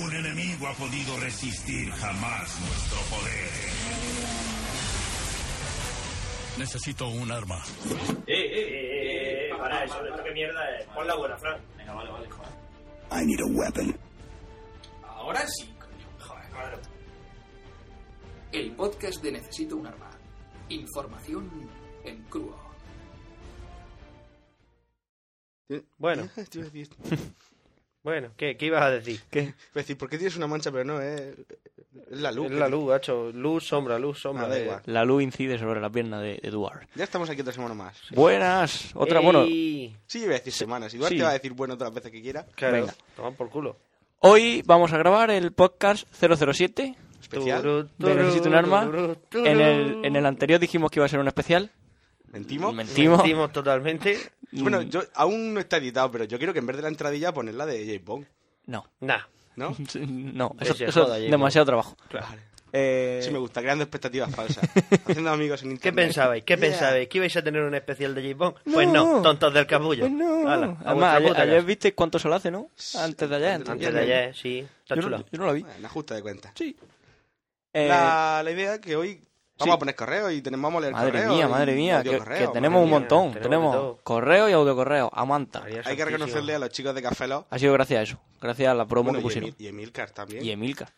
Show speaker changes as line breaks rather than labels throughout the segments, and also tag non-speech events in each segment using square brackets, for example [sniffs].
enemigo ha podido resistir jamás nuestro poder.
Necesito un arma.
Eh, eh, eh, eh, eh, para eso, esto que mierda es. Pon la buena, Fran.
Venga, vale, vale, joder.
I need a weapon.
Ahora sí, coño. Joder, madre.
El podcast de Necesito un arma. Información en crudo.
Bueno,
[laughs] Te iba a decir,
bueno, ¿qué, qué ibas a decir?
¿qué? Iba a decir, ¿por qué tienes una mancha? Pero no, eh, es la luz.
es la luz, hacho. Luz, sombra, luz, sombra.
Ah, da
eh.
igual.
La luz incide sobre la pierna de Eduard.
Ya estamos aquí otra semana más.
Buenas. Otra, bueno.
Ey,
Sí, iba a decir semanas. Igual
Sí.
te va a decir bueno todas las veces que quiera.
Claro,
Venga.
toma por culo.
Hoy vamos a grabar el podcast 007.
Especial.
Turu,
de Necesito un
turu,
arma.
turu, turu.
En el, en el anterior dijimos que iba a ser un especial.
¿Mentimos?
Mentimos.
Mentimos totalmente.
Bueno, yo aún no está editado, pero yo quiero que en vez de la entradilla poner la de James Bond,
No.
Nah.
¿no?
No,
Ese
eso,
es
eso
joda,
es
James.
demasiado trabajo.
Vale.
[laughs] Eh,
Sí, me gusta, creando
[laughs]
expectativas falsas. Haciendo amigos en
¿Qué
internet.
pensabais? ¿Qué
Yeah.
pensabais? ¿Que ibais a tener un especial de James Bond? Pues no, tontos del capullo.
pues no.
Hala, a vuestra
Además, ayer,
puta
ayer
casa.
viste cuánto sol hace, ¿no? Antes de ayer. entonces.
Antes de ayer, sí. Está
Yo, no,
chulo.
yo no lo vi.
Bueno, ajusta de cuenta.
Sí. Eh,
La, la idea es que hoy vamos
sí.
a poner correo y tenemos, vamos a leer
Madre
correo.
mía,
y
madre mía, que,
audio
que
correo, madre
tenemos un
mía.
montón.
tenemos de
Tenemos
todo.
correo y autocorreo. A manta.
María
Hay que
Santísima.
reconocerle a los chicos de Café Lock,
Ha sido gracias a eso. Gracias a la promo
bueno,
que
y,
pusieron.
Emil- y Emilcar ¿eh? también.
Y Emilcar.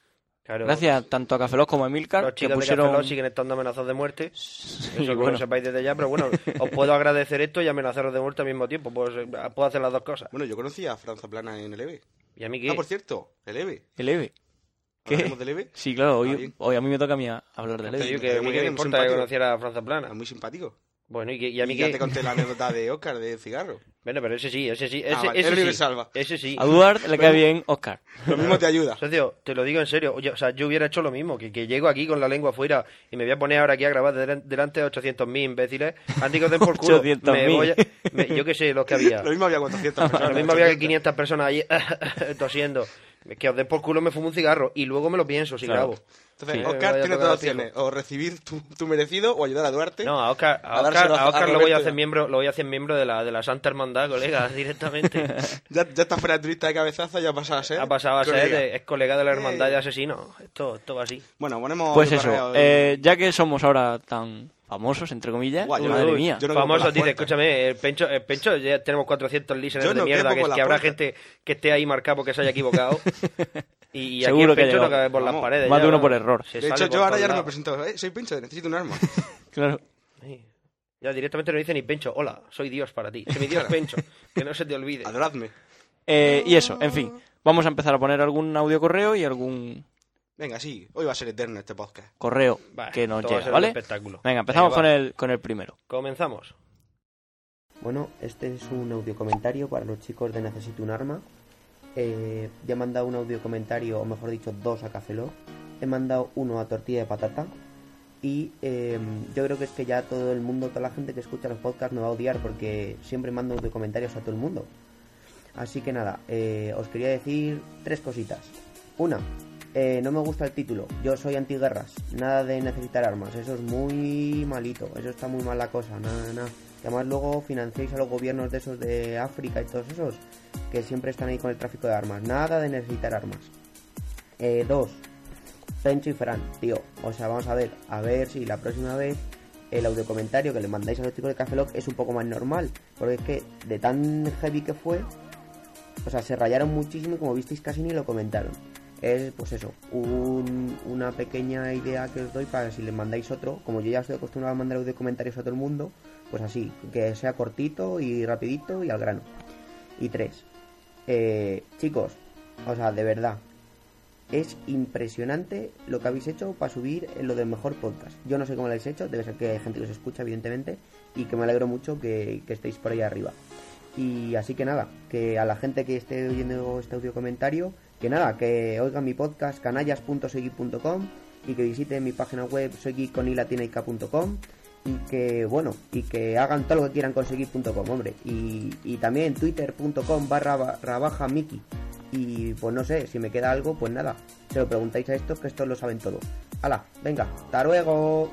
Claro,
Gracias tanto a Cafelos como a Emilcar
Los
que
chicos de Café
pusieron.
Lock siguen estando amenazados de muerte. Eso que
bueno.
no sepáis desde ya, pero bueno, os puedo agradecer esto y amenazaros de muerte al mismo tiempo. Pues, eh, puedo hacer las dos cosas.
Bueno, yo conocí a Franza Plana en el EVE.
¿Y a mí qué?
Ah, por cierto, el EVE.
El EVE. ¿Qué?
¿Hablaremos del EVE?
Sí, claro,
Ah,
hoy,
bien.
hoy a mí me toca a mí a- hablar del
Te digo
EVE.
que a mí
eh, Muy
qué me
bien,
importa
simpático.
que conociera a Franza Plana.
Ah, muy simpático.
Bueno, ¿y, qué- y a mí
ya
qué?
te conté la anécdota de Oscar de
[laughs]
cigarro.
Bueno, pero ese sí, ese sí. Ese,
Ah, vale,
ese
el
sí.
River Salva.
Ese sí.
A Duarte le cae bien Oscar.
Lo mismo te ayuda.
Socio, te lo digo en serio. Oye, o sea, yo hubiera hecho lo mismo, que, que llego aquí con la lengua afuera y me voy a poner ahora aquí a grabar delan- delante de 800.000 imbéciles. Antes que os den por culo. Me
800.000.
voy a- me- yo qué sé, los que había.
Lo mismo había 400
Lo
personas.
mismo había 500 personas ahí [laughs] tosiendo. Que os den por culo me fumo un cigarro y luego me lo pienso si
Claro.
grabo.
Entonces,
Sí.
Oscar
Vaya
tiene
tocada,
dos opciones. O recibir tu, tu merecido o ayudar a Duarte.
No, a Oscar, a
A
Oscar,
dárselo a-
a Oscar
a
lo voy a
Roberto.
hacer miembro, lo voy a hacer miembro de la, de la Santa Hermandad, colega, [laughs] directamente.
Ya, ya estás fuera de turista de cabezazo, ya pasado a ser.
ha pasado a ser
¿Eh? colega.
de- es colega de la Hermandad
Eh.
de Asesinos. Esto, esto va así.
Bueno, ponemos.
Pues
el correo
eso,
y-
eh, ya que somos ahora tan famosos, entre comillas,
Guay, yo
madre
no-
mía.
yo no-
Famoso,
por la
dice,
puerta.
escúchame, el Pencho, el Pencho, ya tenemos 400 listeners
Yo
de
no
mierda,
quepo
que,
por
que
la
habrá
puerta.
gente que esté ahí marcado porque se
[laughs]
haya equivocado. Y, y aquí
Seguro
el
que ha
Pencho no
llegado.
cabe por las
Vamos,
paredes.
más de
ya,
uno
¿no?
por error.
Se
De
sale
hecho,
por
yo ahora
todos
ya no me
lados.
presento. "Eh, soy pinche, necesito un arma.
Claro.
Sí. Ya directamente no dice ni Pencho, hola, soy Dios para ti. Se me Dios
[laughs]
Pencho, que no se te olvide.
Adoradme.
Eh, y eso, en fin. Vamos a empezar a poner algún audio correo y algún
Venga, sí, hoy va a ser eterno este podcast.
correo
Vale,
que nos
esto va a
llega,
ser un
¿vale?
espectáculo.
Venga, empezamos
Venga,
con,
va.
el, con el primero.
Comenzamos.
Bueno, este es un audio comentario para los chicos de Necesito un arma. Eh, ya he mandado un audio comentario, o mejor dicho, dos a Café Lock. He mandado uno a Tortilla de Patata. Y eh, yo creo que es que ya todo el mundo, toda la gente que escucha los podcasts me va a odiar porque siempre mando audio comentarios a todo el mundo. Así que nada, eh, os quería decir tres cositas. Una, eh, no me gusta el título. Yo soy antiguerras. Nada de necesitar armas. Eso es muy malito. Eso está muy mal la cosa. Nada, nada. Que además luego financiéis a los gobiernos de esos de África y todos esos que siempre están ahí con el tráfico de armas. Nada de necesitar armas. Eh, dos, Pencho y Fran, tío. O sea, vamos a ver, a ver si la próxima vez el audiocomentario que le mandáis a los chicos de Café Lock es un poco más normal. Porque es que de tan heavy que fue, o sea, se rayaron muchísimo y como visteis casi ni lo comentaron. Es, pues eso, un- una pequeña idea que os doy para si le mandáis otro. Como yo ya estoy acostumbrado a mandar audio comentarios a todo el mundo, pues así, que sea cortito y rapidito y al grano. Y tres, eh, chicos, o sea, de verdad, es impresionante lo que habéis hecho para subir lo del mejor podcast. Yo no sé cómo lo habéis hecho, debe ser que hay gente que os escucha, evidentemente, y que me alegro mucho que, que estéis por ahí arriba. Y así que nada, que a la gente que esté oyendo este audio comentario, que nada, que oigan mi podcast canallas.soygeek.com y que visiten mi página web soygeekconilatinaica.com y que, bueno, y que hagan todo lo que quieran conseguir.com, hombre. Y, y también twitter.com barra barra baja Mickey. Y pues no sé, si me queda algo, pues nada. Se lo preguntáis a estos que estos lo saben todo. ¡Hala! Venga, hasta luego.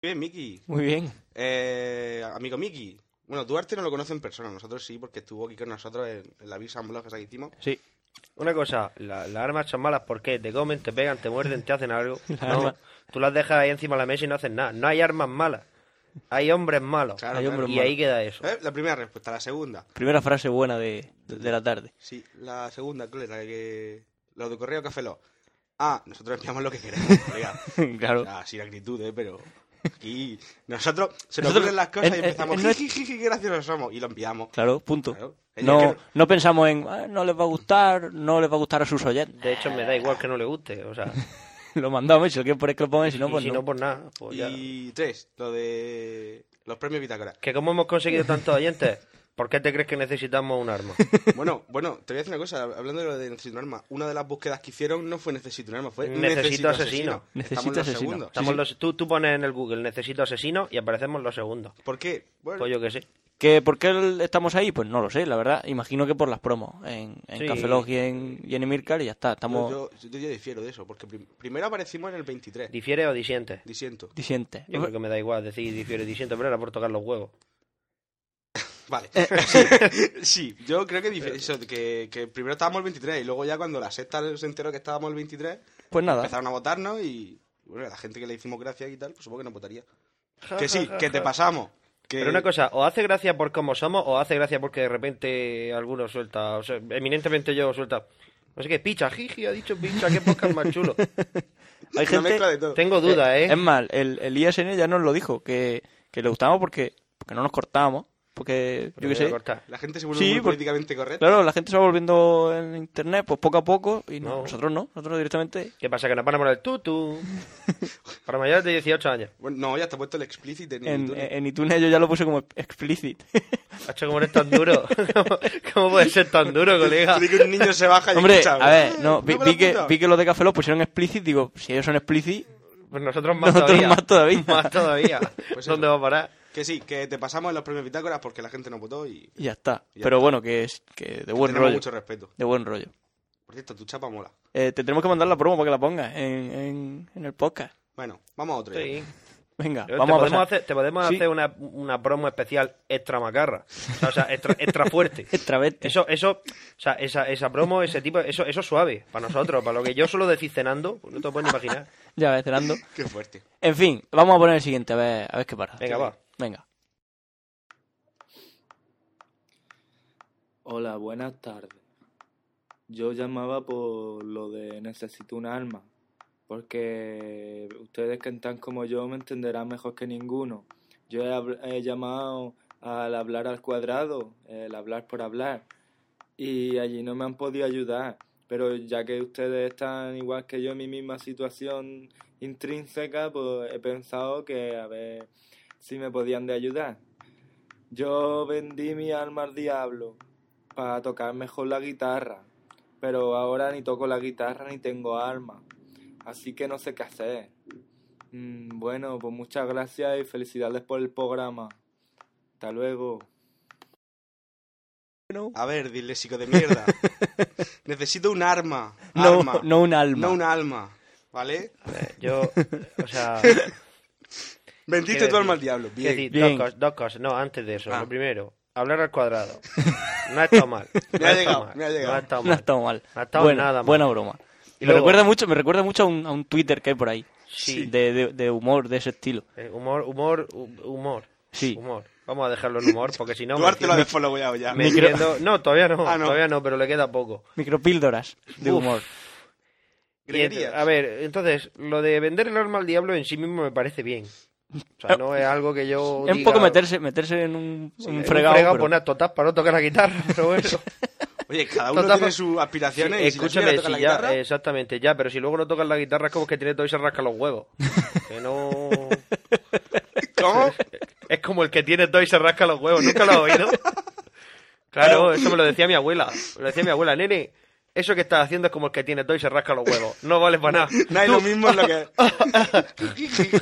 Bien, Miki.
Muy bien.
Eh, amigo Miki, Bueno, Duarte no lo conoce en persona, nosotros sí, porque estuvo aquí con nosotros en, en la Visa Ambulance esa que hicimos.
Sí.
Una cosa, la- las armas son malas porque te comen, te pegan, te muerden, te
[laughs]
hacen algo. No,
arma.
tú las dejas ahí encima de la mesa y no hacen nada. No hay armas malas. Hay hombres malos.
Claro,
Hay
claro.
hombres
y ahí queda eso.
Eh, La primera respuesta, la segunda.
Primera frase buena de, de la tarde.
Sí, la segunda, ¿cuál era? Que... Lo de correo Café Lock. Ah, nosotros enviamos lo
[laughs]
que queremos, colega.
Claro.
O sea, sin actitud, ¿eh? Pero aquí nosotros se nos
Nosotros-
ocurren las cosas
en-
y
en-
empezamos,
en nues-
"Jiji, jiji, qué graciosos somos, y lo enviamos.
Claro, punto.
Claro.
No,
Es que-
no pensamos en, "Ah, no les va a gustar, no les va a gustar a sus oyentes. [laughs]
De hecho, me da igual que no le guste. O sea,
Lo mandamos y si lo quieren poner que lo pongan, [laughs] si no,
y
pues
si
no.
no, por nada. Pues ya.
Y tres, lo de los premios Bitácora.
¿Que cómo hemos conseguido tantos oyentes? ¿Por qué te crees que necesitamos
[laughs]
un arma?
Bueno, bueno, te voy a decir una cosa, hablando de lo de Necesito un arma, una de las búsquedas que hicieron no fue Necesito un arma, fue
Necesito asesino.
Necesito
Estamos los
asesino.
segundos.
Estamos los- tú, tú pones en el Google necesito asesino y aparecemos los segundos.
¿Por qué? Bueno,
Pues yo que sé.
¿Que ¿Por qué el- estamos ahí? Pues no lo sé, la verdad. Imagino que por las promos en, en
Sí.
Café Lock y en, y en Emircar y ya está. Estamos
yo, yo- yo difiero de eso, porque prim- primero aparecimos en el 23,
¿Difiere o disiente?
disiento.
disientes.
Yo creo que me da igual decir difiere o disiente, pero era por tocar los huevos.
Vale. [laughs] Sí. yo creo que, dif- eso, que, que primero estábamos el 23 y luego ya cuando la sexta se enteró que estábamos el 23,
Pues nada.
empezaron a votarnos y bueno, la gente que le hicimos gracia y tal, pues supongo que nos votaría. que sí, que te pasamos. Que...
Pero una cosa, o hace gracia por cómo somos, o hace gracia porque de repente alguno suelta, o sea, eminentemente yo suelta, no sé qué, picha, jiji, ha dicho picha, qué podcast más chulo.
Hay
una
gente-
mezcla de todo.
Tengo dudas, ¿eh?
Es más, el, el ISN ya nos lo dijo, que, que le gustábamos porque, porque no nos cortábamos. Porque,
Pero
yo qué
voy a
sé.
cortar.
La gente se vuelve
Sí,
muy
por-
políticamente correcta.
Claro, la gente se va volviendo en internet, pues poco a poco, y
No.
nosotros no, nosotros directamente.
¿Qué pasa? Que nos van a poner el tutu. Para mayores de 18 años.
Bueno, no, ya está puesto el explícito en,
En, eh,
[laughs] iTunes.
en iTunes yo ya lo puse como
[laughs]
explicit. [laughs]
Hacho, ¿cómo eres tan duro? [laughs] ¿Cómo, cómo puedes ser tan duro, colega?
Digo, un niño se baja y
Hombre,
escucha,
a ver,
"Eh,
no, vi,
me
vi
la
que,
puta".
vi que los de Café Lock pusieron explicit, digo, si ellos son explicit,
Pues nosotros más
Nosotros
todavía.
más todavía.
Más todavía.
eso.
¿Dónde va a parar?
Que sí, que te pasamos en los premios bitácoras porque la gente nos votó y
ya está.
Ya
Pero bueno, que, es, que de buen
tenemos
rollo.
mucho respeto.
De buen rollo.
Por cierto, tu chapa mola.
Eh, te tenemos que mandar la promo para que la pongas en, en, en el podcast.
Bueno, vamos a otro. ya.
Sí.
Venga,
Te
vamos a
podemos,
pasar.
hacer, te podemos
Sí.
hacer una, una promo especial extra macarra. O sea, extra,
[laughs]
extra fuerte.
Extra bestia.
Eso, eso, o sea, esa, esa promo, ese tipo, eso, eso es suave para nosotros, para lo que yo suelo decir cenando, pues no te lo puedes ni imaginar.
Ya ves, cenando.
Qué fuerte.
En fin, vamos a poner el siguiente, a ver, a ver qué pasa.
Venga, va.
Venga.
Hola, buenas tardes. Yo llamaba por lo de necesito un arma, porque ustedes que están como yo me entenderán mejor que ninguno. Yo he, habl- he llamado al hablar al cuadrado, el hablar por hablar, y allí no me han podido ayudar. Pero ya que ustedes están igual que yo en mi misma situación intrínseca, pues he pensado que a ver si me podían de ayudar. Yo vendí mi alma al diablo para tocar mejor la guitarra, pero ahora ni toco la guitarra ni tengo alma, así que no sé qué hacer. Mm, bueno, pues muchas gracias y felicidades por el programa. Hasta luego.
A ver, disléxico de mierda. Necesito un arma.
No,
Arma.
no un alma.
No un alma. ¿Vale?
Yo,
[laughs]
o sea,
Vendiste
Quiero
tu alma al
decir-
diablo.
quiero
Bien.
decir,
bien.
dos, cos- dos cosas, no, antes de eso,
Ah.
lo primero, hablar
[laughs]
al cuadrado. No ha estado mal.
Me
no
ha
estado
llegado,
mal,
me ha llegado.
No ha estado
No ha
mal.
estado mal.
No ha estado
buena,
nada mal.
buena broma.
Y
me,
luego-
recuerda mucho, me recuerda mucho a un, a un Twitter que hay por ahí.
Sí.
De, de- de humor de ese estilo.
Eh, humor, humor, hu- humor.
Sí.
Humor. Vamos a dejarlo en humor, porque si no. me
Duarte lo ha
entiendo-
desfollado ya.
me entiendo- No, todavía no,
Ah, no.
todavía no, pero le queda poco.
Micropíldoras de
Uf.
humor.
Y ent-
Greguerías.
a ver, entonces, lo de vender el arma al diablo en sí mismo me parece bien. O sea, no es algo que yo.
Es un
diga-
poco meterse, meterse en un,
Sí,
un
en un
fregado. pero-
poner totas para no tocar la guitarra, [laughs] pero bueno.
Oye, cada uno
Total,
tiene
fa-
sus aspiraciones
Sí,
y si la
escúchame,
señora
si
toca la
ya, eh,
guitarra,
exactamente, ya, pero si luego no tocas la guitarra es como que tiene todo y se rasca los huevos. Que no.
¿Cómo?
[laughs] Es como el que tiene todo y se rasca los huevos, nunca lo has oído. Claro, eso me lo decía mi abuela. Me lo decía mi abuela, nene, eso que estás haciendo es como el que tiene todo y se rasca los huevos. No vale para nada. [laughs]
No hay lo mismo en lo que...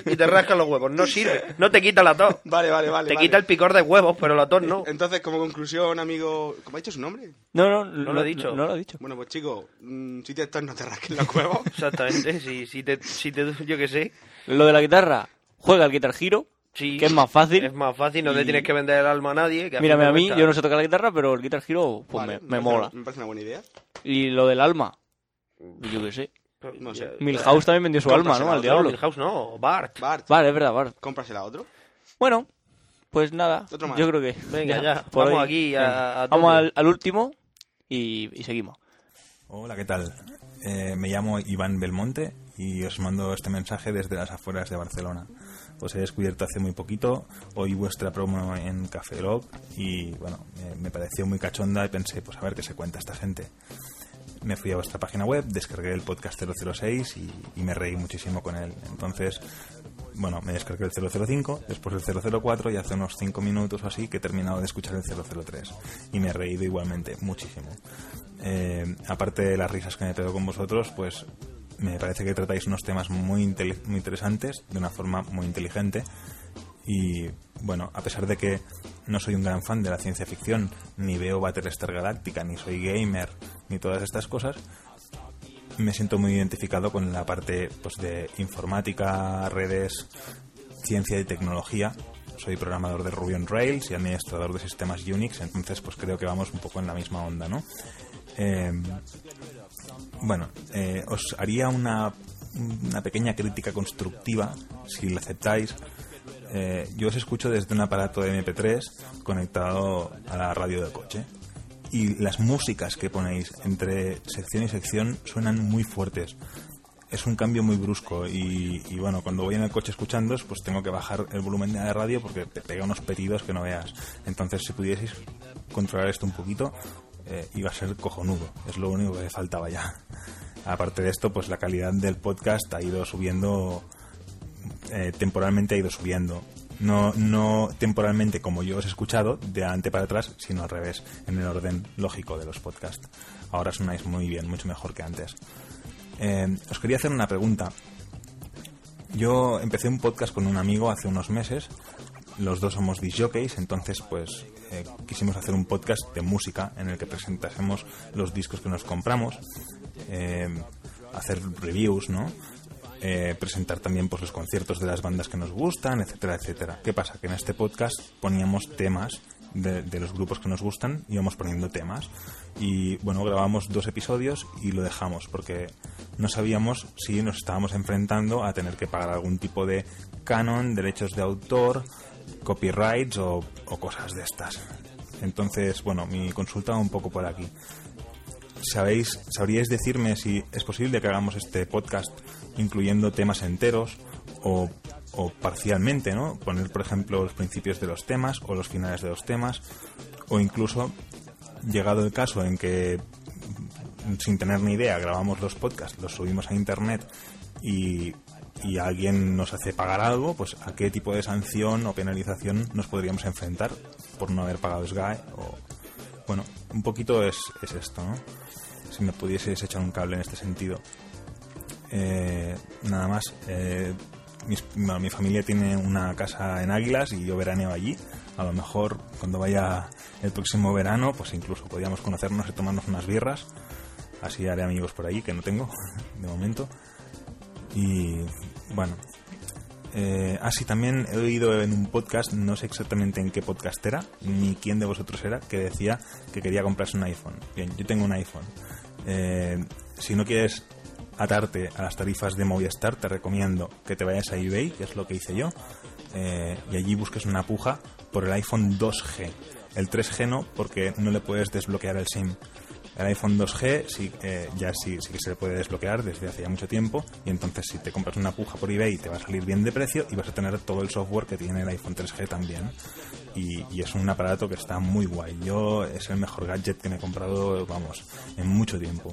y te rasca los huevos, no sirve, no te quita la tos.
[laughs] Vale, vale, vale.
te
vale.
quita el picor de huevos, pero la
[laughs]
tos no.
Entonces, como conclusión, amigo... ¿Cómo ha dicho su nombre?
No, no, no,
lo he dicho.
No, lo he dicho.
Bueno, pues chicos, mm, si te estás no te rasques los huevos.
Exactamente, si, si, te, si te. Yo qué sé.
Lo de la guitarra, juega al Guitar Hero,
Sí.
Que es más fácil.
Es más fácil, no le
Y-
tienes que vender el alma a nadie. que a
Mírame
me
a mí,
cuesta.
yo no sé tocar la guitarra, pero el Guitar Hero [laughs] pues
Vale,
me, me
parece-
mola.
Me parece una buena idea.
Y lo del alma, yo qué sé.
Pues,
no sé.
Milhouse también vendió su alma, ¿no?
Cómprasela
Al
a otro,
diablo.
Milhouse no, Bart.
Bart,
Vale, es verdad, Bart.
cómprasela a otro.
Bueno, pues nada,
Otro más.
yo creo que...
Venga, ya, vamos aquí a-
venga.
a
Vamos
tope.
al, al último y, y seguimos.
Hola, ¿qué tal? Eh, me llamo Iván Belmonte y os mando este mensaje desde las afueras de Barcelona. Os he descubierto hace muy poquito, oí vuestra promo en Café Lock y bueno, eh, me pareció muy cachonda y pensé, pues a ver qué se cuenta esta gente. Me fui a vuestra página web, descargué el podcast 006 y, y me reí muchísimo con él. Entonces, bueno, me descargué el 005, después el 004 y hace unos 5 minutos o así que he terminado de escuchar el 003. Y me he reído igualmente, muchísimo. Eh, aparte de las risas que me pego con vosotros, pues me parece que tratáis unos temas muy, intele- muy interesantes de una forma muy inteligente. Y bueno, a pesar de que no soy un gran fan de la ciencia ficción, ni veo Battlestar Galáctica, ni soy gamer, ni todas estas cosas, me siento muy identificado con la parte pues, de informática, redes, ciencia y tecnología. Soy programador de Ruby on Rails y administrador de sistemas Unix, entonces pues creo que vamos un poco en la misma onda, ¿no? Eh, bueno, eh, os haría una, una pequeña crítica constructiva, si la aceptáis. Eh, yo os escucho desde un aparato MP3 conectado a la radio del coche. Y las músicas que ponéis entre sección y sección suenan muy fuertes. Es un cambio muy brusco y, y bueno, cuando voy en el coche escuchándos, pues tengo que bajar el volumen de la radio porque te pega unos pedidos que no veas. Entonces, si pudieseis controlar esto un poquito, eh, iba a ser cojonudo. Es lo único que faltaba ya. Aparte de esto, pues la calidad del podcast ha ido subiendo eh, temporalmente ha ido subiendo. No, no temporalmente como yo os he escuchado, de adelante para atrás, sino al revés, en el orden lógico de los podcasts. Ahora sonáis muy bien, mucho mejor que antes. Eh, os quería hacer una pregunta. Yo empecé un podcast con un amigo hace unos meses. Los dos somos disjockeys, entonces pues eh, quisimos hacer un podcast de música en el que presentásemos los discos que nos compramos, eh, hacer reviews, ¿no? Eh, presentar también pues los conciertos de las bandas que nos gustan, etcétera, etcétera. ¿Qué pasa? Que en este podcast poníamos temas de, de los grupos que nos gustan, íbamos poniendo temas. Y bueno, grabamos dos episodios y lo dejamos porque no sabíamos si nos estábamos enfrentando a tener que pagar algún tipo de canon, derechos de autor, copyrights o, o cosas de estas. Entonces, bueno, mi consulta va un poco por aquí. ¿Sabéis, ¿Sabríais decirme si es posible que hagamos este podcast incluyendo temas enteros o, o parcialmente, ¿no? Poner, por ejemplo, los principios de los temas o los finales de los temas o incluso, llegado el caso en que mm, sin tener ni idea grabamos los podcasts, los subimos a internet y, y alguien nos hace pagar algo, pues a qué tipo de sanción o penalización nos podríamos enfrentar por no haber pagado SGAE o... Bueno, un poquito es, es esto, ¿no? si me pudieses echar un cable en este sentido. Eh, nada más. eh, mis- bueno, mi familia tiene una casa en Águilas y yo veraneo allí. A lo mejor cuando vaya el próximo verano, pues incluso podríamos conocernos y tomarnos unas birras. Así haré amigos por allí, que no tengo [laughs] de momento. Y bueno. Eh, ah, sí, también he oído en un podcast, no sé exactamente en qué podcast era, ni quién de vosotros era, que decía que quería comprarse un iPhone. Bien, yo tengo un iPhone. Eh, si no quieres atarte a las tarifas de Movistar, te recomiendo que te vayas a eBay, que es lo que hice yo, eh, y allí busques una puja por el iPhone 2G. El 3G no, porque no le puedes desbloquear el SIM. El iPhone 2G sí, eh, ya sí, sí que se le puede desbloquear desde hace ya mucho tiempo y entonces si te compras una puja por eBay te va a salir bien de precio y vas a tener todo el software que tiene el iPhone 3G también y, y es un aparato que está muy guay. Yo es el mejor gadget que me he comprado, vamos, en mucho tiempo.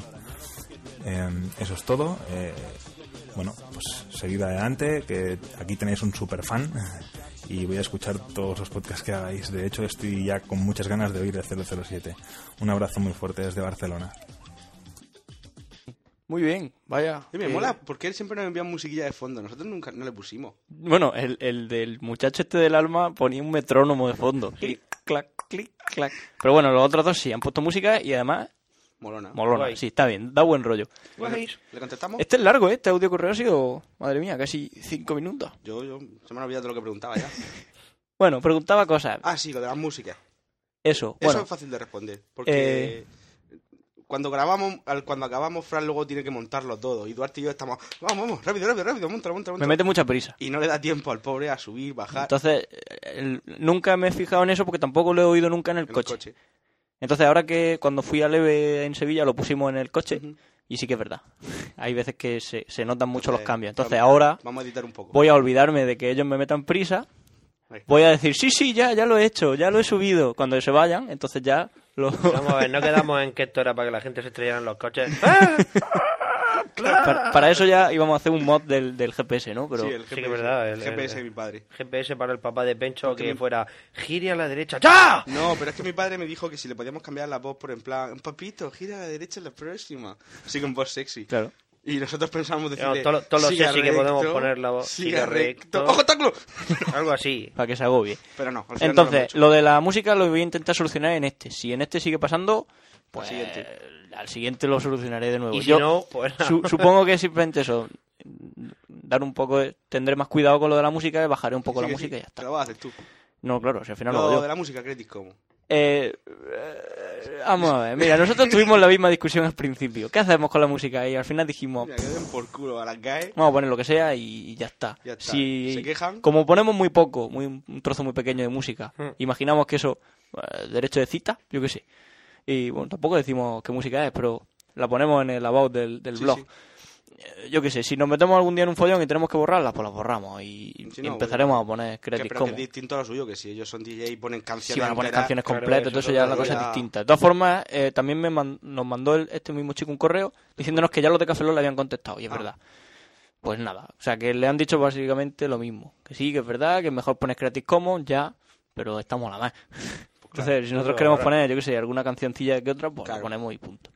Eh, eso es todo. Eh, bueno, pues seguid adelante, que aquí tenéis un super fan y voy a escuchar todos los podcasts que hagáis. De hecho, estoy ya con muchas ganas de oír el 007. Un abrazo muy fuerte desde Barcelona.
Muy bien, vaya. eh,
Y me
que-
mola, porque él siempre nos envía musiquilla de fondo. Nosotros nunca no le pusimos.
Bueno, el, el del muchacho este del alma ponía un metrónomo de fondo. Clic, clac, clic, clac. Pero bueno, los otros dos sí, han puesto música y además
Molona.
Molona, sí, está bien, da buen rollo.
Guay. ¿Le contestamos?
Este es largo, ¿eh? Este audio correo ha sido, madre mía, casi cinco minutos.
Yo, yo, se me han olvidado de lo que preguntaba ya.
Bueno, preguntaba cosas.
Ah, sí, lo de las músicas.
Eso,
Eso
bueno, eh,
es fácil de responder. Porque cuando grabamos, al- cuando acabamos, Fran luego tiene que montarlo todo. Y Duarte y yo estamos, vamos, vamos, rápido, rápido, rápido, monta, monta, monta.
me mete mucha prisa.
Y no le da tiempo al pobre a subir, bajar
Entonces, el- nunca me he fijado en eso porque tampoco lo he oído nunca en el,
en
coche.
el coche.
Entonces, ahora que cuando fui a Leve en Sevilla lo pusimos en el coche
Ujú.
y sí que es verdad. [laughs] Hay veces que se, se notan mucho los
Eh,
cambios. Entonces,
vamos-
ahora
Vamos a editar un poco.
voy a olvidarme de que ellos me metan prisa.
Ahí está.
Voy a decir, sí, sí, ya, ya lo he hecho, ya lo he subido. Cuando se vayan, entonces ya
[laughs]
lo... [laughs]
Vamos a ver, no quedamos en que esto era para que la gente se estrellara en los coches. ¡Ah!
para, para eso ya íbamos a hacer un mod del, del GPS, ¿no? Pero
Sí, el
Sí que
GPS,
es verdad, el-
GPS
el-
de mi padre.
GPS para el papá de Pencho que fuera gire a la derecha. ¡Ya!
No, pero es que mi padre me dijo que si le podíamos cambiar la voz por en plan, papito, gira a la derecha en la próxima. Así con voz sexy.
claro.
Y nosotros pensamos decirle,
No, todo lo- todo lo
"Siga
sexy que
recto,
podemos poner la voz,
Siga
siga
recto.
recto".
¡Ojo, obstáculo!
Algo
[laughs]
así.
Para que se agobie.
Pero no, al final no lo hemos
Entonces,
hecho.
lo de la música lo voy a intentar solucionar en este. Si en este sigue pasando, pues
siguiente.
al siguiente lo solucionaré de nuevo.
Y si
Yo
no, pues nada.
su- supongo que simplemente eso. Dar un poco, de- tendré más cuidado con lo de la música, bajaré un poco
Sí,
la
que
música
sí,
y ya
te
está.
lo vas a hacer tú.
No, claro, si al final lo
Lo
hago yo.
de la música, Creative Commons.
Eh, eh, vamos a ver, mira, nosotros tuvimos la misma discusión al principio. ¿Qué hacemos con la música? Y al final dijimos,
Mira, que den por culo a las GAE.
vamos a poner lo que sea y ya está.
Ya está.
Si,
¿Se quejan? Hmm.
Como ponemos muy poco, muy, un trozo muy pequeño de música, imaginamos que eso, eh, derecho de cita, yo qué sé. Y bueno, tampoco decimos qué música es, pero la ponemos en el about del, del
Sí,
blog.
sí.
Eh, Yo qué sé, si nos metemos algún día en un follón y tenemos que borrarla, pues la borramos y,
Sí,
y
no,
empezaremos a poner
Que,
Creative
pero que es
Commons.
distinto a lo suyo, que si ellos son DJ y ponen canciones
Si van a poner
enteras,
canciones
claro,
completas,
eso
todo eso
es
ya es
otra
una cosa
cosa.
distinta. De todas formas, eh, también me man- nos mandó el- este mismo chico un correo diciéndonos que ya los de Café Lock le habían contestado, y es
Ah.
verdad. Pues nada, o sea que le han dicho básicamente lo mismo. Que sí, que es verdad, que mejor pones Creative Commons ya, pero estamos a la más.
Pues
[laughs] Entonces, si nosotros
Pero
queremos
ahora-
poner, yo que sé, alguna cancioncilla que otra, pues la
Claro.
ponemos y punto.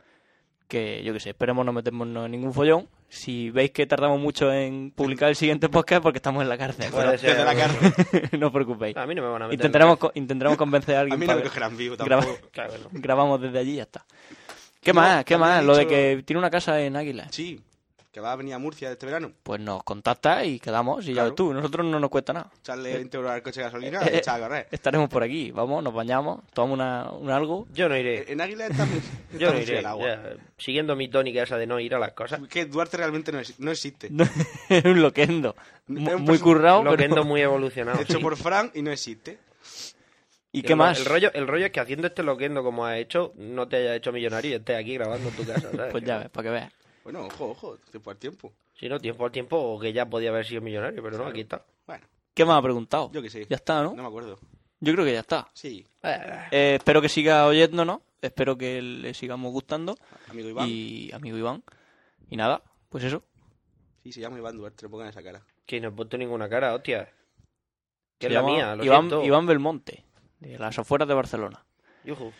Que yo que sé, esperemos no meternos en ningún follón. Si veis que tardamos mucho en publicar el siguiente podcast, porque estamos en la cárcel.
Puede ser.
desde la
[laughs]
cárcel.
no os preocupéis.
A mí no me van a meter.
Intentaremos, co- intentaremos convencer a
[laughs] A
alguien.
mí no
para
me
ver.
cogerán vivo
Graba-
tampoco.
Claro, no.
[laughs] Grabamos desde allí y ya está. ¿Qué
No,
más? ¿Qué
también
más?
he
Lo de
dicho-
que tiene una casa en Águila.
Sí, que va a venir a Murcia este verano.
Pues nos contacta y quedamos y ya
Claro.
ves tú. Nosotros no nos cuesta nada.
Echarle 20 euros al coche de gasolina
eh,
y echar a correr.
Estaremos por aquí. Vamos, nos bañamos, tomamos una, un algo. [laughs]
Yo no
eh,
iré.
En Águila está muy,
Yo
está
no
muy fría
iré.
eh, el agua.
ya, siguiendo mi tónica esa de no ir a las cosas.
Que Duarte realmente no, es- no existe.
Es un loquendo. Mu-
Es un
Muy
perso-
currado.
Lo que
pero-
ando muy evolucionado.
Hecho
sí.
[laughs]
por Fran y no existe.
¿Y
El
qué
ro-
más?
El rollo, el rollo es que haciendo este loquendo como has hecho, no te haya hecho millonario y estés aquí grabando en tu casa, ¿sabes?
[laughs] Pues ya ves, para que veas.
Bueno, ojo, ojo, tiempo al tiempo.
Si no, tiempo al tiempo, o que ya podía haber sido millonario, pero no, aquí está.
Bueno,
¿Qué más ha preguntado?
yo qué sé.
Ya está, ¿no?
No me acuerdo.
Yo creo que ya está.
Sí,
Eh, espero que siga oyéndonos. Espero que le sigamos gustando.
amigo Iván.
Y amigo Iván. Y nada, pues eso.
Sí, se llama Iván Duarte, lo pongan esa cara.
Que no he puesto ninguna cara, hostia. Que
Se
es la
llama
mía, lo
Iván,
siento.
Iván Belmonte, de las afueras de Barcelona.
Yujú.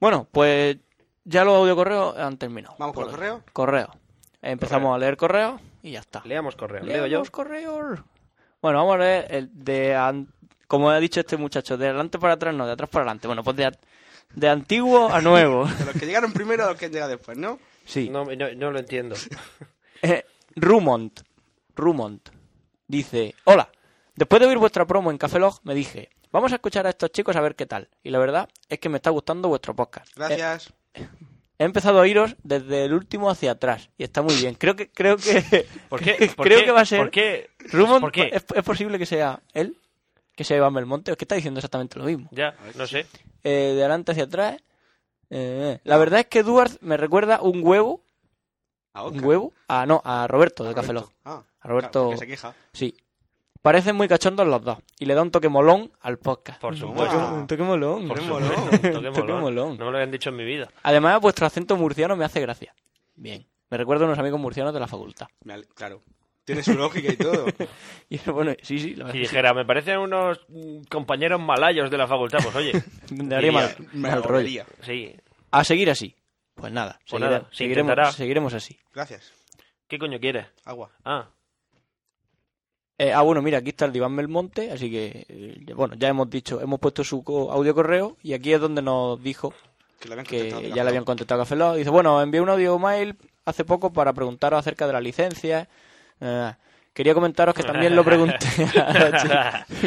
Bueno, pues ya los audio correos han terminado.
Vamos con
Por
los
hoy.
correos.
Correo. Empezamos
Correo.
a leer correos y ya está.
Leamos correo. Leo yo.
Leamos correos. Bueno, vamos a leer el de... an- Como ha dicho este muchacho, de adelante para atrás, no, de atrás para adelante. Bueno, pues de, a- de antiguo a nuevo.
De los que llegaron primero a los que llegan después, ¿no?
Sí.
No, no, no lo
[laughs]
entiendo.
Eh, Rumont. Rumont. Dice, hola, después de oír vuestra promo en Café Log, me dije, vamos a escuchar a estos chicos a ver qué tal. Y la verdad es que me está gustando vuestro podcast. Eh,
Gracias.
he empezado a oíros desde el último hacia atrás y está muy bien. Creo que creo que
[laughs] ¿Por qué?
[laughs]
¿Por
creo
qué?
que va a ser
¿Por qué?
Rumont.
¿Por qué?
Es, es posible que sea él, que sea Iván Belmonte, es que está diciendo exactamente lo mismo.
Ya, no sé.
Eh, de adelante hacia atrás. eh, la verdad es que Eduard me recuerda un huevo,
A
un
Oscar.
huevo, a no, a Roberto de
A
Café Log.
Roberto. Ah,
A Roberto-
claro, porque se queja.
Sí. Parecen muy cachondos los dos. Y le da un toque molón al podcast.
Por
Un
supuesto.
toque- Un toque molón.
Por
Qué
supuesto,
molón.
toqué
Toqué
molón.
molón.
No me lo habían dicho en mi vida.
Además, vuestro acento murciano me hace gracia. Bien. Me recuerda a unos amigos murcianos de la facultad. [laughs]
Me ale- Claro. Tiene su lógica y todo.
Y bueno, sí, Ah, sí, la
Si
verdad. es
dijera, me parecen unos mm, compañeros malayos de la facultad, pues
[laughs]
oye.
que me daría mal,
Me
mal
lo
rollo.
rolería.
Sí.
A seguir así. Pues nada,
Pues
seguire-
nada, se intentará.
seguiremos, seguiremos así.
Gracias.
¿Qué coño quieres?
Agua.
Ah,
Eh, ah, bueno, mira, aquí está el diván Belmonte, así que, eh, bueno, ya hemos dicho, hemos puesto su co- audio correo y aquí es donde nos dijo
Que le habían
que
contestado de
ya le habían contestado a Café Lock. Dice, bueno, envié un audio mail hace poco para preguntaros acerca de la licencia. Eh, quería comentaros que también lo pregunté
[laughs]
a los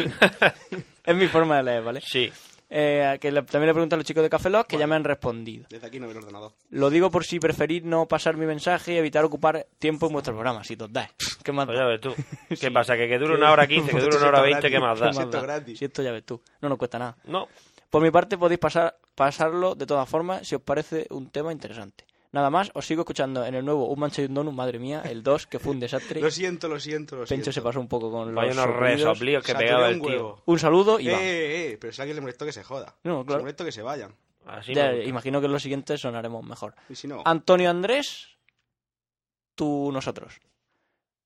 [laughs]
chicos. [laughs] es mi forma de leer, ¿vale?
Sí.
Eh, que le- también le pregunté a los chicos de Café Lock que ya me han respondido.
Desde aquí no veo el ordenador.
Lo digo por si preferís no pasar mi mensaje y evitar ocupar tiempo en vuestro programa, si total. ¿Qué más
Pues
da?
ya
[laughs]
ves tú. ¿Qué pasa? Que, que dure una hora quince, que dure una hora veinte, ¿qué más da?
¿Qué más da?
gratis.
Si esto ya ves tú, no nos cuesta nada.
No.
Por mi parte podéis pasar, pasarlo de todas formas si os parece un tema interesante. Nada más, os sigo escuchando en el nuevo Un Mancha y un Donut, madre mía, el 2, que fue un desastre.
[laughs] Lo siento, lo siento, lo siento.
Pencho se pasó un poco con los
Hay unos
soplidos.
resoplíos que
Saturé
pegaba
un
el tío.
huevo.
Un saludo y va.
Eh, eh, eh, pero si a alguien le molestó que se joda.
No,
Si
claro.
le molestó que se vayan.
Así
Ya,
me gusta.
imagino que en los siguientes sonaremos mejor.
Y si no,
Antonio Andrés, tú nosotros.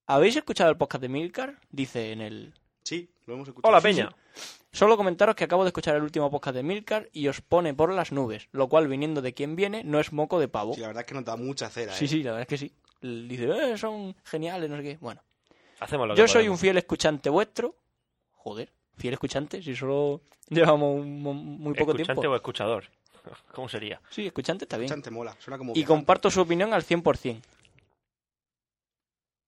¿Habéis escuchado el podcast de Milcar? Dice en el...
sí, lo hemos escuchado.
Hola,
Sí,
Peña.
Solo comentaros que acabo de escuchar el último podcast de Milcar y os pone por las nubes, lo cual viniendo de quien viene no es moco de pavo.
Sí, la verdad es que nos da mucha cera.
Sí,
eh.
sí, la verdad es que sí. L- Dice, "Eh, son geniales, no sé qué. Bueno,
Hacemos lo que
yo soy un
podemos.
fiel escuchante vuestro. Joder, fiel escuchante, si solo [laughs] llevamos un mo- muy poco
¿Escuchante
tiempo.
o escuchador? ¿Cómo sería?
Sí, escuchante está bien.
Chante mola, suena como.
Y
viajante.
comparto su opinión al 100%.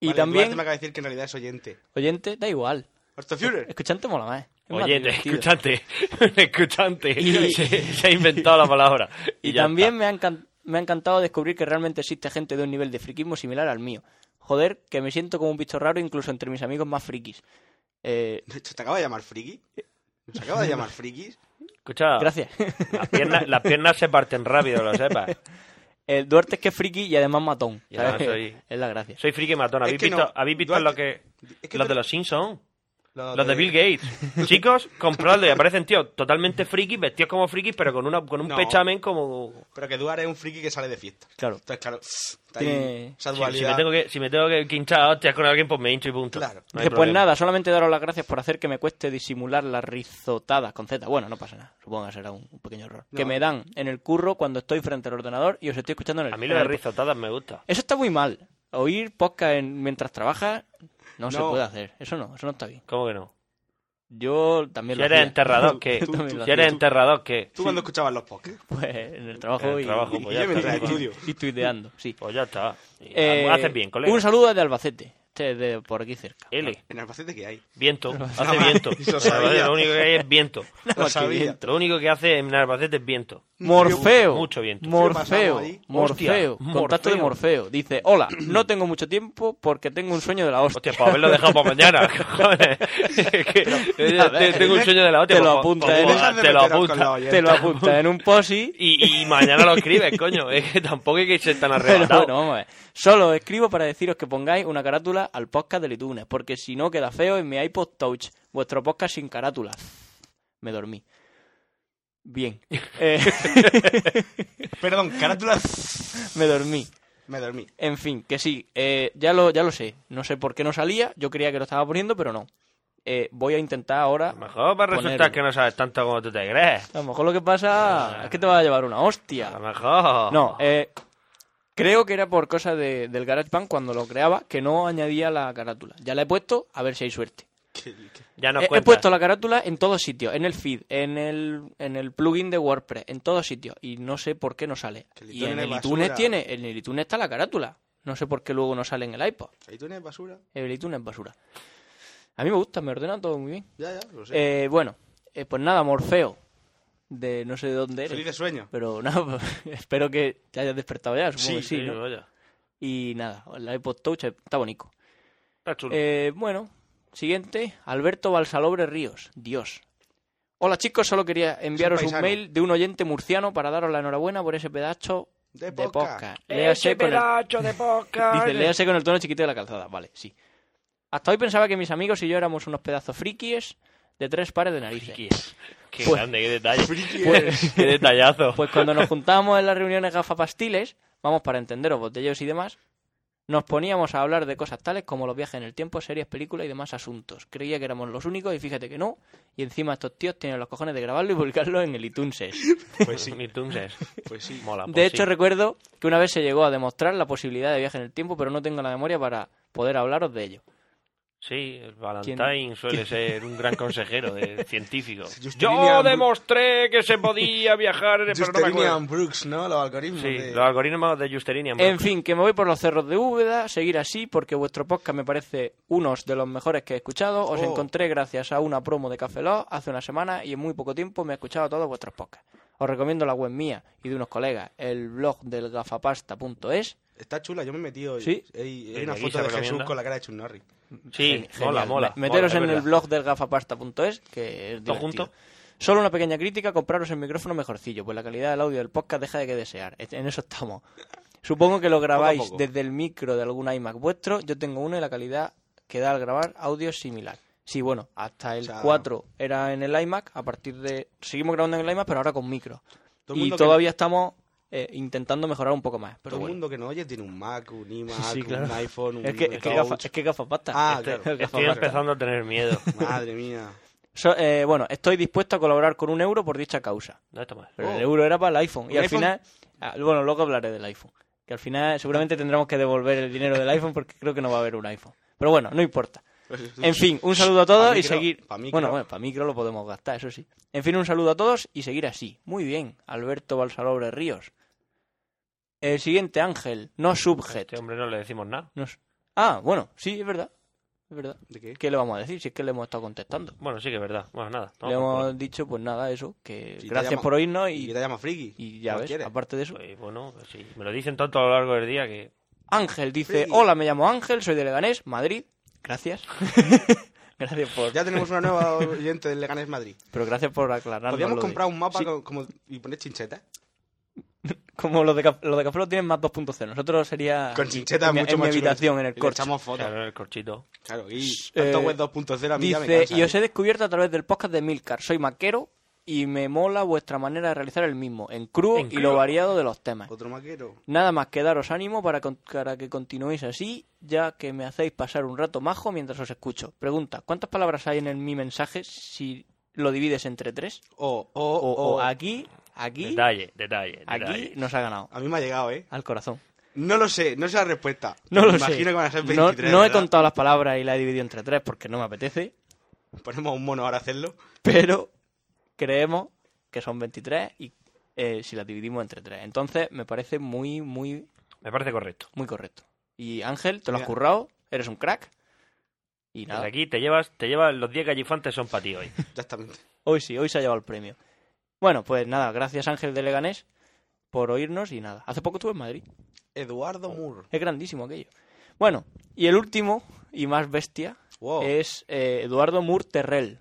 Y
Vale,
también,
Duarte me acaba de decir que en realidad es oyente.
oyente, da igual.
¡Hortofurer!
Escuchante mola más. ¿eh? es más
Oye,
divertido.
escuchante. [laughs] escuchante.
Y-
[laughs] Se, se ha inventado la palabra. Y,
Y,
ya
también
está.
me ha, encan- me ha encantado descubrir que realmente existe gente de un nivel de friquismo similar al mío. Joder, que me siento como un bicho raro incluso entre mis amigos más frikis. Eh,
¿Te acaba de llamar friki? ¿Nos acaba de llamar frikis?
Escucha.
gracias.
Las piernas, las piernas se parten rápido,
[laughs]
lo sepas.
El Duarte es que es friki y además matón.
Y además
¿sabes?
soy-
[laughs] Es la gracia.
Soy friki matón. ¿Habéis
Es que
visto,
no,
¿habéis visto
Duarte,
lo que,
es que
los
tú-
de los Simpsons?
Lo
Los de
[laughs]
Bill Gates. Chicos, compradlo. Y aparecen tíos totalmente frikis, vestidos como frikis, pero con, una, con un
No.
pechamen como...
Pero que Duarte es un friki que sale de fiestas.
Claro.
Entonces, claro, está
Tiene-
ahí esa
Si, si
dualidad.
me tengo que, si me tengo que quinchar a hostias con alguien, pues me hincho y punto.
Claro.
No hay
Dice, pues
problema.
nada, solamente daros las gracias por hacer que me cueste disimular las rizotadas con Z. Bueno, no pasa nada. Supongo que será un, un pequeño error. Que me dan en el curro cuando estoy frente al ordenador y os estoy escuchando en el
A mí
en
lo de
el-
rizotadas me gusta.
Eso está muy mal. Oír podcast en- mientras trabajas no, se
No.
puede hacer. Eso no, eso no está bien.
¿Cómo que no?
Yo también
Si
lo
eres
hacía. [laughs]
enterrador, ¿qué?
Yo también lo
Si
hacía.
eres enterrador, ¿qué?
Tú cuando escuchabas los podcasts.
Pues en el trabajo,
[laughs] En el
y-
trabajo,
y,
pues
ya
y-
está.
y- y tuiteando, sí.
Pues ya está. Y-
Eh,
Haces bien, colega.
Un saludo de Albacete, este de por aquí cerca.
L,
En Albacete que hay.
viento.
[laughs]
Hace
no,
viento.
eso sabía.
Lo único que hay es viento.
No, qué
sabía.
viento.
Lo único que hace en Albacete es viento.
Morfeo.
Mucho viento.
Morfeo.
Pasamos ahí.
Morfeo.
Hostia,
Contacto de Morfeo. Dice, hola, no tengo mucho tiempo porque tengo un sueño de la hostia.
Hostia, para haberlo dejado para mañana. [laughs] cojones. Es que yo
a ver,
tengo un sueño de la hostia.
te lo
pues, pues,
apunta,
pues,
¿eh?
pues,
Dejas de
Te
meteros
lo
con la
apunta.
olla.
Te lo apunta en un posi.
[laughs] Y, y mañana lo escribes, coño. Es que tampoco es que se tan
[laughs] Pero
arrebatados.
bueno, vamos a ver. Solo escribo para deciros que pongáis una carátula al podcast de iTunes, porque si no queda feo en mi iPod Touch, vuestro podcast sin carátula. Me dormí.
[laughs]
Bien. Eh, [laughs]
Perdón, carátula.
me dormí.
Me dormí.
En fin, que sí, eh, ya, lo, ya lo sé. No sé por qué no salía, yo creía que lo estaba poniendo, pero no. Eh, voy a intentar ahora...
A lo mejor va a resultar
Ponerlo.
que no sabes tanto como tú te crees.
A lo mejor lo que
Ah.
pasa es que te vas a llevar una hostia.
A lo mejor.
No, eh, creo que era por cosa de, del GarageBand cuando lo creaba que no añadía la carátula. Ya la he puesto, a ver si hay suerte.
Ya nos
He, he
cuentas.
puesto la carátula en todos sitios, en el feed, en el, en el plugin de WordPress, en todos sitios. Y no sé por qué no sale.
Que el
Y
iTunes
en
es
el
basura.
iTunes tiene, en el iTunes está la carátula. No sé por qué luego no sale en el iPod.
Ahí tú eres basura.
El iTunes es basura. A mí me gusta, me ordena todo muy bien.
Ya, ya, lo sé.
Eh, bueno, eh, pues nada, Morfeo. De no sé de dónde eres.
Feliz sueño.
Pero [laughs] nada, espero que te hayas despertado ya, supongo que sí,
Sí,
¿no?
vaya.
Y nada, la iPod Touch está bonito.
Está chulo.
Eh, bueno, siguiente, Alberto Balsalobre Ríos. Dios. Hola chicos, solo quería enviaros un
paisano.
mail de un oyente murciano para daros la enhorabuena por ese pedazo
De
de,
podcast.
podcast. Léase con el-
de poca.
[laughs] Dice, léase con el tono chiquito de la calzada. Vale, sí. Hasta hoy pensaba que mis amigos y yo éramos unos pedazos frikis de tres pares de narices.
Qué
Pues-
grande, qué detalle.
Pues-
qué detallazo.
Pues cuando nos juntábamos en las reuniones gafapastiles, vamos para entenderos botellos y demás, nos poníamos a hablar de cosas tales como los viajes en el tiempo, series, películas y demás asuntos. Creía que éramos los únicos y fíjate que no. Y encima estos tíos tienen los cojones de grabarlo y publicarlo en el
[laughs]
iTunes.
Pues sí. Entonces,
Pues sí.
mola. pues
De hecho,
sí.
recuerdo que una vez se llegó a demostrar la posibilidad de viaje en el tiempo, pero no tengo la memoria para poder hablaros de ello.
Sí, el Valentine suele
¿Quién?
ser un gran
[laughs]
consejero de científico.
Yo
Yo de
demostré que se podía viajar en el
Justinian Brooks, ¿no? Los algoritmos.
Sí,
de-
los algoritmos de Justerinian.
En fin, que me voy por los cerros de Úbeda, seguir así porque vuestro podcast me parece unos de los mejores que he escuchado. Os
Oh.
encontré gracias a una promo de Café Lock hace una semana y en muy poco tiempo me he escuchado todos vuestros podcasts. Os recomiendo la web mía y de unos colegas, el blog del gafapasta.es.
Está chula, yo me he metido. hoy.
Sí.
Hay, hay
Venga,
una
aquí se
foto de
recomienda.
Jesús con la cara de Chun Norris.
Gen- genial. Me- Meteros en el blog del gafapasta.es, que es divertido.
¿Todo junto?
Solo una pequeña crítica, compraros el micrófono mejorcillo, pues la calidad del audio del podcast deja de que desear. Est- En eso estamos. Supongo que lo grabáis
poco.
desde el micro de algún iMac vuestro. Yo tengo uno y la calidad que da al grabar audio es similar. Sí, bueno, hasta el
sea-
4 era en el iMac, a partir de... Seguimos grabando en el iMac, pero ahora con micro.
Todo el
Y
mundo que-
todavía estamos eh, intentando mejorar un poco más. Pero
Todo el
bueno.
mundo que no oye tiene un Mac, un iMac,
[laughs] Sí,
un
claro.
iPhone, un
Es que- es que
couch.
gafa- es que gafapasta.
Ah,
Este-
claro.
el Estoy gafapasta. empezando
a tener miedo. [laughs]
Madre mía.
[laughs] So- eh, bueno, estoy dispuesto a colaborar con un euro por dicha causa.
No está mal.
Pero
Oh.
el euro era para el iPhone. Y
¿Un
al
iPhone?
final, ah, bueno, luego hablaré del iPhone. Que al final seguramente tendremos que devolver el dinero del iPhone porque creo que no va a haber un iPhone. Pero bueno, no importa.
Pues,
En fin, un saludo a todos
Pa'
y
micro,
seguir.
pa' micro.
Bueno, bueno, para micro lo podemos gastar, eso sí. En fin, un saludo a todos y seguir así. Muy bien, Alberto Balsalobre Ríos. El siguiente ángel, no subjet.
Este hombre no le decimos nada.
No s- Ah, bueno, sí, es verdad. Es verdad.
¿De qué?
le vamos a decir? Si es que le hemos estado contestando.
Bueno, sí que es verdad. Bueno, nada.
le
toma por
hemos
culo.
dicho, pues nada, eso, que
te
gracias
llama-
por oírnos y...
y
te llama friki.
Y ya
como
ves,
quieres.
aparte de eso.
Pues bueno, pues sí. Me lo dicen tanto a lo largo del día que...
Ángel dice,
Friki.
hola, me llamo Ángel, soy de Leganés, Madrid. Gracias. [laughs] gracias por...
Pues Ya tenemos una nueva oyente del Leganés Madrid.
Pero gracias por aclararnos
Podríamos
lo de-
comprar un mapa co- como, y poner chinchetas.
Como los de, Caf- los de Café Lock tienen más 2.0. Nosotros sería...
Con chinchetas
Ah, en mi-
mucho
en mi
más chulo.
habitación, en
Y
el
le
corcho.
echamos fotos.
Claro, el corchito.
Claro, y
Eh,
tanto web 2.0 a mí ya me
dice,
cansa,
y
¿eh?
os he descubierto a través del podcast de Milcar. Soy maquero y me mola vuestra manera de realizar el mismo, en crudo
En
y
crudo.
lo variado de los temas.
Otro maquero.
Nada más que daros ánimo para, con- para que continuéis así, ya que me hacéis pasar un rato majo mientras os escucho. Pregunta, ¿cuántas palabras hay en el- mi mensaje si lo divides entre tres?
O,
o,
o.
aquí, aquí...
Detalle, detalle,
Aquí nos ha ganado.
A mí me ha llegado, ¿eh?
Al corazón.
No lo sé, no sé la respuesta.
No lo
Me
sé.
Imagino que van a ser
No-
23.
no he
¿verdad?
contado las palabras y las he dividido entre tres porque no me apetece.
Ponemos a un mono ahora a hacerlo.
pero creemos que son 23 y eh, si las dividimos entre 3. Entonces me parece muy, muy...
Me parece correcto.
Muy correcto. Y Ángel, te lo has
Mira.
currado, eres un crack. Y
Pues
nada,
aquí te llevas, te llevas los 10 gallifantes son para ti hoy.
Exactamente.
hoy sí, hoy se ha llevado el premio. Bueno, pues nada, gracias Ángel de Leganés por oírnos y nada. Hace poco estuve en Madrid.
Eduardo Moore.
Es grandísimo aquello. Bueno, y el último y más bestia
Oh.
Wow.
es eh, Eduardo Moore Terrell.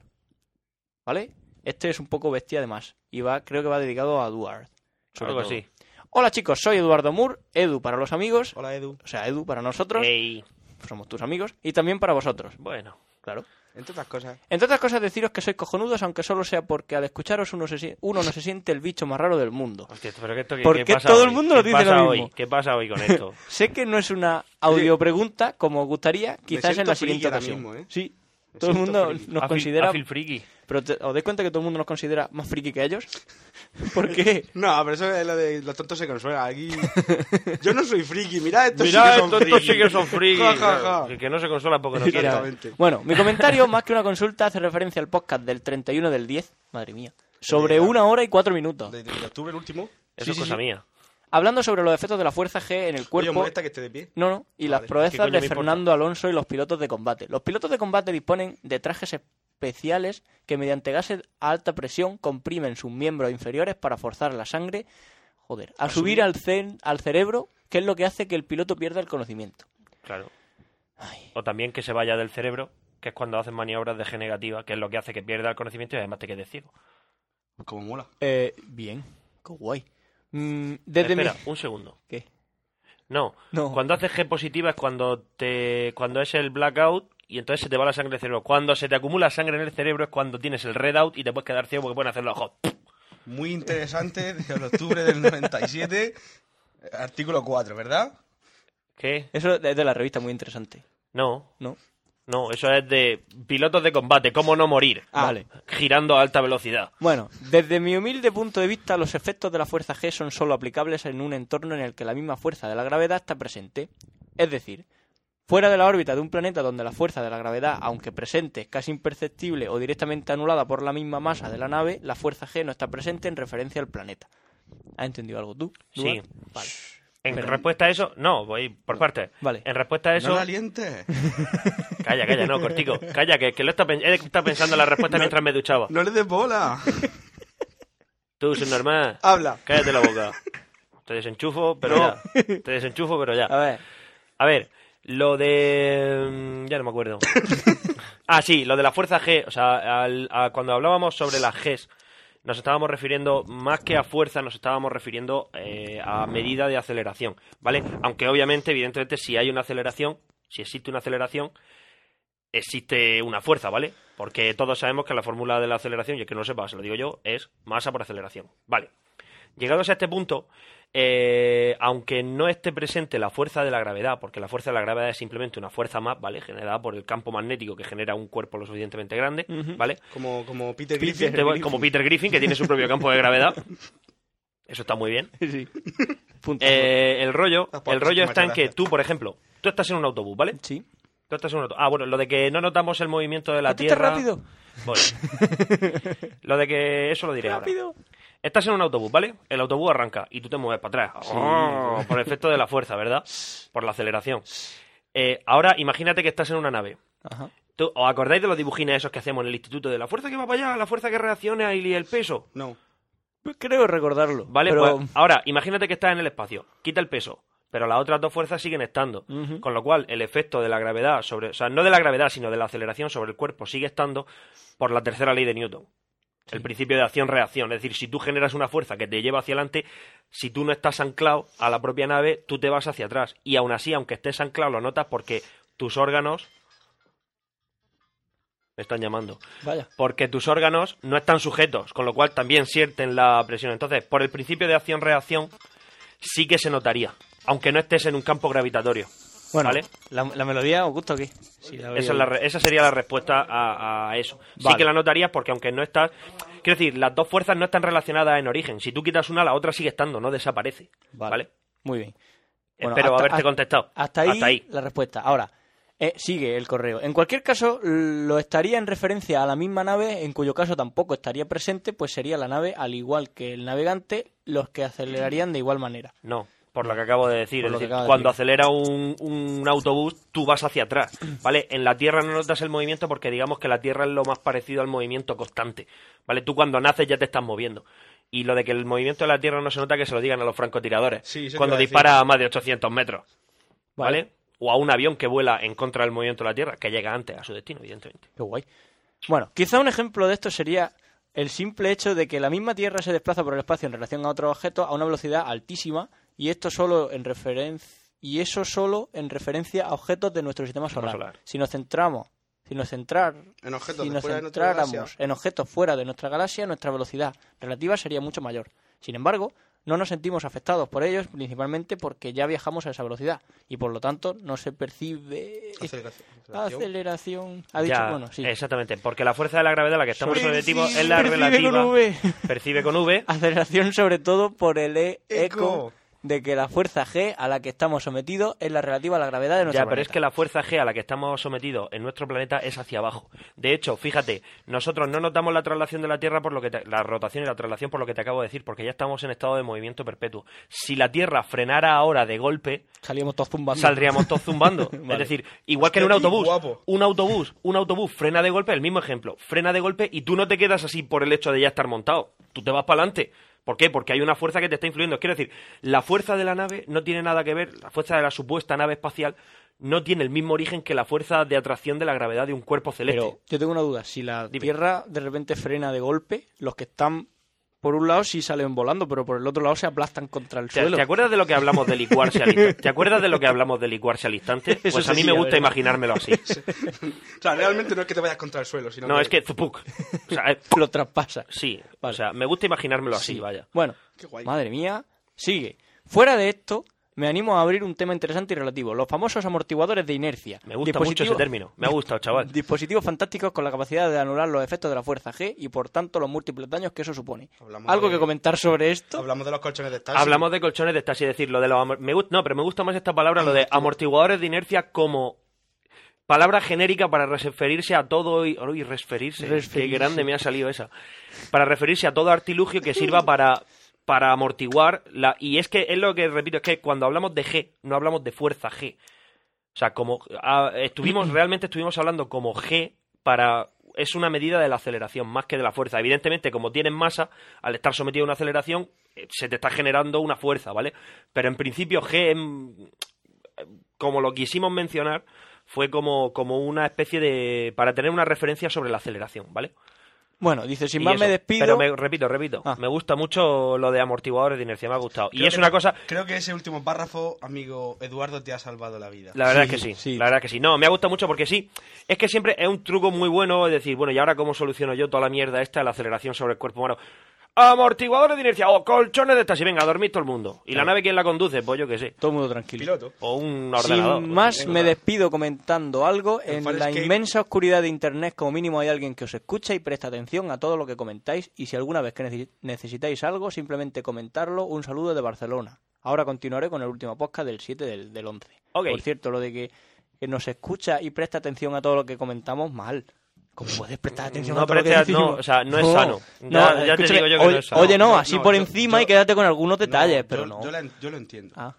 ¿Vale? Este es un poco bestia además. Y va, creo que va dedicado a Eduard. [laughs] sobre
Algo
todo.
así.
Hola chicos, soy Eduardo Moore, Edu para los amigos.
Hola Edu.
O sea, Edu para nosotros.
Ey.
Somos tus amigos. Y también para vosotros.
Bueno.
Claro.
Entre otras cosas.
Entre otras cosas, deciros que sois cojonudos, aunque solo sea porque al escucharos uno, se, si- uno no se siente el bicho más raro del mundo.
Hostia, pero que esto, ¿qué-
¿Por
qué
qué
pasa
todo
hoy?
el mundo lo
¿Qué
dice lo
pasa
mismo?
hoy? ¿Qué pasa hoy con esto?
sé que no es una audio pregunta como os gustaría, quizás en
siento
la siguiente
friki ahora
ocasión.
mismo, ¿eh?
Sí.
Me
Todo el
siento
mundo
friki.
[laughs] nos
I feel-
considera.
I feel
Pero te- os dais cuenta que todo el mundo nos considera más friki que
[laughs]
ellos. ¿Por qué?
No, pero eso es lo de los tontos se consuelan. [laughs] Aquí. Yo no soy friki, mirad, estos
Mirad,
sí que son
estos- estos
friki.
sí que son
[laughs]
friki.
Ja, ja, ja.
El que no se consola porque no quiere.
Exactamente.
Bueno, mi comentario, más que una consulta, hace referencia al podcast del 31 del 10, madre mía, sobre una hora y cuatro minutos.
De, de octubre el último.
Eso es cosa mía. Hablando sobre los efectos de la fuerza G en el
Oye, ¿os
cuerpo.
molesta que esté de pie?
No, no. Y las
Vale. ¿Qué
proezas
coño
de
me importa?
Fernando Alonso y los pilotos de combate. Los pilotos de combate disponen de trajes especiales que mediante gases a alta presión comprimen sus miembros inferiores para forzar la sangre joder, a,
A
subir
subir.
al, cen- al cerebro, que es lo que hace que el piloto pierda el conocimiento.
Claro. O también que se vaya del cerebro, que es cuando hacen maniobras de G negativa, que es lo que hace que pierda el conocimiento y además te quedes ciego.
Como mola.
Eh, bien, qué guay. Mm, desde mi-
Espera, un segundo.
¿Qué?
No,
No.
cuando haces G positiva es cuando te cuando es el blackout y entonces se te va la sangre del cerebro. Cuando se te acumula sangre en el cerebro es cuando tienes el redout y te puedes quedar ciego porque pueden hacer los ojos.
Muy interesante, de octubre del 97, artículo 4, ¿verdad?
¿Qué?
Eso es de la revista, muy interesante.
No.
No.
No, eso es de pilotos de combate, cómo no morir.
Ah. Vale.
Girando a alta velocidad.
Bueno, desde mi humilde punto de vista, los efectos de la fuerza G son solo aplicables en un entorno en el que la misma fuerza de la gravedad está presente. Es decir, Fuera de la órbita de un planeta donde la fuerza de la gravedad, aunque presente, es casi imperceptible o directamente anulada por la misma masa de la nave, la fuerza G no está presente en referencia al planeta. ¿Has entendido algo tú?
Sí.
Duarte? Vale.
En
Pero-
respuesta a eso, no, voy por partes.
Vale.
En respuesta a eso.
No la alientes.
Calla, calla, no, cortico. Calla, que, que lo está, pen- él está pensando en la respuesta mientras me duchaba.
No le des bola.
Tú, subnormal.
Habla.
Cállate la boca. Te desenchufo, pero
No.
ya. Te desenchufo, pero ya. A
ver.
A ver, lo de... mm, Ya no me acuerdo. ah, sí, lo de la fuerza G. O sea, al- a cuando hablábamos sobre las Gs, nos estábamos refiriendo, más que a fuerza, nos estábamos refiriendo eh, a medida de aceleración, ¿vale? Aunque obviamente, evidentemente, si hay una aceleración, si existe una aceleración, existe una fuerza, ¿vale? Porque todos sabemos que la fórmula de la aceleración, y el que no lo sepa, se lo digo yo, es masa por aceleración. Vale. Llegados a este punto, eh, aunque no esté presente la fuerza de la gravedad, porque la fuerza de la gravedad es simplemente una fuerza más, ¿vale? Generada por el campo magnético que genera un cuerpo lo suficientemente grande, ¿vale?
Como, como Peter Griffin.
Te- Como Peter Griffin, que tiene su propio campo de gravedad. Eso está muy bien. Eh, el rollo,
Aportes
el rollo
que
está en que
marcaste.
tú, por ejemplo, tú estás en un autobús, ¿vale?
Sí.
Tú estás en un autobús. Ah, bueno, lo de que no notamos el movimiento de la
Métete
Tierra.
Este rápido.
Voy. lo de que eso lo diré ahora. Estás en un autobús, ¿vale? El autobús arranca y tú te mueves para atrás. Oh, por efecto de la fuerza, ¿verdad? Por la aceleración. Eh, ahora imagínate que estás en una nave.
Ajá.
¿Tú- ¿Os acordáis de los dibujines esos que hacemos en el instituto de la fuerza que va para allá, la fuerza que reacciona y el peso?
No.
Creo recordarlo.
Vale,
pero...
pues ahora imagínate que estás en el espacio, quita el peso, pero las otras dos fuerzas siguen estando.
Ujú.
Con lo cual, el efecto de la gravedad sobre, o sea, no de la gravedad, sino de la aceleración sobre el cuerpo sigue estando por la tercera ley de Newton. El principio de acción-reacción. Es decir, si tú generas una fuerza que te lleva hacia adelante, si tú no estás anclado a la propia nave, tú te vas hacia atrás. Y aún así, aunque estés anclado, lo notas porque tus órganos. Me están llamando.
Vaya.
Porque tus órganos no están sujetos, con lo cual también sienten la presión. Entonces, por el principio de acción-reacción, sí que se notaría, aunque no estés en un campo gravitatorio.
Bueno,
¿vale?
¿la, la melodía os gusta o qué? Sí, la
Esa, es la re- esa sería la respuesta a, a eso. Sí
Vale.
que la notarías porque aunque no estás... Quiero decir, las dos fuerzas no están relacionadas en origen. Si tú quitas una, la otra sigue estando, no desaparece.
Vale.
Vale.
Muy bien.
Espero
hasta-
haberte
hasta-
contestado.
Hasta ahí,
Hasta ahí.
la respuesta. Ahora, eh, sigue el correo. En cualquier caso, lo estaría en referencia a la misma nave, en cuyo caso tampoco estaría presente, pues sería la nave, al igual que el navegante, los que acelerarían de igual manera.
No, por lo que acabo de decir.
Por
Es
lo que
decir,
acabo de
cuando
decir.
acelera un, un autobús, tú vas hacia atrás. [clears throat] ¿Vale? En la Tierra no notas el movimiento porque digamos que la Tierra es lo más parecido al movimiento constante. ¿Vale? Tú cuando naces ya te estás moviendo. Y lo de que el movimiento de la Tierra no se nota que se lo digan a los francotiradores.
Sí, eso te
cuando
iba a decir.
dispara a más de 800 metros. ¿Vale?
Vale.
O a un avión que vuela en contra del movimiento de la Tierra, que llega antes a su destino, evidentemente.
Qué guay. Bueno, quizá un ejemplo de esto sería el simple hecho de que la misma Tierra se desplaza por el espacio en relación a otros objetos a una velocidad altísima y esto solo en referencia y eso solo en referencia a objetos de nuestro sistema solar.
solar.
Si nos centramos, si nos centrar,
En objetos
si
de
nos
fuera de nuestra
centráramos
galaxia.
en objetos fuera de nuestra galaxia, nuestra velocidad relativa sería mucho mayor. Sin embargo, no nos sentimos afectados por ellos principalmente porque ya viajamos a esa velocidad y por lo tanto no se percibe
Aceleración.
aceleración. Ha dicho,
Ya,
bueno, sí.
Exactamente, porque la fuerza de la gravedad a la que estamos
Sobre-
sometidos es la
Percibe
relativa.
con V.
Percibe con V.
Aceleración sobre todo por el e- eco
Eco.
de que la fuerza G a la que estamos sometidos es la relativa a la gravedad de nuestro
Ya, pero es
planeta.
que la fuerza G a la que estamos sometidos en nuestro planeta es hacia abajo. De hecho, fíjate, nosotros no notamos la traslación de la Tierra por lo que te- la rotación y la traslación por lo que te acabo de decir, porque ya estamos en estado de movimiento perpetuo. Si la Tierra frenara ahora de golpe,
Salíamos todos zumbando.
saldríamos todos zumbando.
Vale.
Es decir, igual que en un
Hostia, qué
autobús,
guapo.
un autobús, un autobús frena de golpe, el mismo ejemplo, frena de golpe y tú no te quedas así por el hecho de ya estar montado, tú te vas para adelante. ¿Por qué? Porque hay una fuerza que te está influyendo. Quiero decir, la fuerza de la nave no tiene nada que ver, la fuerza de la supuesta nave espacial no tiene el mismo origen que la fuerza de atracción de la gravedad de un cuerpo celeste.
Pero yo tengo una duda. Si la
este. Dime.
Tierra de repente frena de golpe, los que están por un lado sí salen volando, pero por el otro lado se aplastan contra el
¿Te,
suelo.
te acuerdas de lo que hablamos de licuarse al instante? ¿Te acuerdas de lo que hablamos de licuarse al instante?
Eso
Pues a mí
sería,
me gusta
¿verdad?
imaginármelo así.
O sea, realmente no es que te vayas contra el suelo, sino
No, es que zupuk. O sea, eh,
Lo traspasa.
sí.
Vale.
O sea, me gusta imaginármelo así,
Sí.
vaya.
Bueno,
Qué guay.
madre mía, sigue. Fuera de esto, me animo a abrir un tema interesante y relativo. Los famosos amortiguadores de inercia.
Me gusta mucho ese
Dispositivos-
término. Me ha gustado, chaval.
Dispositivos fantásticos con la capacidad de anular los efectos de la fuerza G y por tanto los múltiples daños que eso supone.
Hablamos
¿Algo
de-
que comentar sobre esto?
Hablamos de los colchones
ah,
de taxi.
Hablamos de colchones de taxi, es decir, lo de los amor- me gust- no, pero me gusta más esta palabra, lo de amortiguadores de inercia como Palabra genérica para referirse a todo y, uy, referirse,
Referirse.
Qué grande me ha salido esa. Para referirse a todo artilugio que sirva para, para amortiguar la. Y es que es lo que repito, es que cuando hablamos de G, no hablamos de fuerza G. O sea, como ah,
[clears throat]
estuvimos, realmente estuvimos hablando como G para. Es una medida de la aceleración más que de la fuerza. Evidentemente, como tienes masa, al estar sometido a una aceleración, eh, se te está generando una fuerza, ¿vale? Pero en principio, G, em, como lo quisimos mencionar, fue como, como una especie de. para tener una referencia sobre la aceleración, ¿vale?
Bueno, dice, sin
Y
más
eso.
me despido. Ah.
Pero me- repito, repito. Me gusta mucho lo de amortiguadores de inercia, me ha gustado. y
Creo
es
que-
una cosa.
Creo que ese último párrafo, amigo Eduardo, te ha salvado la vida.
La verdad es que sí, La verdad es que sí. No, me ha gustado mucho porque sí. Es que siempre es un truco muy bueno es decir, bueno, ¿y ahora cómo soluciono yo toda la mierda esta de la aceleración sobre el cuerpo humano? Amortiguadores de inercia o colchones de estas y venga, a dormir todo el mundo. ¿Y la nave quién la conduce? Pues yo qué sé.
Todo el mundo tranquilo.
Piloto.
O un ordenador.
Sin más,
Venga.
me despido comentando algo. En
Farescape.
la inmensa oscuridad de Internet, como mínimo hay alguien que os escucha y presta atención a todo lo que comentáis. Y si alguna vez que neces- necesitáis algo, simplemente comentarlo. Un saludo de Barcelona. Ahora continuaré con el último podcast del 7 del, del 11.
Ok.
Por cierto, lo de que que nos escucha y presta atención a todo lo que comentamos, mal. ¿Cómo puedes prestar atención
No
a todo lo que
prestes-
decimos?
no, o sea, no es sano. Ya- ya te
escúchame,
digo yo que no
oye-
es sano.
Oye, no,
No,
así
no,
por
yo-
encima y
yo-
quédate con algunos detalles, pero
yo,
no.
Yo, la en- yo lo entiendo.
Ah.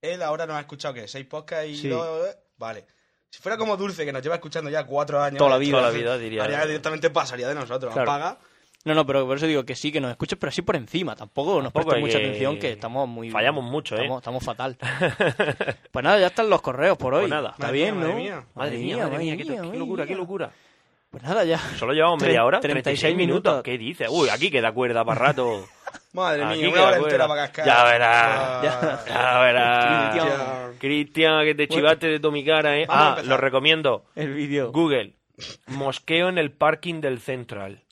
Él ahora nos ha escuchado que seis podcasts y
Sí.
dos. eh, Vale. Si fuera como Dulce, que nos lleva escuchando ya cuatro años.
Toda la vida. Toda la
vida, diría.
haría- eh, directamente pasaría de nosotros.
Claro.
Apaga.
No, no, pero por eso digo que sí, que nos escuches, pero así por encima. Tampoco nos
Tampoco
prestes
hay
mucha
que-
atención, que estamos muy.
Fallamos mucho, ¿eh?
estamos, Estamos
[laughs]
fatal. pues nada, ya están los correos por hoy.
Pues nada.
Está
Madre
bien,
mía,
¿no?
madre mía. Madre mía, madre mía, qué- qué locura, qué locura.
Pues nada, ya.
Solo llevamos media
Tre-
hora, 36 minutos. ¿Qué dices? Uy, aquí queda cuerda para rato.
Madre mía,
Aquí
una
queda
hora
cuerda.
entera para cascar.
Ya
[laughs]
verás.
Ya.
Ya, verás.
Cristian.
Cristian. que te chivaste de tu mi cara, ¿eh?
Vamos a
ah,
empezar.
lo recomiendo.
El vídeo.
Google. Mosqueo en el parking del Central.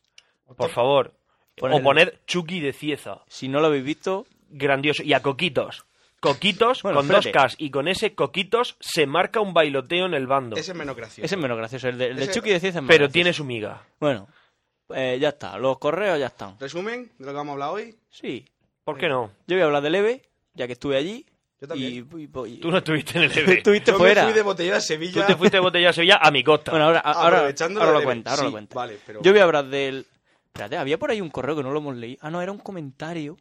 Por favor.
Ponedlo.
O poned Chucky de Cieza.
Si no lo habéis visto.
Grandioso. Y a Coquitos. Coquitos
Bueno,
con
espérate.
dos Ks y con ese Coquitos se marca un bailoteo en el bando.
Ese es menos gracioso.
Ese es menos gracioso. El de, el de
Ese-
Chucky de Ciencias es más
Pero
gracioso.
tiene su miga.
Bueno, eh, ya está. Los correos ya están.
Resumen de lo que vamos a hablar hoy.
Sí.
¿Por qué no?
Yo voy a hablar de Leve, ya que estuve allí.
Yo también.
Y, y- y-
Tú no estuviste en el EVE.
[laughs] Estuviste
Yo
fuera.
me fui de botella a Sevilla.
Tú te fuiste de botella a Sevilla a mi costa.
Bueno, ahora, ahora,
Ah, Aprovechando
ahora
la
lo
de-
cuenta, ahora
sí,
lo cuenta.
vale, pero-
Yo voy a hablar del... Espérate, había por ahí un correo que no lo hemos leído. Ah, no, era un comentario.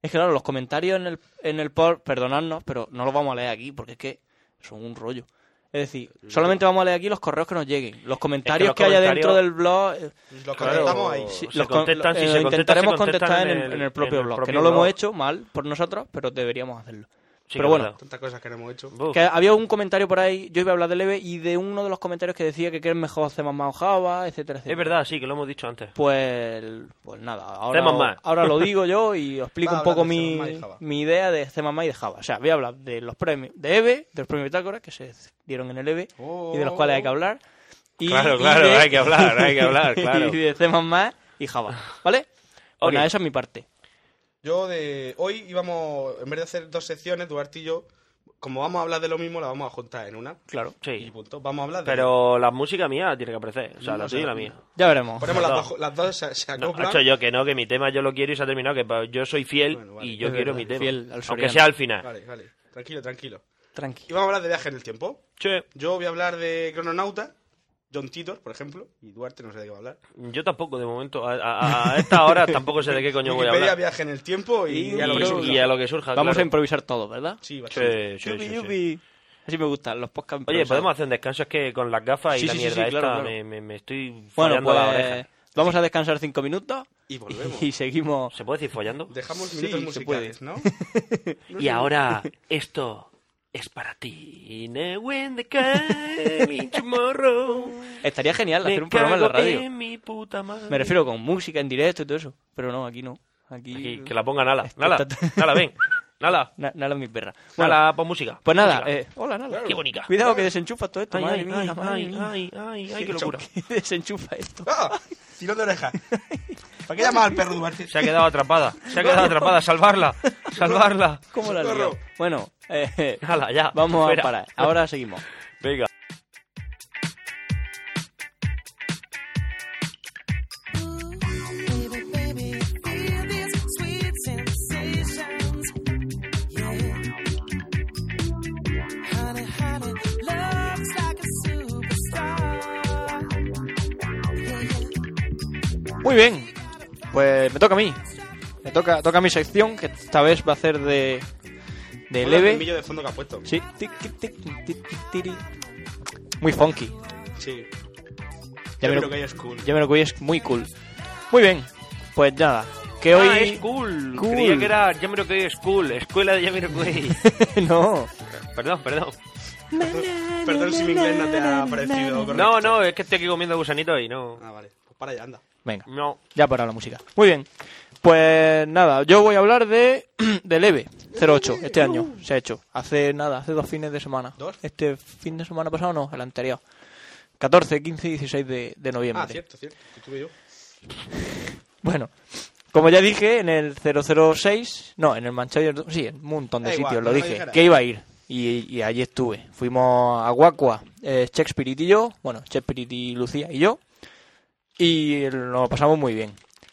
Es que claro, los comentarios en el, en el por, perdonadnos, pero no los vamos a leer aquí porque es que son un rollo. Es decir, solamente vamos a leer aquí los correos que nos lleguen. Los comentarios
los
que, haya dentro
comentarios-
del blog... eh,
Los
Claro.
contestamos ahí.
sí,
se
los con-
contestan, si
eh,
se contestan,
intentaremos
se contestan
contestar en
en
el,
el-
en el propio
en el
blog, que
propio
no lo hemos
blog.
hecho mal por nosotros, pero deberíamos hacerlo.
Sí,
pero
que es
bueno,
verdad.
Tantas cosas que no hemos hecho.
Buf.
que había un comentario por ahí, yo iba a hablar de Leve y de uno de los comentarios que decía que, que es mejor C++ o Java, etcétera, etcétera.
Es verdad, sí, que lo hemos dicho antes.
Pues, pues nada,
Temas
ahora,
más.
ahora lo digo yo
[laughs]
y os explico
Va
un poco
hablando de
mi,
temas más y Java.
mi idea de C++ y de Java. O sea, voy a hablar de los premios de EVE, de los premios Bitácora que se dieron en el EVE y de los cuales
Oh.
hay que hablar. Y,
Claro,
y
claro,
de-
hay que hablar, hay que
[laughs]
hablar, claro.
y de C++ y Java, ¿vale?
Ok.
Bueno, esa es mi parte.
Yo de hoy íbamos, en vez de hacer dos secciones, Duarte y yo, como vamos a hablar de lo mismo, la vamos a juntar en una.
Claro.
Y
Sí.
punto. Vamos a hablar de
Pero la música mía tiene que aparecer. O sea, la tuya y la mía.
Ya veremos.
Ponemos las
Las
dos, las dos se, se
No,
acoplan.
hecho yo que no, que mi tema yo lo quiero y se ha terminado. Que pa- yo soy fiel
Bueno, vale.
y yo
Es
quiero
verdad,
mi tema.
fiel al
Aunque
Soriano.
sea al final.
Vale, vale. Tranquilo, tranquilo. Y
Tranqui.
vamos a hablar de viajes en el tiempo.
Che,
Yo voy a hablar de Crononauta, John Titor, por ejemplo, y Duarte no sé de qué va a hablar.
yo tampoco, de momento. A, [laughs] a- a esta hora tampoco sé de qué coño voy a
Wikipedia,
hablar.
viaje en el tiempo y,
Y,
a lo que surja.
y a lo que surja.
Vamos a
claro.
improvisar todo, ¿verdad?
Sí, bastante.
Che, che, che, che.
Yupi. Así me gustan los podcasts
Oye,
improvisados.
podemos hacer un descanso. Es que con las gafas y
Sí,
la
sí, sí,
mierda
sí, claro,
esta
claro.
Me, me- me estoy
Bueno,
follando
pues
la oreja.
vamos a descansar cinco minutos
[laughs]
Y volvemos.
y seguimos.
¿Se puede decir follando?
Dejamos
Sí,
minutos
se
musicales, ¿no?
Y [laughs] ahora, esto es para ti. In a when the coming tomorrow.
Estaría genial
Me
hacer un programa en la
cago
radio.
mi puta madre.
Me refiero con música en directo y todo eso. Pero no, aquí no. Aquí,
Aquí, que la ponga Nala.
Esto
Nala,
está- [laughs]
Nala, ven. Nala,
Na- Nala es mi perra. Bueno,
Nala, pon música.
pues nada.
Música.
eh, hola, Nala.
Qué bonita.
Cuidado que desenchufa todo esto.
Ay,
madre
ay,
mía,
ay,
madre
ay,
mía.
ay, ay,
[laughs]
ay, qué locura.
desenchufa esto.
[laughs]
¡Ah! Tirón de oreja. ¿Para qué llamas al perro, Duarte?
Se ha quedado atrapada. Se ha quedado
[laughs]
atrapada. Salvarla. Salvarla.
¿Cómo la
Socorro.
lío? Bueno, eh, [laughs]
Nala, ya.
vamos
fuera.
a parar. Ahora seguimos.
Venga.
Honey, honey, love's like a superstar.
Muy bien. Pues me toca a mí. Me toca, toca mi sección, que esta vez va a hacer de,
Eh,
de
Pon el
leve.
ritmillo de fondo que has puesto.
Sí. Tic, tic, tic, tic, tic, tiri. Muy funky.
Sí.
Ya me lo-
Jamiroquai es cool.
Jamiroquai es muy cool. Muy bien. Pues nada. Que hoy.
Ah, es cool.
Cool.
Creía que era Jamiroquai es cool. Escuela de
[laughs]
Jamiroquai.
no.
Perdón, perdón.
Perdón si mi inglés no te ha parecido correcto.
No, no, es que estoy aquí comiendo gusanito y no.
Ah, vale. Pues para allá, anda.
Venga.
No.
Ya para la música. Muy bien. Pues nada, yo voy a hablar de, [clears throat] de Leve 08. Este año se ha hecho. Hace nada, hace dos fines de semana. Este fin de semana pasado no, el anterior. 14, 15 y 16 de, de noviembre.
Ah, cierto, cierto. que Estuve yo.
Bueno, como ya dije, en el 006, no, en el Manchester, sí, en un montón de
Da igual,
sitios lo
no lo
dije,
dijeras.
que iba a ir. Y, y allí estuve. Fuimos a Guacua, eh, Che Spirit y yo, bueno, Che Spirit y Lucía y yo, y lo pasamos muy bien.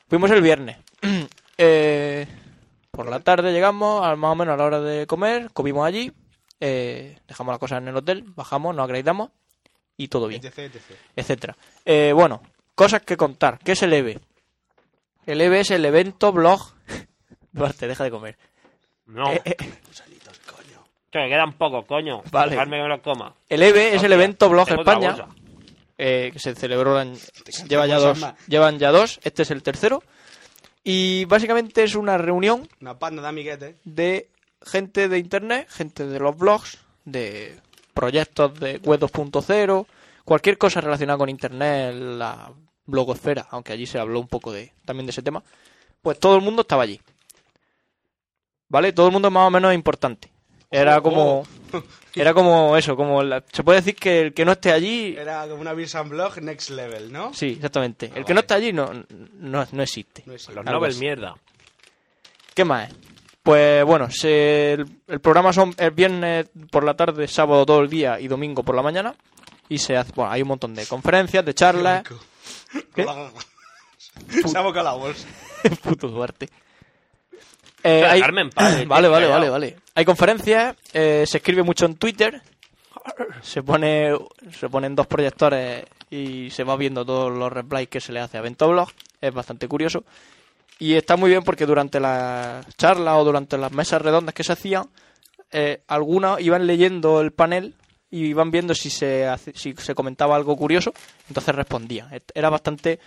Fuimos el viernes. [clears throat] Eh, por la tarde llegamos, al- más o menos a la hora de comer, comimos allí, eh, dejamos las cosas en el hotel, bajamos, nos acreditamos y todo bien
Etc, etc.
etcétera. Eh, bueno, cosas que contar. ¿Qué es el EVE? El EVE es el evento blog. [laughs] Duarte, deja de comer.
No.
Eh, eh,
Que me quedan pocos, coño.
Vale.
Dejarme que me los coma.
el EVE es el
Hostia,
evento blog
tengo
España.
otra bolsa.
eh, que se celebró en-
encanta
lleva ya
cómo se
dos
llama.
llevan ya dos este es el tercero y básicamente es una reunión
Una panda de amiguetes.
de gente de internet gente de los blogs de proyectos de web 2.0 cualquier cosa relacionada con internet la blogosfera aunque allí se habló un poco de también de ese tema pues todo el mundo estaba allí vale todo el mundo más o menos importante era como era como eso como la- se puede decir que el que no esté allí
Era como una Beers and Blog Next Level, ¿no?
Sí, exactamente. el que no está allí no, no, no existe.
No existe.
Los
Algo
Nobel
así.
mierda.
¿Qué más? es? Pues bueno, se- el, el programa son el viernes por la tarde, sábado todo el día y domingo por la mañana. Y se hace, bueno, hay un montón de conferencias, de charlas. ¿Qué?
[laughs] Se ha abocado la bolsa.
[laughs] Puto Duarte.
O sea,
hay-
dejarme
[coughs]
en paz, eh,
vale, vale,
tío, callado.
vale, vale. Hay conferencias, eh, se escribe mucho en Twitter. Se pone se ponen dos proyectores y se va viendo todos los replies que se le hace a Ventoblog. Es bastante curioso. Y está muy bien porque durante las charlas o durante las mesas redondas que se hacían, eh, algunas iban leyendo el panel y iban viendo si se, hace- si se comentaba algo curioso, entonces respondían. Era bastante...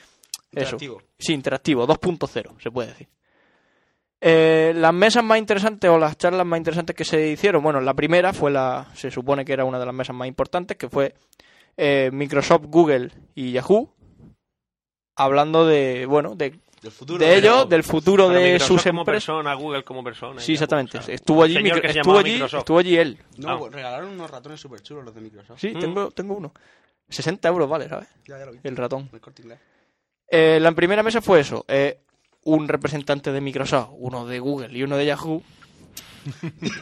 eso.
Interactivo.
Sí, interactivo, 2.0, se puede decir. Eh, las mesas más interesantes o las charlas más interesantes que se hicieron, bueno, la primera fue la, se supone que era una de las mesas más importantes, que fue eh, Microsoft, Google y Yahoo, hablando de, bueno, de,
Del futuro.
de ellos, del futuro
Pero
de
Microsoft
sus
como
empresas.
persona, Google como persona.
Sí,
y ya, pues,
exactamente.
o sea,
Estuvo allí,
un señor
micro-
que se
estuvo
llamaba
allí,
Microsoft.
estuvo allí él.
No, regalaron unos ratones súper chulos los de Microsoft.
Ah. Sí,
Mm.
tengo, tengo uno. 60 euros vale, ¿sabes?
Ya, ya lo vi.
El ratón.
El corte inglés. [laughs]
Eh, la primera mesa fue eso. eh, un representante de Microsoft, uno de Google y uno de Yahoo.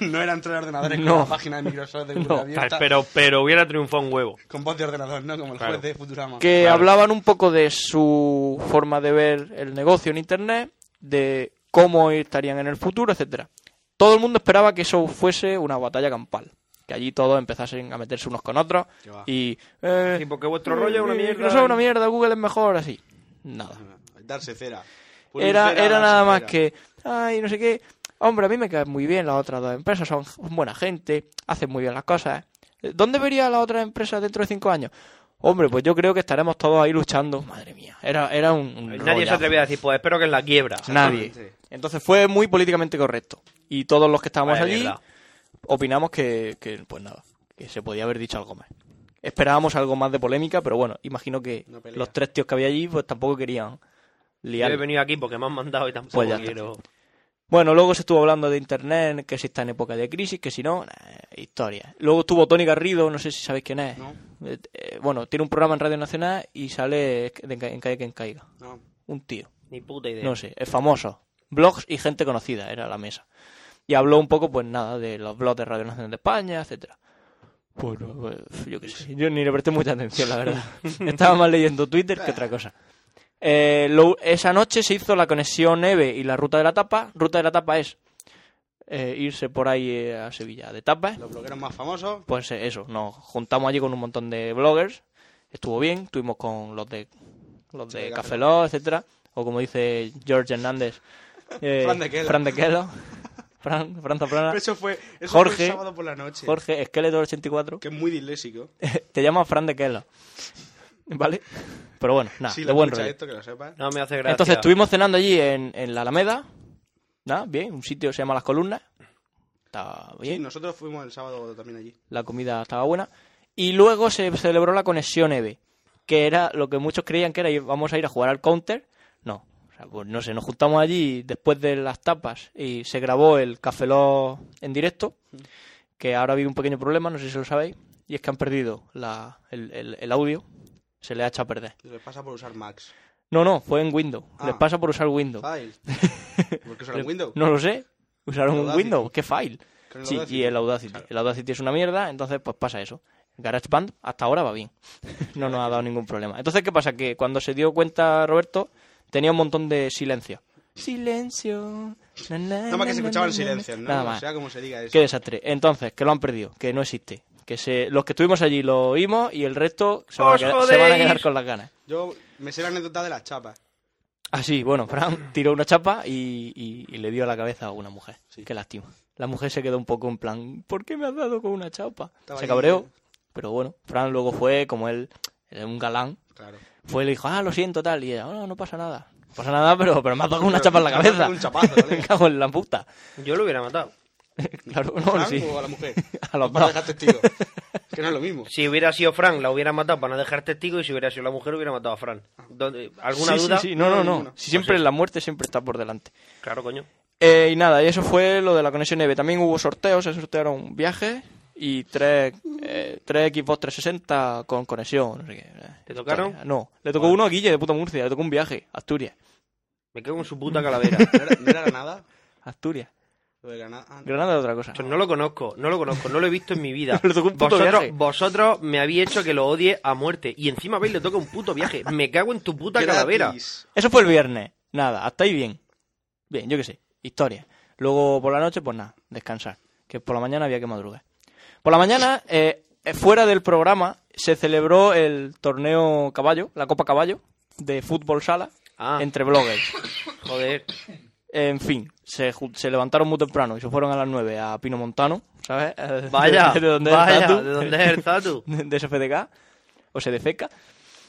no eran tres ordenadores
No.
con la página de Microsoft de
[laughs]
Google
No.
abierta.
Pero, pero hubiera triunfado un huevo.
Con voz de ordenador, ¿no? Como el
Claro.
juez de Futurama.
que
Claro.
hablaban un poco de su forma de ver el negocio en internet, de cómo estarían en el futuro, etcétera. Todo el mundo esperaba que eso fuese una batalla campal, que allí todos empezasen a meterse unos con otros
Qué va.
y eh,
Sí, porque vuestro rollo es una
eh,
mierda.
Microsoft es una mierda, Google es mejor, así. Nada.
Darse cera. Pulir
Era,
cera,
era
darse
nada más
cera.
que, ay, no sé qué. Hombre, a mí me caen muy bien las otras dos empresas, son buena gente, hacen muy bien las cosas. ¿eh? ¿Dónde vería la otra empresa dentro de cinco años? Hombre, pues yo creo que estaremos todos ahí luchando. Madre mía, era, era un, un
Nadie se
rollazo.
atrevía a decir, pues espero que en la quiebra.
Nadie. Entonces fue muy políticamente correcto. Y todos los que estábamos
Vaya
allí
mierda.
opinamos que, que, pues nada, que se podía haber dicho algo más. Esperábamos algo más de polémica, pero bueno, imagino que
Una pelea.
los tres tíos que había allí pues tampoco querían
Yo
liar.
he venido aquí porque me han mandado y tampoco
Pues ya está.
quiero.
Bueno, luego se estuvo hablando de internet, que si está en época de crisis, que si no, nah, historia. Luego estuvo Tony Garrido, no sé si sabéis quién es.
No.
Eh, eh, bueno, tiene un programa en Radio Nacional y sale de en, ca- en Caiga quien caiga.
No.
Un tío,
Ni puta idea.
no sé, es famoso. Blogs y gente conocida, era la mesa. Y habló un poco, pues nada, de los blogs de Radio Nacional de España, etcétera. Bueno, eh, yo qué sé, [laughs] yo ni le presté mucha atención, la verdad. [laughs] Estaba más leyendo Twitter que otra cosa. Eh, lo- esa noche se hizo la conexión EVE y la ruta de la tapa. Ruta de la tapa es eh, irse por ahí eh, a Sevilla de tapas.
Los blogueros más famosos.
Pues eh, eso, nos juntamos allí con un montón de bloggers. Estuvo bien, estuvimos con los de los
Sí,
de
de Café
Café Lock, etcétera. o como dice George
[laughs]
Hernández, eh,
Fran de Kelo.
Fran de
[laughs]
Kelo, Fran, Fran Zaplana,
Pero eso fue- eso fue el
Ah. Jorge,
sábado por la noche.
Jorge, Skeletor84,
que es muy disléxico.
[laughs] te llama Fran de Kelo, ¿vale? Pero bueno, nada,
Si
Ah, de
lo
buen
escuchas
rollo. Ah,
esto, que lo sepas.
No me hace gracia.
Entonces estuvimos cenando allí en, en la Alameda, nada, bien, un sitio que se llama Las Columnas, está bien.
Sí, nosotros fuimos el sábado también allí.
la comida estaba buena. Y luego se celebró la conexión EVE, que era lo que muchos creían que era ir- vamos a ir a jugar al counter. No, o sea, pues no sé, nos juntamos allí después de las tapas y se grabó el Cafeló en directo, que ahora había un pequeño problema, no sé si lo sabéis, y es que han perdido la- el, el- el audio, se le ha hecho a perder.
Les pasa por usar Max.
No, no, fue en Windows,
Ah.
les pasa por usar Windows.
File.
[laughs]
¿Por qué usaron
Le-
Windows?
No lo sé. Usaron
El
un
Audacity.
Windows. ¿Qué file?
Con el
Sí,
Audacity.
y el Audacity. El Audacity es una mierda, entonces pues pasa eso. GarageBand hasta ahora va bien. no nos ha dado ningún problema. Entonces, ¿qué pasa? Que cuando se dio cuenta Roberto, tenía un montón de silencio. Silencio.
Nada
Nada
más que se escuchaban silencios, ¿no?
Nada
O
más.
sea, como se diga eso.
Qué desastre. Entonces, que lo han perdido, que no existe. Que se, los que estuvimos allí lo oímos y el resto se van, a
¡Os
quedar, se van a
jodéis!
quedar con las ganas.
Yo me sé la anécdota de las chapas.
Ah, sí, bueno, Fran [laughs] tiró una chapa y, y- y le dio a la cabeza a una mujer. Qué lástima. La mujer se quedó un poco en plan, ¿por qué me has dado con una chapa?
Estaba
se
ahí.
cabreó, pero bueno, Fran luego fue, como él es un galán,
Claro.
fue y le dijo, ah, lo siento, tal, y ella, "Oh, no, no pasa nada. No pasa nada, pero, pero me has dado con una chapa en la
me has dado
cabeza.
con
[laughs]
un chapazo, eh.
Me
colega.
cago en la puta.
Yo lo hubiera matado.
Claro, no,
¿Fran
Oh, sí.
o a
[laughs]
la mujer?
A los
Para
dos.
dejar
Que no es lo mismo.
Si hubiera sido Frank, la hubiera matado para no dejar testigo. Y si hubiera sido la mujer, hubiera matado a Frank. ¿Dónde- ¿Alguna
Sí, sí,
duda?
Sí, no, no, no. Si siempre la muerte siempre está por delante.
Claro, coño.
Eh, y nada, y eso fue lo de la conexión EVE. También hubo sorteos, se sortearon viajes y tres, eh, tres Xbox 360 con conexión. No sé qué. eh,
¿Te tocaron?
Historia. No, le tocó uno a Guille de puta Murcia, le tocó un viaje, Asturias.
Me quedo con su
[laughs]
puta calavera.
¿No era Granada?
Asturias.
Lo de Granada. ah, no.
Granada es otra cosa.
Yo no lo conozco, no lo conozco, no lo he visto en mi vida.
[laughs] Le tocó un puto
vosotros,
viaje.
vosotros me habéis hecho que lo odie a muerte. Y encima veis, le toca un puto viaje. Me cago en tu puta calavera.
Eso fue el viernes. Nada, hasta ahí bien. Bien, yo qué sé, historia. Luego por la noche, pues nada, descansar. Que por la mañana había que madrugar. Por la mañana, eh, eh, fuera del programa, se celebró el torneo caballo, la Copa Caballo, de fútbol sala,
Ah.
entre bloggers.
Joder.
En fin, se, ju- se levantaron muy temprano y se fueron a las 9 a Pino Montano, ¿sabes? [laughs] Eh, [laughs] de-
Vaya,
de, donde es
vaya,
el Tatu.
de donde es el Tatu.
De, [laughs] de SFDK, o SDFK.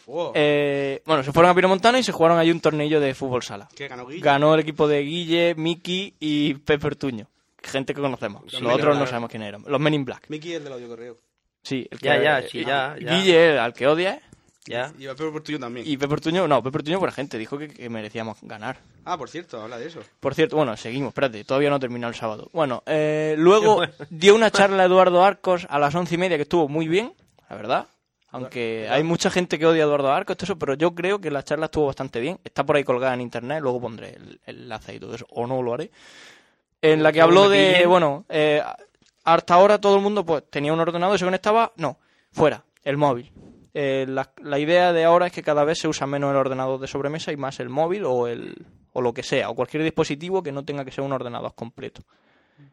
Wow.
Eh, bueno, se fueron a Pino Montano y se jugaron allí un tornillo de fútbol sala.
¿Qué ganó Guille?
Ganó el equipo de Guille, Miki y Pepe Ortuño. Gente que conocemos.
Los
Los
Men in
otros no
Black.
sabemos quién eran. Los Men in Black.
Miki es del audio correo.
Sí, el que-
Ya, ya,
eh,
sí, ya, ya.
Guille, al que odia.
Ya.
Y a Pepe Portuño también.
Y Pepe Ortuño, no, Pepe Ortuño buena gente, dijo que- que merecíamos ganar.
Ah, por cierto, habla de eso.
Por cierto, bueno, seguimos, espérate, todavía no ha terminado el sábado. Bueno, eh, luego dio una charla Eduardo Arcos a las once y media que estuvo muy bien, la verdad. Aunque hay mucha gente que odia a Eduardo Arcos, todo eso, pero yo creo que la charla estuvo bastante bien. Está por ahí colgada en internet, luego pondré el el enlace y todo eso, o no lo haré. En la que
No
habló
me
de,
pillen.
bueno, eh, hasta ahora todo el mundo pues tenía un ordenador y se conectaba, no, fuera, el móvil. Eh, la, la idea de ahora es que cada vez se usa menos el ordenador de sobremesa y más el móvil o el o lo que sea, o cualquier dispositivo que no tenga que ser un ordenador completo.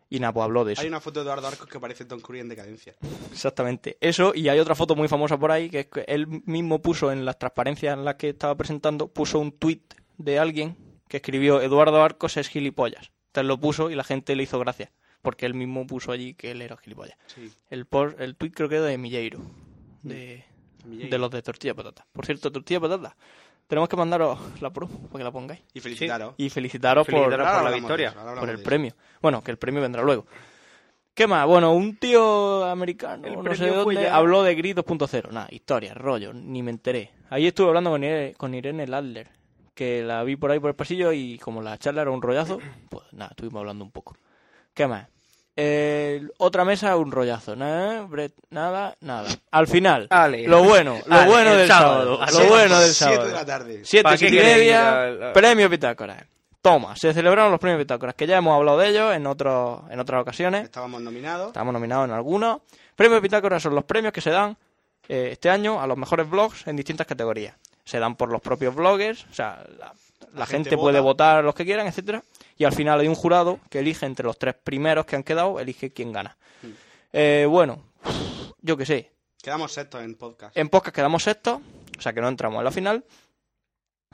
Y nada, pues habló de eso.
Hay una foto de Eduardo Arcos que parece Don Curry en decadencia.
Exactamente. Eso, y hay otra foto muy famosa por ahí, que es que él mismo puso en las transparencias en las que estaba presentando, puso un tuit de alguien que escribió Eduardo Arcos es gilipollas. Entonces lo puso y la gente le hizo gracia, porque él mismo puso allí que él era gilipollas.
Sí.
El, por, el tuit creo que era de Milleiro, de,
Milleiro.
de los de tortilla de patata. Por cierto, tortilla de patata. Tenemos que mandaros la promo para que la pongáis.
Y felicitaros.
Y felicitaros, por,
Felicitaros por la
Ahora
victoria.
hablamos de eso,
Ahora
Por
hablamos
el
de eso.
premio. Bueno, que el premio vendrá luego. ¿Qué más? Bueno, un tío americano,
El
no sé
premio fue
dónde,
ya-
habló de Gris 2.0. Nada, historia, rollo, ni me enteré. Ahí estuve hablando con Irene, con Irene Adler, que la vi por ahí por el pasillo y como la charla era un rollazo, [clears throat] pues nada, estuvimos hablando un poco. ¿Qué más? Eh, otra mesa, un rollazo. Nada, bre- nada, nada. Al final,
Ale.
lo bueno, lo
Ale,
bueno
el
del
sábado.
sábado.
A
Lo
las
bueno del
siete de
sábado.
la tarde.
Siete,
¿Para qué
siete y
queréis ir
media,
al- al-
premio Pitácora. Toma, se celebraron los premios Pitácoras, que ya hemos hablado de ellos en, otros en otras ocasiones.
Estábamos nominados.
Estamos nominados en algunos. Premios Pitágoras son los premios que se dan eh, este año a los mejores blogs en distintas categorías. Se dan por los propios bloggers, o sea, la, la
La gente
gente, puede votar los que quieran, etcétera. Y al final hay un jurado que elige entre los tres primeros que han quedado, elige quién gana.
Mm.
Eh, bueno, yo qué sé.
Quedamos sextos en podcast.
En podcast quedamos sexto, o sea que no entramos en la final.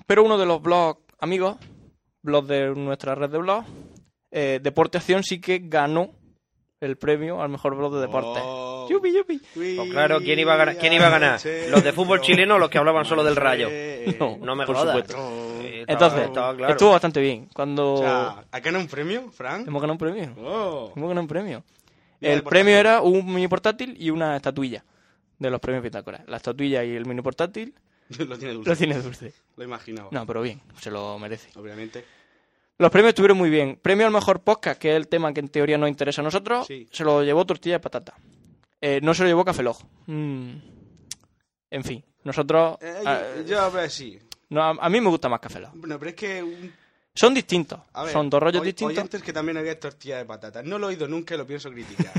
Pero uno de los blogs amigos, blog de nuestra red de blog, eh, Deporte Acción sí que ganó el premio al mejor blog de deporte.
Oh.
Yupi, yupi.
Pues claro, ¿quién iba a ganar? ¿Quién iba a ganar? ¿Los de fútbol chileno o los que hablaban solo del
[laughs]
rayo?
No,
No me
por
jodas.
supuesto.
Eh, estaba-
Eh, Entonces,
estaba claro.
estuvo bastante bien. Cuando
O sea, ¿ha ganado un premio, Frank?
hemos ganado un premio.
Oh. [laughs]
Hemos ganado un premio.
Mira,
El
el
premio era un mini portátil y una estatuilla de los premios Pitágoras. La estatuilla y el mini portátil
lo tiene dulce.
lo tiene dulce.
Lo imaginaba.
No, pero bien, se lo merece.
Obviamente.
Los premios estuvieron muy bien. Premio al mejor podcast, que es el tema que en teoría nos interesa a nosotros,
Sí.
se lo llevó Tortilla de Patata. Eh, no se lo llevó Café Log. Mm. En fin, nosotros...
Eh,
ah,
yo, yo, a ver, sí.
no, a, a mí me gusta más Café Log.
Bueno, pero es que... un-
Son distintos.
a ver, este-
Son dos rollos
oy-
distintos.
oyentes que también había tortilla de patatas. No lo he oído nunca y lo
[laughs]
pienso criticar.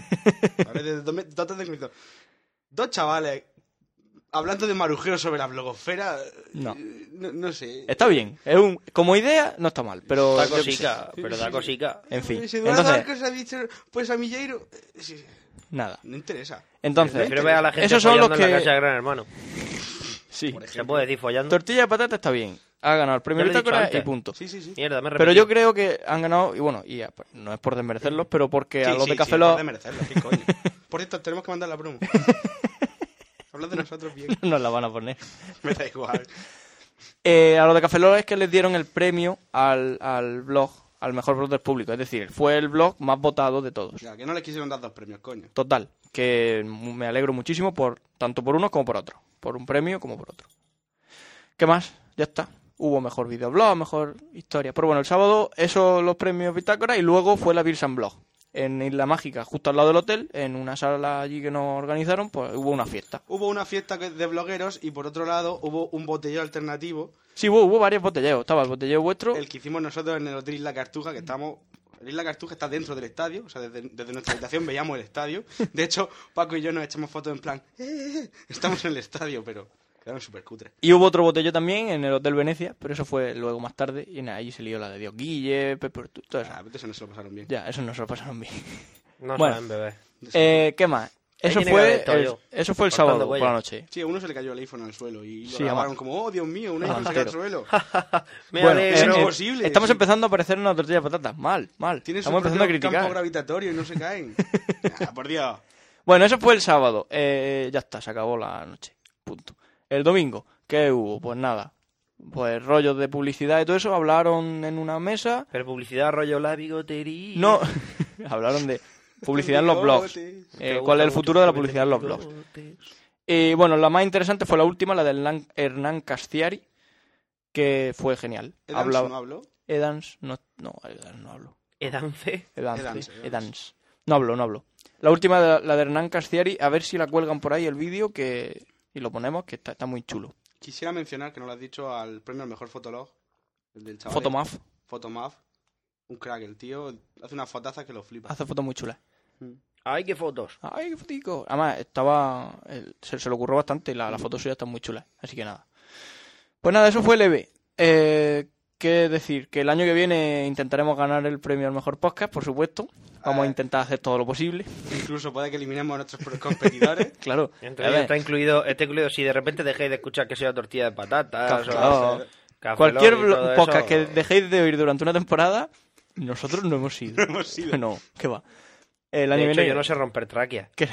Vale, desde dos, me- dos- dos- dos- dos- dos chavales hablando de marujeo sobre la blogosfera...
No.
eh, No, no sé.
Está bien. Es un, como idea no está mal, pero...
Da
yo qué
cosica,
sé.
pero da cosica.
En fin.
Si Eduardo
Entonces,
Arcos ha dicho, pues a Milleiro... eh, sí,
nada.
no interesa.
Entonces,
Prefiero ver a la gente
esos son los
follando en la
que...
casa de Gran Hermano.
Sí.
Se puede decir follando.
Tortilla de Patata está bien. Ha ganado el premio
Ya lo he dicho
Bitácora y
antes.
punto.
Sí, sí, sí.
Mierda, me he
Pero yo
repetido.
creo que han ganado, y bueno, y a- no es por desmerecerlos, pero porque a
Sí,
los
sí,
de
sí,
Café
por
Lock-
desmerecerlo, qué coño. Por cierto, tenemos que mandar la promo. Hablad de
[laughs]
nosotros bien.
[laughs] no la van a poner.
Me da igual.
Eh, a los de Café Lock es que les dieron el premio al, al blog, al mejor blog del público. Es decir, fue el blog más votado de todos.
Ya, que no le quisieron dar dos premios, coño.
Total, que mu- me alegro muchísimo por tanto por uno como por otro. Por un premio como por otro. ¿Qué más? Ya está. Hubo mejor videoblog, mejor historia. Pero bueno, el sábado, eso los premios Bitácora y luego fue la Virsan Blog. En Isla Mágica, justo al lado del hotel, en una sala allí que nos organizaron, pues hubo una fiesta.
Hubo una fiesta que- de blogueros y por otro lado hubo un botellón alternativo,
Sí, hubo, hubo varios botelleos. Estaba el botelleo vuestro.
el que hicimos nosotros en el Hotel La Cartuja, que estamos... El Isla Cartuja está dentro del estadio, o sea, desde, desde nuestra habitación veíamos el estadio. De hecho, Paco y yo nos echamos fotos en plan, "Eh, eh, eh, estamos en el estadio, pero quedaron súper cutres.
Y hubo otro botello también en el Hotel Venecia, pero eso fue luego más tarde. Y nada, allí se lió la de Dios Guille, Pepe Ortu- todo eso.
Ah, pero eso no se lo pasaron bien.
Ya, eso no se lo pasaron bien.
No
Bueno.
saben beber.
Eh, ¿Qué más? Eso
tiene que haber
fue,
estado
el,
yo,
eso fue el
cortando
sábado por
huellas.
la noche.
Sí, a uno se le cayó el iPhone al suelo y lo
Sí,
grabaron
ama-
como, oh, Dios mío, un iPhone se cae
Amantero.
al suelo.
Me
Bueno,
es
alegro.
eh, eh,
imposible,
estamos
sí.
empezando a parecer una tortilla de patatas. Mal, mal.
Tiene su
Estamos empezando a
propio campo
criticar.
gravitatorio y no se
[laughs]
caen. Ah, por Dios.
Bueno, eso fue el sábado. Eh, ya está, se acabó la noche. Punto. El domingo, ¿qué hubo? Pues nada. Pues rollos de publicidad y todo eso. Hablaron en una mesa.
Pero publicidad rollo la bigotería.
No, [laughs] hablaron de publicidad en los blogs.
Bigotes.
Eh, ¿Cuál es el futuro de la publicidad en los blogs? Y bueno, la más interesante fue la última, la de Hernán, Hernán Castiari, que fue genial.
¿El
Hablaba-
Hablaba... no habló?
Edans, no, no, Edans no hablo.
Edance.
Edans,
Edans,
sí,
Edans.
Edans. No hablo, no hablo. La última, la, la de Hernán Castiari, a ver si la cuelgan por ahí el vídeo que y lo ponemos, que está, está muy chulo.
Quisiera mencionar que no lo has dicho al premio al mejor fotolog. El del chaval.
Fotomaf,
Fotomaf. Un crack, el tío hace unas fotazas que lo flipa.
hace fotos muy chulas.
Ay, qué fotos.
Ay, qué fotico. Además, estaba. el- se, se le ocurrió bastante. La, la foto suya está muy chula. Así que nada. Pues nada, eso fue leve. Eh, ¿Qué decir? Que el año que viene intentaremos ganar el premio al mejor podcast, por supuesto. Vamos a
Eh.
Ah.
intentar hacer todo lo posible.
Incluso puede que eliminemos a nuestros pro-
[laughs]
competidores.
Claro.
Entre
A
ellos
ver,
está incluido, está incluido si de repente dejáis de escuchar que sea tortilla de patatas
Ca-
o
claro.
Café
cualquier
Lock y todo
blo-
eso. pues.
podcast que dejéis de oír durante una temporada, nosotros no hemos
[laughs]
ido.
Hemos sido.
[laughs] no, ¿qué va? El
De
año
hecho,
que viene
yo no sé romper tráquea.
que-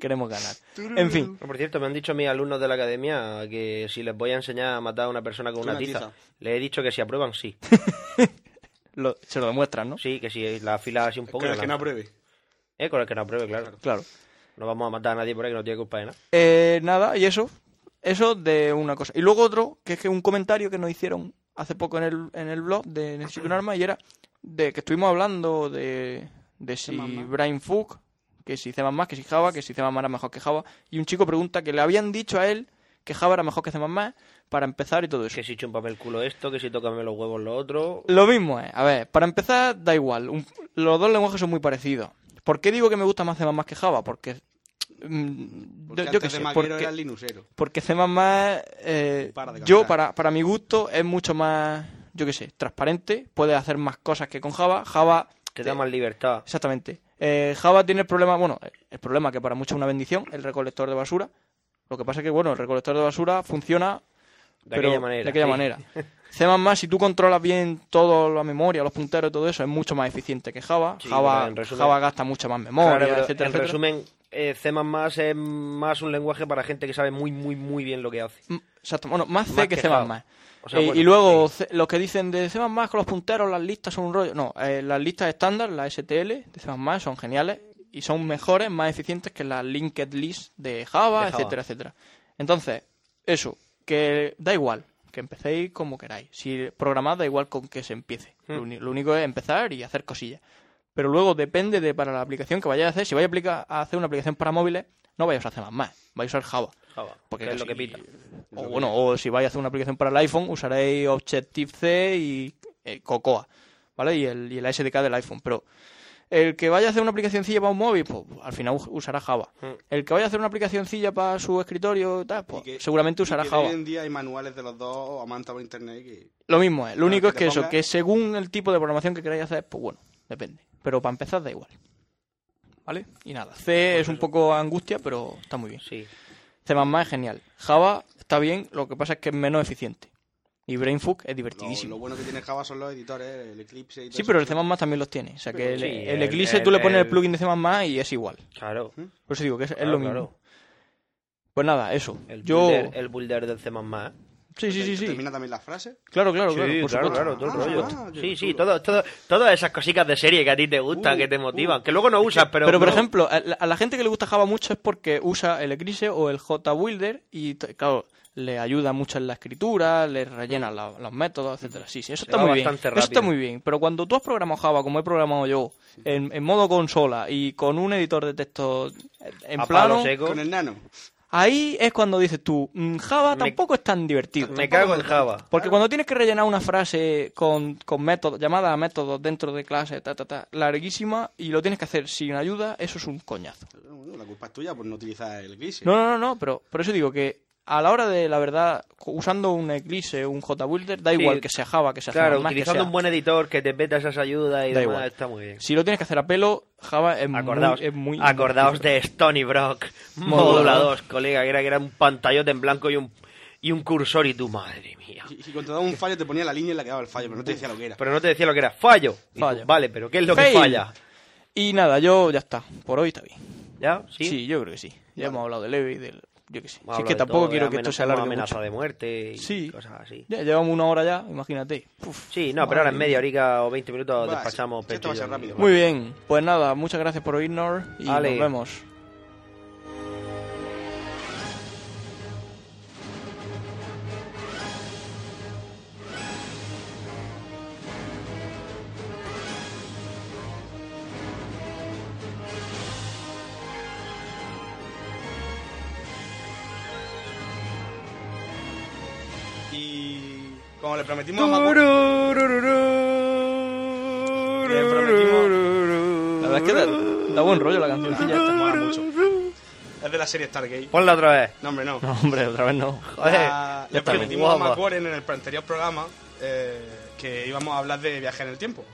queremos ganar. En fin.
No, por cierto, me han dicho mis alumnos de la academia que si les voy a enseñar a matar a una persona con
Con
una,
una
tiza,
tiza.
les he dicho que si aprueban, sí.
lo- se lo demuestran, ¿no?
Sí, que si la fila así un poco.
Con el
la
que no
lanzo.
apruebe.
Eh, con el que no apruebe, claro.
Claro.
No vamos a matar a nadie por ahí que no tiene culpa de nada.
Eh, nada, y eso. Eso de una cosa. Y luego otro, que es que un comentario que nos hicieron hace poco en el, en el blog de Necesito un arma, y era de que estuvimos hablando de, de si Brian Fuchs, que si C++, que si Java, que si C++ era mejor que Java. Y un chico pregunta que le habían dicho a él que Java era mejor que C++ para empezar y todo eso.
Que si chúmpame el culo esto, que si tócame los huevos lo otro.
Lo mismo es. A ver, para empezar, da igual. un- los dos lenguajes son muy parecidos. ¿Por qué digo que me gusta más C++ que Java? Porque... mm,
Porque
yo- yo
antes
qué
de
sé,
Maquero
porque-
era linuxero.
porque C++, eh,
Para de
yo
cantar.
para, para mi gusto es mucho más, yo qué sé, transparente, puedes hacer más cosas que con Java. Java,
Te da más libertad.
exactamente. Eh, Java tiene el problema, bueno, el problema que para muchos es una bendición, el recolector de basura. Lo que pasa es que, bueno, el recolector de basura funciona
De
pero
aquella manera,
De aquella
sí. [laughs]
manera. C++, si tú controlas bien toda la memoria, los punteros y todo eso, es mucho más eficiente que Java.
Sí,
Java,
pero en resumen-
Java gasta mucha más memoria,
Claro, pero
etcétera,
en
etcétera.
resumen, eh, C++ es más un lenguaje para gente que sabe muy, muy, muy bien lo que hace.
Mm, Exacto, bueno, más C
Más
que,
que
C++.
Java. O sea,
Eh,
bueno,
y luego C- los que dicen de C++ con los punteros, las listas son un rollo. No, eh, las listas estándar, las STL de C++ son geniales y son mejores, más eficientes que las linked list de Java,
De Java.
etcétera, etcétera. Entonces, eso, que da igual, que empecéis como queráis. Si programad da igual con que se empiece. Lo,
Mm.
uni- lo único es empezar y hacer cosillas. Pero luego depende de para la aplicación que vayáis a hacer. Si vais a, aplica- a hacer una aplicación para móviles, no vayáis a hacer más más, vais a usar Java.
Java,
Porque
que es lo
casi-
que pita.
o bueno, o si vais a hacer una aplicación para el iPhone, usaréis Objective C y eh, Cocoa, ¿vale? Y el, y el SDK del iPhone. Pero el que vaya a hacer una aplicacioncilla para un móvil, pues al final us- usará Java.
Mm.
El que vaya a hacer una aplicacioncilla para su escritorio, tal, pues
que-
seguramente
y
usará
que
Java.
Hoy en día hay manuales de los dos amantes por internet que.
Lo mismo es. Lo
Claro,
único
que
es
te
que eso,
pongas-
que según el tipo de programación que queráis hacer, pues bueno, depende. Pero para empezar da igual. ¿Vale? Y nada, C es un poco angustia, pero está muy bien.
Sí.
C++ es genial. Java está bien, lo que pasa es que es menos eficiente. Y BrainFuck es
Lo,
divertidísimo.
lo bueno que tiene Java son los editores, el Eclipse y todo
Sí,
eso.
pero el C++ también los tiene. O sea, que el,
Sí,
el
el-
Eclipse
el-
tú le pones el
el-
plugin de C++ y es igual.
Claro.
Por eso digo que es, es
Claro,
lo mismo.
claro.
Pues nada, eso.
El,
Yo...
builder, el builder del C++.
Sí, sí, sí, sí.
Termina también la frase.
Claro, claro, claro.
sí,
por
claro,
supuesto.
claro, todo el
Ah,
rollo.
ah, qué
sí, sí,
chulo.
todo, todo- todas esas cositas de serie que a ti te gustan,
Uh,
que te motivan,
uh.
que luego no usas, pero...
Pero, por
no-
ejemplo, a la, a la gente que le gusta Java mucho es porque usa el Eclipse o el JBuilder y, t- claro, le ayuda mucho en la escritura, le rellena la- los métodos, etcétera. Sí, sí, eso
Se
está
va
muy bien.
bastante
Eso está
rápido.
muy bien. Pero cuando tú has programado Java, como he programado yo, en, en modo consola y con un editor de texto en
a
plano,
palo seco.
Con el nano.
ahí es cuando dices tú, "Mm, Java
Me-
tampoco es tan divertido.
Me cago en Java.
Porque cuando tienes que rellenar una frase con, con métodos, llamada a métodos dentro de clase, ta, ta, ta, larguísima, y lo tienes que hacer sin ayuda, eso es un coñazo.
La culpa es tuya por no utilizar el Eclipse.
No, no, no, no, pero por eso digo que a la hora de la verdad, co- usando un Eclipse, un JBuilder, da
Sí.
igual que sea Java, que sea
Claro,
C++, que
utilizando
sea-
un buen editor que te peta esas ayudas y
Da
demás,
igual.
está muy bien.
Si lo tienes que hacer a pelo, Java es
Acordaos,
muy... es muy-
acordaos de Stony Brock, Módula 2, colega, que era, que era un pantallote en blanco y un, y un cursor y tú, madre mía.
Y, y cuando daba un fallo te ponía la línea en la que daba el fallo, pero no te decía lo que era.
Pero no te decía lo que era, fallo. Y tú,
Fallo.
vale, pero ¿qué es lo
Fail.
que falla?
Y nada, yo ya está. Por hoy está bien.
¿Ya?
Sí, yo creo que sí. Ya hemos hablado de Levi, del... Yo qué sé.
Hemos
Si es
hablado
que
de
tampoco
todo,
quiero
de
que esto
amenaza-
se alargue
amenaza
mucho.
de muerte y
Sí.
cosas así.
Ya llevamos una hora ya, imagínate. Uf.
Sí, no, pero ahora en
Madre
media horica o 20 minutos
Va,
despachamos
sí, esto va a ser
Pecho y yo.
rápido.
Muy bien, pues nada, muchas gracias por oírnos y
Ale.
nos vemos.
Y como le prometimos a Macu- le prometimos-
La verdad es que da, da buen rollo la cancioncilla
Te
esta.
mola mucho. Es de la serie Stargate.
Ponla otra vez.
No, hombre, no.
No, hombre, otra vez no.
La-
Joder,
le
está bien.
prometimos a
Guapa.
McWarren en el anterior programa eh, que íbamos a hablar de viaje en el tiempo.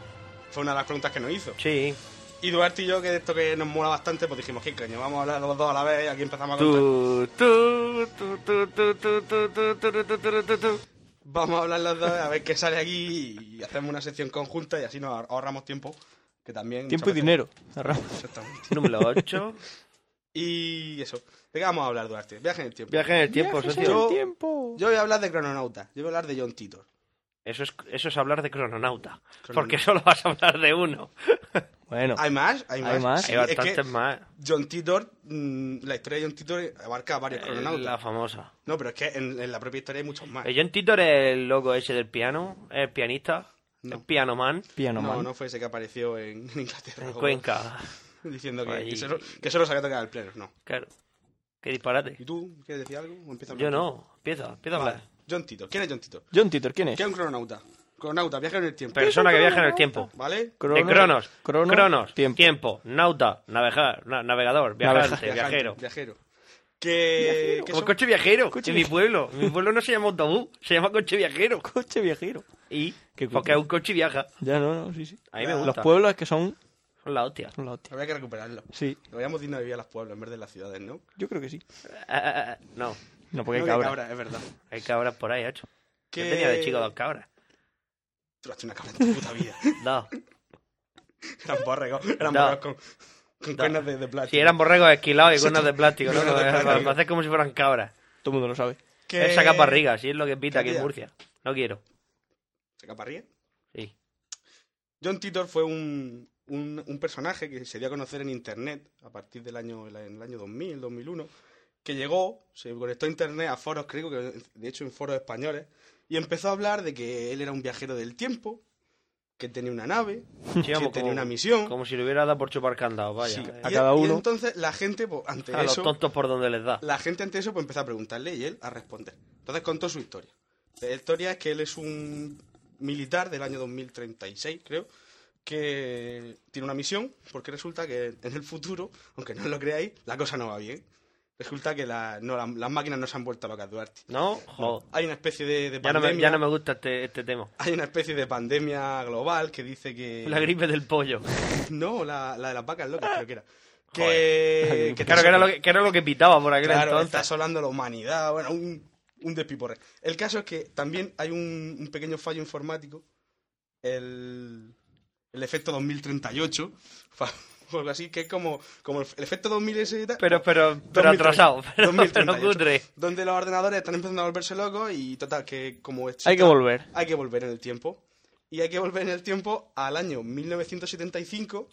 Fue una de las preguntas que nos hizo.
Sí,
Y Duarte y yo, que de esto que nos mola bastante, pues dijimos, ¿qué coño? Vamos a hablar los dos a la vez y aquí empezamos a contar.
Tu, tu, tu, tu, tu, tu, tu, tu, tu, tu, tu, tu, tu.
Vamos a hablar los dos, a ver qué sale aquí y hacemos una sección conjunta y así nos ahor- ahorramos tiempo. Que también.
Tiempo y
muchas
dinero. Arra-
veces- Exactamente.
[laughs] Número 8.
Y eso. ¿De qué vamos a hablar, Duarte? Viaje en el tiempo.
Viaje en el tiempo,
Viajes en
socio.
el tiempo.
Yo voy a hablar de Crononauta. Yo voy a hablar de John Titor.
Eso es, eso es hablar de crononauta.
Crononauta.
Porque solo vas a hablar de uno.
Bueno,
¿Hay más? ¿Hay más?
más?
Ah, Sí,
Hay
es que
bastantes más.
John Titor, mm, la historia de John Titor abarca varios
Eh,
crononautas.
La famosa.
No, pero es que en, en la propia historia hay muchos más.
Eh, John Titor es el loco ese del piano, el pianista,
No.
el piano man
piano
no,
man.
no fue ese que apareció en, [laughs] en Inglaterra.
en Cuenca.
Diciendo que,
Ahí.
que, solo, que solo sabía tocar el pleno. No.
Claro. Qué disparate.
¿Y tú quieres decir algo? ¿O empieza a hablar
Yo
tú?
no. Empieza, empieza a
Vale.
hablar.
John Titor. ¿Quién es John Titor?
John Titor, ¿quién es?
¿Qué es un crononauta? Crononauta, viaja en el tiempo.
Persona que viaja en el tiempo.
¿Vale?
de Cronos.
Crono,
Cronos.
Tiempo.
Tiempo. Nauta. Navejar. na- navegador. Viajante.
Naveja-
Viajero.
Viajero. Que, que
Como
son-
coche viajero.
Coche
en mi
viajero.
pueblo. En mi pueblo no se llama autobús. Se llama coche viajero.
Coche viajero.
Y.
Qué
Porque es un coche y viaja.
Ya no, no, sí, sí.
A mí me gusta.
Los pueblos es que son
Son la hostia.
son la hostia.
Habría que recuperarlo.
Sí,
Ah,
Lo habíamos dicho de vivir a los pueblos en vez de las ciudades, ¿no?
yo creo que sí.
Eh, eh, eh, no.
No, porque hay
No, que
cabras.
cabras, es verdad.
Hay cabras por ahí, hecho.
Que-
Yo tenía de chico dos cabras.
Tú has hecho una cabra en tu puta
[laughs]
vida.
Dos.
Eran borregos. Eran
No.
borregos con, con
No.
cuernos de, de plástico.
Si eran borregos esquilados y
Exacto.
cuernos de plástico, ¿no?
Cuernos de
Para-
[laughs] plástico.
para hacer como si fueran cabras.
Todo el mundo lo sabe.
Que-
Es sacar parriga, si es lo que pita aquí en
Cantidad.
Murcia. No quiero.
¿Sacaparrilla? [laughs]
Sí.
John Titor fue un, un, un personaje que se dio a conocer en Internet a partir del año, en el año 2000, 2001, que llegó, se conectó a Internet a foros, creo que de hecho en foros españoles, y empezó a hablar de que él era un viajero del tiempo, que tenía una nave,
Sí,
que
vamos,
tenía una misión.
Como si le hubiera dado por chupar candado, vaya.
Sí,
a
y- e-,
cada
y
uno.
entonces la gente, pues, ante
A los
eso,
tontos por donde les da.
la gente ante eso pues empezó a preguntarle y él a responder. Entonces contó su historia. La historia es que él es un militar del año 2036, creo, que tiene una misión porque resulta que en el futuro, aunque no lo creáis, la cosa no va bien. Resulta que la- no, la- las máquinas no se han vuelto locas, Duarte.
¿No? Joder.
Hay una especie de, de
Ya no,
pandemia.
me, ya no me gusta este, este tema.
Hay una especie de pandemia global que dice que...
La gripe del pollo.
No, la, la de las vacas locas, creo que era.
[laughs]
Que,
Claro, que era lo que, que era lo que pitaba por aquel
Claro,
entonces.
está asolando la humanidad, bueno, un, un despiporre. El caso es que también hay un, un pequeño fallo informático, el, el efecto 2038, fa- [laughs] o algo así, que es como, como el, el efecto 2000 ese y tal,
Pero, pero, pero
2030,
atrasado. [laughs] Pero, pero
2038,
cutre.
Donde los ordenadores están empezando a volverse locos y total, que como es
Hay que
chica,
volver.
Hay que volver en el tiempo. Y hay que volver en el tiempo al año 1975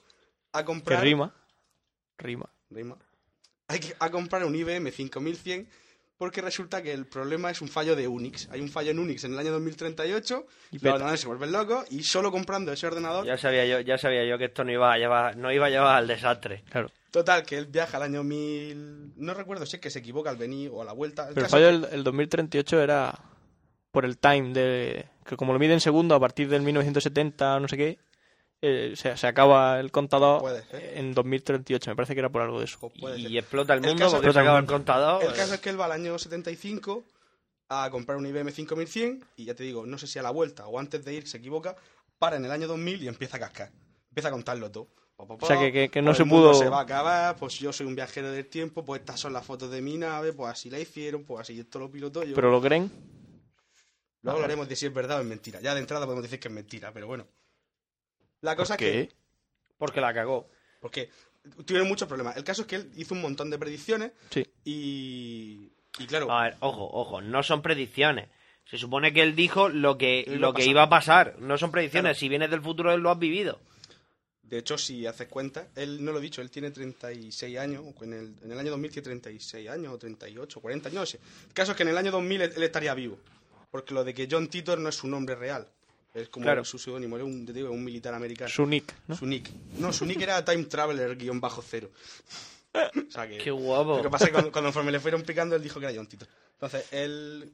a
Que
comprar...
rima. Rima.
Rima. Hay que a comprar un IBM 5100 porque resulta que el problema es un fallo de Unix. Hay un fallo en Unix en el año 2038,
Y
los
peta.
ordenadores se vuelven locos y solo comprando ese ordenador...
Ya sabía yo, ya sabía yo que esto no iba a llevar, no iba a llevar al desastre.
Claro.
Total, que él viaja al año 1000... No recuerdo si es que se equivoca al venir o a la vuelta. El
Pero el
caso-
fallo del el 2038 era por el time de que como lo miden segundo a partir del 1970 no sé qué eh, se, se acaba el contador
Puede ser.
en 2038 me parece que era por algo de eso
o Pues puede ser.
Y explota el
El
mundo
caso-
porque se
explota el
acaba el
mundo.
contador.
eh.
El caso es que él va al año 75 a comprar un IBM 5100 y ya te digo, no sé si a la vuelta o antes de ir se equivoca, para en el año 2000 y empieza a cascar. Empieza a contarlo todo. Pa, pa, pa,
O sea, que- que- que no
pues
se
el mundo
pudo-
se va a acabar, pues yo soy un viajero del tiempo, pues estas son las fotos de mi nave, pues así la hicieron, pues así esto lo piloto yo.
pero lo creen
Luego hablaremos de si es verdad o es mentira. Ya de entrada podemos decir que es mentira, pero bueno. La cosa es que...
que
Porque la cagó.
Porque tuvieron muchos problemas. El caso es que él hizo un montón de predicciones
sí
y... Y claro,
Ah,
A ver, ojo, ojo, no son predicciones. Se supone que él dijo lo que,
Lo iba a
lo que
pasar.
iba a pasar. No son predicciones.
Claro.
Si vienes del futuro, él lo has vivido.
De hecho, si haces cuenta, él no lo he dicho, él tiene 36 años, o en el, en el año 2000 tiene 36 años, o 38, 40 años, no sé. El caso es que en el año 2000 él, él estaría vivo, porque lo de que John Titor no es su nombre real, es como
Claro.
su seudónimo, él es un, te digo, un militar americano.
su nick ¿no?
Su nick. No, su nick era Time Traveler guión bajo cero.
[laughs]
O sea que...
Qué guapo.
Lo que pasa es que cuando, cuando conforme le fueron picando, él dijo que era John Titor. Entonces, él...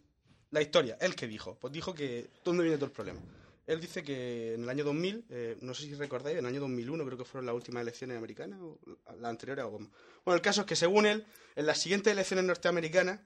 La historia, ¿él qué dijo? Pues dijo que... ¿Dónde viene todo el problema? Él dice que en el año 2000, eh, no sé si recordáis, en el año 2001 creo que fueron las últimas elecciones americanas, o la anterior a Obama. Bueno, el caso es que según él, en las siguientes elecciones norteamericanas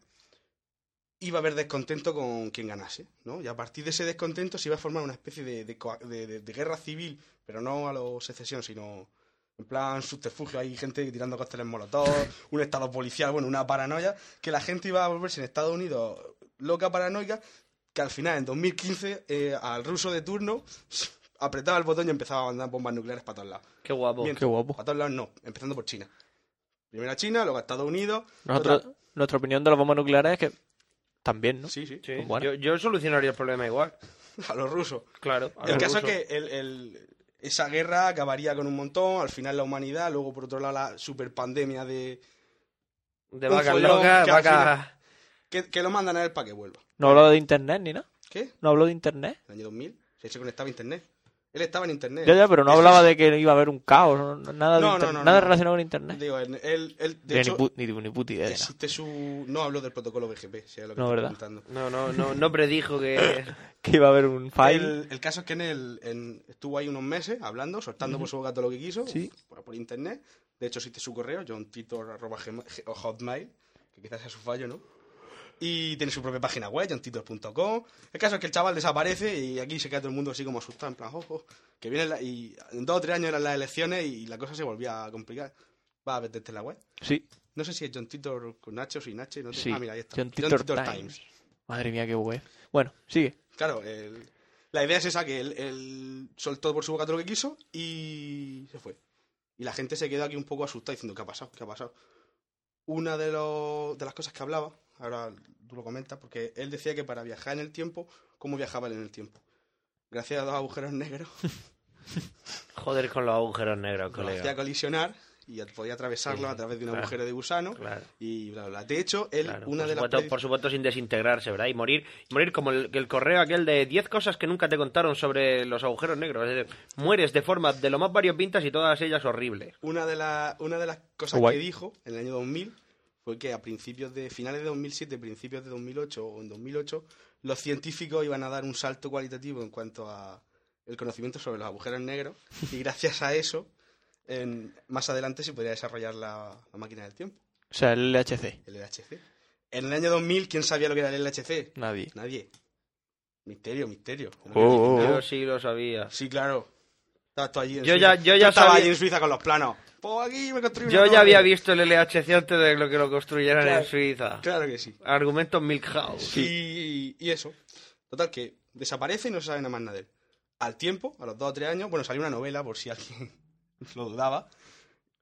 iba a haber descontento con quien ganase, ¿no? Y a partir de ese descontento se iba a formar una especie de, de coa- de- de- de guerra civil, pero no a los secesión, sino en plan subterfugio, hay gente tirando cócteles molotov, un estado policial, bueno, una paranoia, que la gente iba a volverse en Estados Unidos loca paranoica, que al final, en 2015, eh, al ruso de turno [sniffs] apretaba el botón y empezaba a mandar bombas nucleares para todos lados.
Qué guapo.
Mientras-
qué guapo.
Para todos lados no, empezando por China. Primero China, luego a Estados Unidos.
Nosotros,
total-
nuestra opinión de las bombas nucleares es que también no
Sí, sí.
Sí,
Bueno.
yo, yo solucionaría el problema igual.
A los rusos.
Claro.
el caso es que el- el- esa guerra acabaría con un montón, al final la humanidad, luego por otro lado la superpandemia de...
De
un
vacas
follón
locas,
que al
vacas.
Que, que lo mandan a él para que vuelva.
no hablaba de internet ni nada
¿Qué?
no habló de internet
¿El año 2000? Si él se conectaba a internet. Él estaba en internet.
ya ya pero no
Ese-
hablaba de que iba a haber un caos no- nada de
No, no,
inter-
no,
nada
no.
relacionado con internet
Digo, él, él- él, de
Ni
hecho,
pu- ni, ni puta idea de nada.
existe su... No hablo del protocolo BGP, si es lo que
No,
estoy
¿verdad?
preguntando.
No, no, no, no predijo
[laughs]
que.
que iba a haber un file
El, el caso es que en el, en- estuvo ahí unos meses hablando, soltando por su boca todo lo que quiso,
Sí.
por, por internet. De hecho, existe su correo, johntitor.hotmail, que quizás sea su fallo, ¿no? Y tiene su propia página web, johntitor.com. El caso es que el chaval desaparece y aquí se queda todo el mundo así como asustado, en plan, ojo, que viene la- y en dos o tres años eran las elecciones y la cosa se volvía a complicar. Va a meterte en la web.
sí
No sé si es John Titor con Nacho o sin H. No te-
Sí,
Ah, mira, ahí está.
John Titor Times. Madre mía, qué web. Bueno, sigue.
Claro, el- la idea es esa, que él, él soltó por su boca todo lo que quiso y se fue. Y la gente se quedó aquí un poco asustada diciendo, ¿qué ha pasado? ¿Qué ha pasado? Una de, los- de las cosas que hablaba, ahora tú lo comentas, porque él decía que para viajar en el tiempo, ¿cómo viajaba él en el tiempo? Gracias a dos agujeros
[laughs]
negros,
Joder con los agujeros negros,
lo
colega.
hacía colisionar y podía atravesarlo
Sí,
a través de un
claro,
agujero de gusano
claro.
y bla, bla, bla. De hecho, él,
Claro,
una
por,
de las...
supuesto,
predi-
por supuesto sin desintegrarse, ¿verdad? Y morir, morir como el, el correo aquel de 10 cosas que nunca te contaron sobre los agujeros negros. Es decir, mueres de forma de lo más variopintas y todas ellas horribles.
Una de, la- una de las cosas
Guay.
que dijo en el año 2000 fue que a principios de finales de 2007, principios de 2008 o en 2008, los científicos iban a dar un salto cualitativo en cuanto a el conocimiento sobre los agujeros negros
[laughs]
y gracias a eso en- más adelante se podría desarrollar la, la máquina del tiempo,
O sea, el LHC.
el LHC. En el año 2000, ¿quién sabía lo que era el LHC?
Nadie.
Nadie. Misterio, misterio.
Oh, oh,
Yo
oh.
sí lo sabía.
Sí, claro. Estabas tú allí en
Yo ya-
Suiza.
yo ya
estaba
sabía-
allí en Suiza con los planos. Pues aquí me construí una
Yo
torre.
ya había visto el LHC antes de lo que lo construyeran
Claro,
en Suiza.
Claro que sí.
Argumentos Milkhouse.
Y, y eso. Total, que desaparece y no se sabe nada más nada de él. Al tiempo, a los dos o tres años, bueno, salió una novela, por si alguien [laughs] lo dudaba.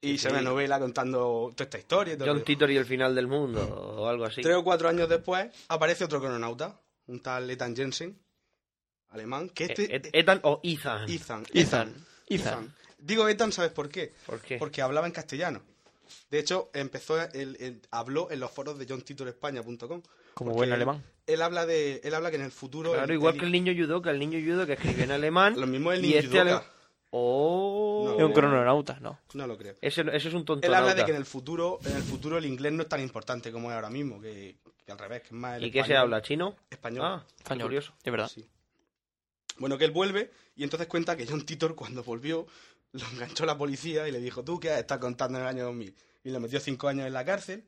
Y
Sí,
salió
sí.
una novela contando toda esta historia. y todo
John
lo-
Titor y el final del mundo, o algo así.
Tres o cuatro años después, aparece otro crononauta, un tal Ethan Jensen, alemán, que este...
E- E- Ethan o Ethan.
Ethan.
Ethan. Ethan.
Ethan. Digo Ethan, ¿sabes por qué?
¿Por qué?
Porque hablaba en castellano. De hecho, empezó, el- el- habló en los foros de johntitorespania.com.
Como buen
Porque
alemán.
Él habla de, él habla que en el futuro.
Claro,
el-
igual
el-
que el niño judoka, el niño judoka escribió en alemán.
Lo mismo el
y
niño
este ale-
judoka.
Oh.
Es un crononauta, ¿no?
No lo creo.
Ese, ese es un tonto.
Él habla de que en el futuro, en el futuro el inglés no es tan importante como es ahora mismo, que, que al revés, que es más el
¿Y qué se
español.
habla? ¿Chino?
Español.
Ah, español. curioso.
De verdad.
Sí. Bueno, que él vuelve y entonces cuenta que John Titor cuando volvió lo enganchó la policía y le dijo, tú qué estás contando en el año 2000. Y le metió cinco años en la cárcel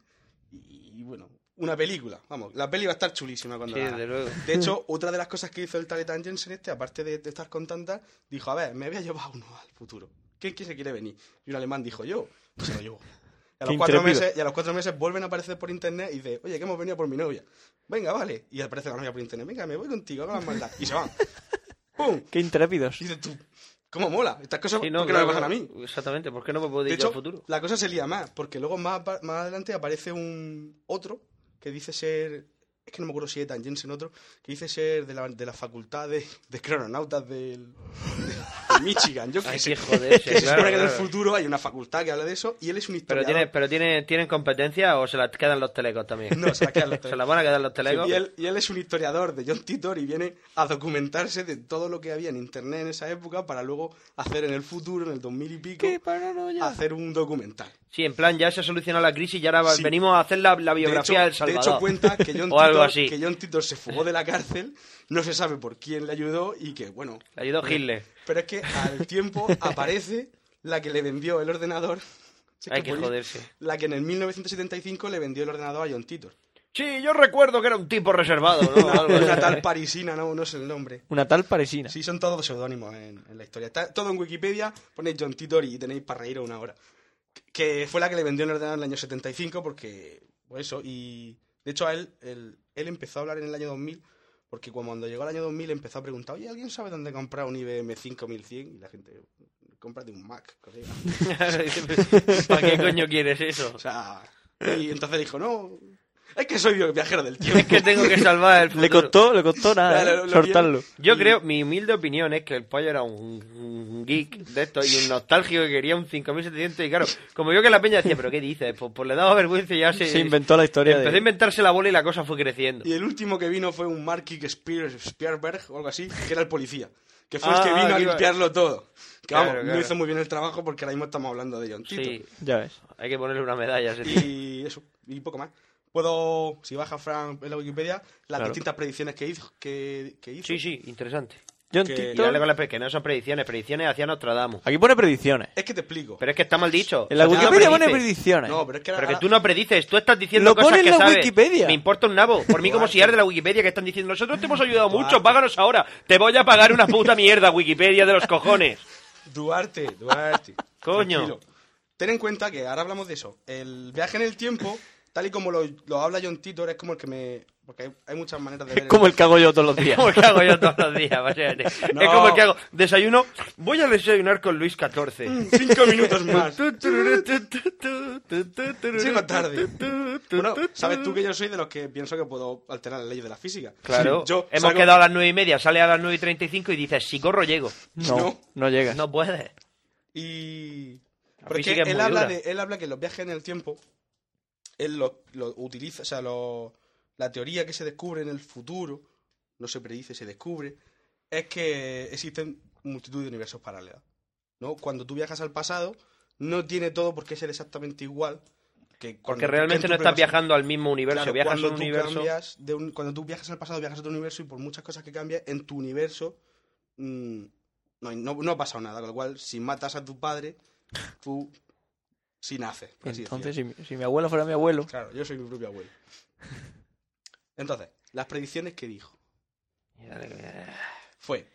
y, y, bueno, una película. Vamos, la peli va a estar chulísima cuando
Sí,
la hagan. [laughs]
desde luego.
De hecho, otra de las cosas que hizo el Taletan Jensen este, aparte de, de estar con tantas, dijo, a ver, me voy a llevar uno al futuro. ¿Quién, quién se quiere venir? Y un alemán dijo, yo, Pues se lo llevo. Y
Qué
a, los cuatro
intrépido.
meses, y a los cuatro meses vuelven a aparecer por internet y dice, oye, que hemos venido por mi novia. Venga, vale. Y aparece la novia por internet, venga, me voy contigo, hago las maldad. Y se van. ¡Pum!
Qué intrépidos.
Y dices tú, ¿cómo mola? Estas cosas,
Sí,
¿por qué no me pasan a mí?
Exactamente, ¿por qué no me puedo
De
ir yo
hecho,
al futuro?
la cosa se lía más, porque luego más, apa- más adelante aparece un otro que dice ser. Es que no me acuerdo si es Dan Jensen otro, que dice ser de la, de la facultad de, de crononautas del, de, de Michigan. Yo qué
Ay,
sé.
qué joder, sí,
que se
claro,
supone que en el
claro.
futuro hay una facultad que habla de eso y él es un
Pero,
historiador.
tiene, pero tiene, ¿tienen competencia o se la quedan los telecos también?
No,
[laughs]
se la quedan los
¿Se
telecos.
la van a quedar los telecos?
y, él, y él es un historiador de John Titor y viene a documentarse de todo lo que había en internet en esa época para luego hacer en el futuro, en el 2000 y pico, hacer un documental.
Sí, en plan, ya se ha solucionado la crisis y ahora va-
Sí.
venimos a hacer la, la
De hecho,
biografía del
de
Salvador.
hecho, cuenta que John,
[laughs] o algo
Titor,
así.
que John Titor se fugó de la cárcel, no se sabe por quién le ayudó y que, bueno...
Le ayudó Hitler.
Pero es que al
[laughs]
tiempo aparece la que le vendió el ordenador. Si es
Hay que
podéis-
joderse.
La que en el 1975 le vendió el ordenador a John
[laughs]
Titor.
Sí, yo recuerdo que era un tipo reservado, ¿no? [laughs] Algo así.
Una [laughs] tal parisina, no, no sé el nombre.
Una tal parisina.
Sí, son todos pseudónimos en, en la historia. Está todo en Wikipedia, ponéis John Titor y tenéis para reír una hora. Que fue la que le vendió el ordenador en el año 75 porque... Por eso, y... De hecho, a él, él, él empezó a hablar en el año 2000 porque cuando llegó el año 2000 empezó a preguntar, oye, ¿alguien sabe dónde comprar un IBM 5100? Y la gente, cómprate un Mac, colega.
¿Para qué coño quieres eso?
O sea... Y entonces dijo, no, es que soy viajero del tiempo.
[laughs] Es que tengo que salvar el
[laughs]
futuro.
Le costó, le costó nada
Claro,
¿eh?
lo- lo
soltarlo.
Yo creo, mi humilde opinión es que el pollo era un, un geek de esto y un nostálgico que quería un 5700 y claro, como yo que la peña decía, pero ¿qué dices? Pues, pues le daba vergüenza y
Ah,
ya se...
Se inventó la historia
Empezó a
de...
inventarse la bola y la cosa fue creciendo.
Y el último que vino fue un Mark Kick Spear- Spearberg o algo así, que era el policía. Que fue
Ah,
el que vino
ah,
a
que iba-
limpiarlo todo. Que,
Claro,
vamos,
claro.
no hizo muy bien el trabajo porque ahora mismo estamos hablando de John Tito.
Sí,
Ya ves.
hay que ponerle una medalla. a ese tío.
Y eso, y poco más. Puedo, si baja Frank en la Wikipedia, las distintas predicciones que hizo. Que, que hizo.
Sí, sí, interesante.
John
que-
Y
Titor-
dale con las pe- que no son predicciones, predicciones hacia Nostradamus.
Aquí pone predicciones.
Es que te explico.
Pero es que está mal dicho.
En la
O sea, tú no
Wikipedia pone
predices.
predicciones.
no, pero es que,
Pero que
ahora-
tú no predices, tú estás diciendo
Lo
cosas
pone en
que
la
sabes.
Wikipedia.
Me importa un nabo. Por mí como
Duarte.
si de la Wikipedia que están diciendo, nosotros te hemos ayudado mucho,
Duarte.
páganos ahora. Te voy a pagar
[laughs]
una puta mierda Wikipedia de los cojones. [laughs]
Duarte, Duarte.
Coño.
tranquilo. Ten en cuenta que ahora hablamos de eso. El viaje en el tiempo, tal y como lo, lo habla John Titor, es como el que me. Porque hay, hay muchas maneras de ver. el-
Como el que hago yo todos los
[laughs]
días.
Como el que hago yo todos los días, básicamente.
No.
Es como el que hago desayuno. Voy a desayunar con Luis
Mm,
XIV.
[laughs] Cinco minutos más.
Llego
Llego tarde. Bueno, sabes tú que yo soy de los que pienso que puedo alterar las leyes de la física. [laughs]
Claro.
Yo
Hemos
salgo-
quedado a las nueve y media, sale a las nueve y treinta y cinco y dices, si corro llego.
No, no, llegas.
No puedes.
Y.
La
Porque
física es
él
muy
habla,
dura.
de- él habla que los viajes en el tiempo, él lo, lo utiliza, o sea, lo- la teoría que se descubre en el futuro, no se predice, se descubre, es que existen multitud de universos paralelos. ¿no? Cuando tú viajas al pasado, no tiene todo por qué ser exactamente igual. Que cuando,
Porque realmente no estás viajando al mismo universo, viajas a
cuando
un
tú
universo.
cambias de un- cuando tú viajas al pasado, viajas a otro universo y por muchas cosas que cambias, en tu universo mm, no, hay- no- no ha pasado nada. Con lo cual, si matas a tu padre, tú sí naces. por así
Entonces,
decirlo.
si, mi- si mi abuelo fuera mi abuelo,
Claro, yo soy mi propio abuelo. Entonces, las predicciones que dijo fue...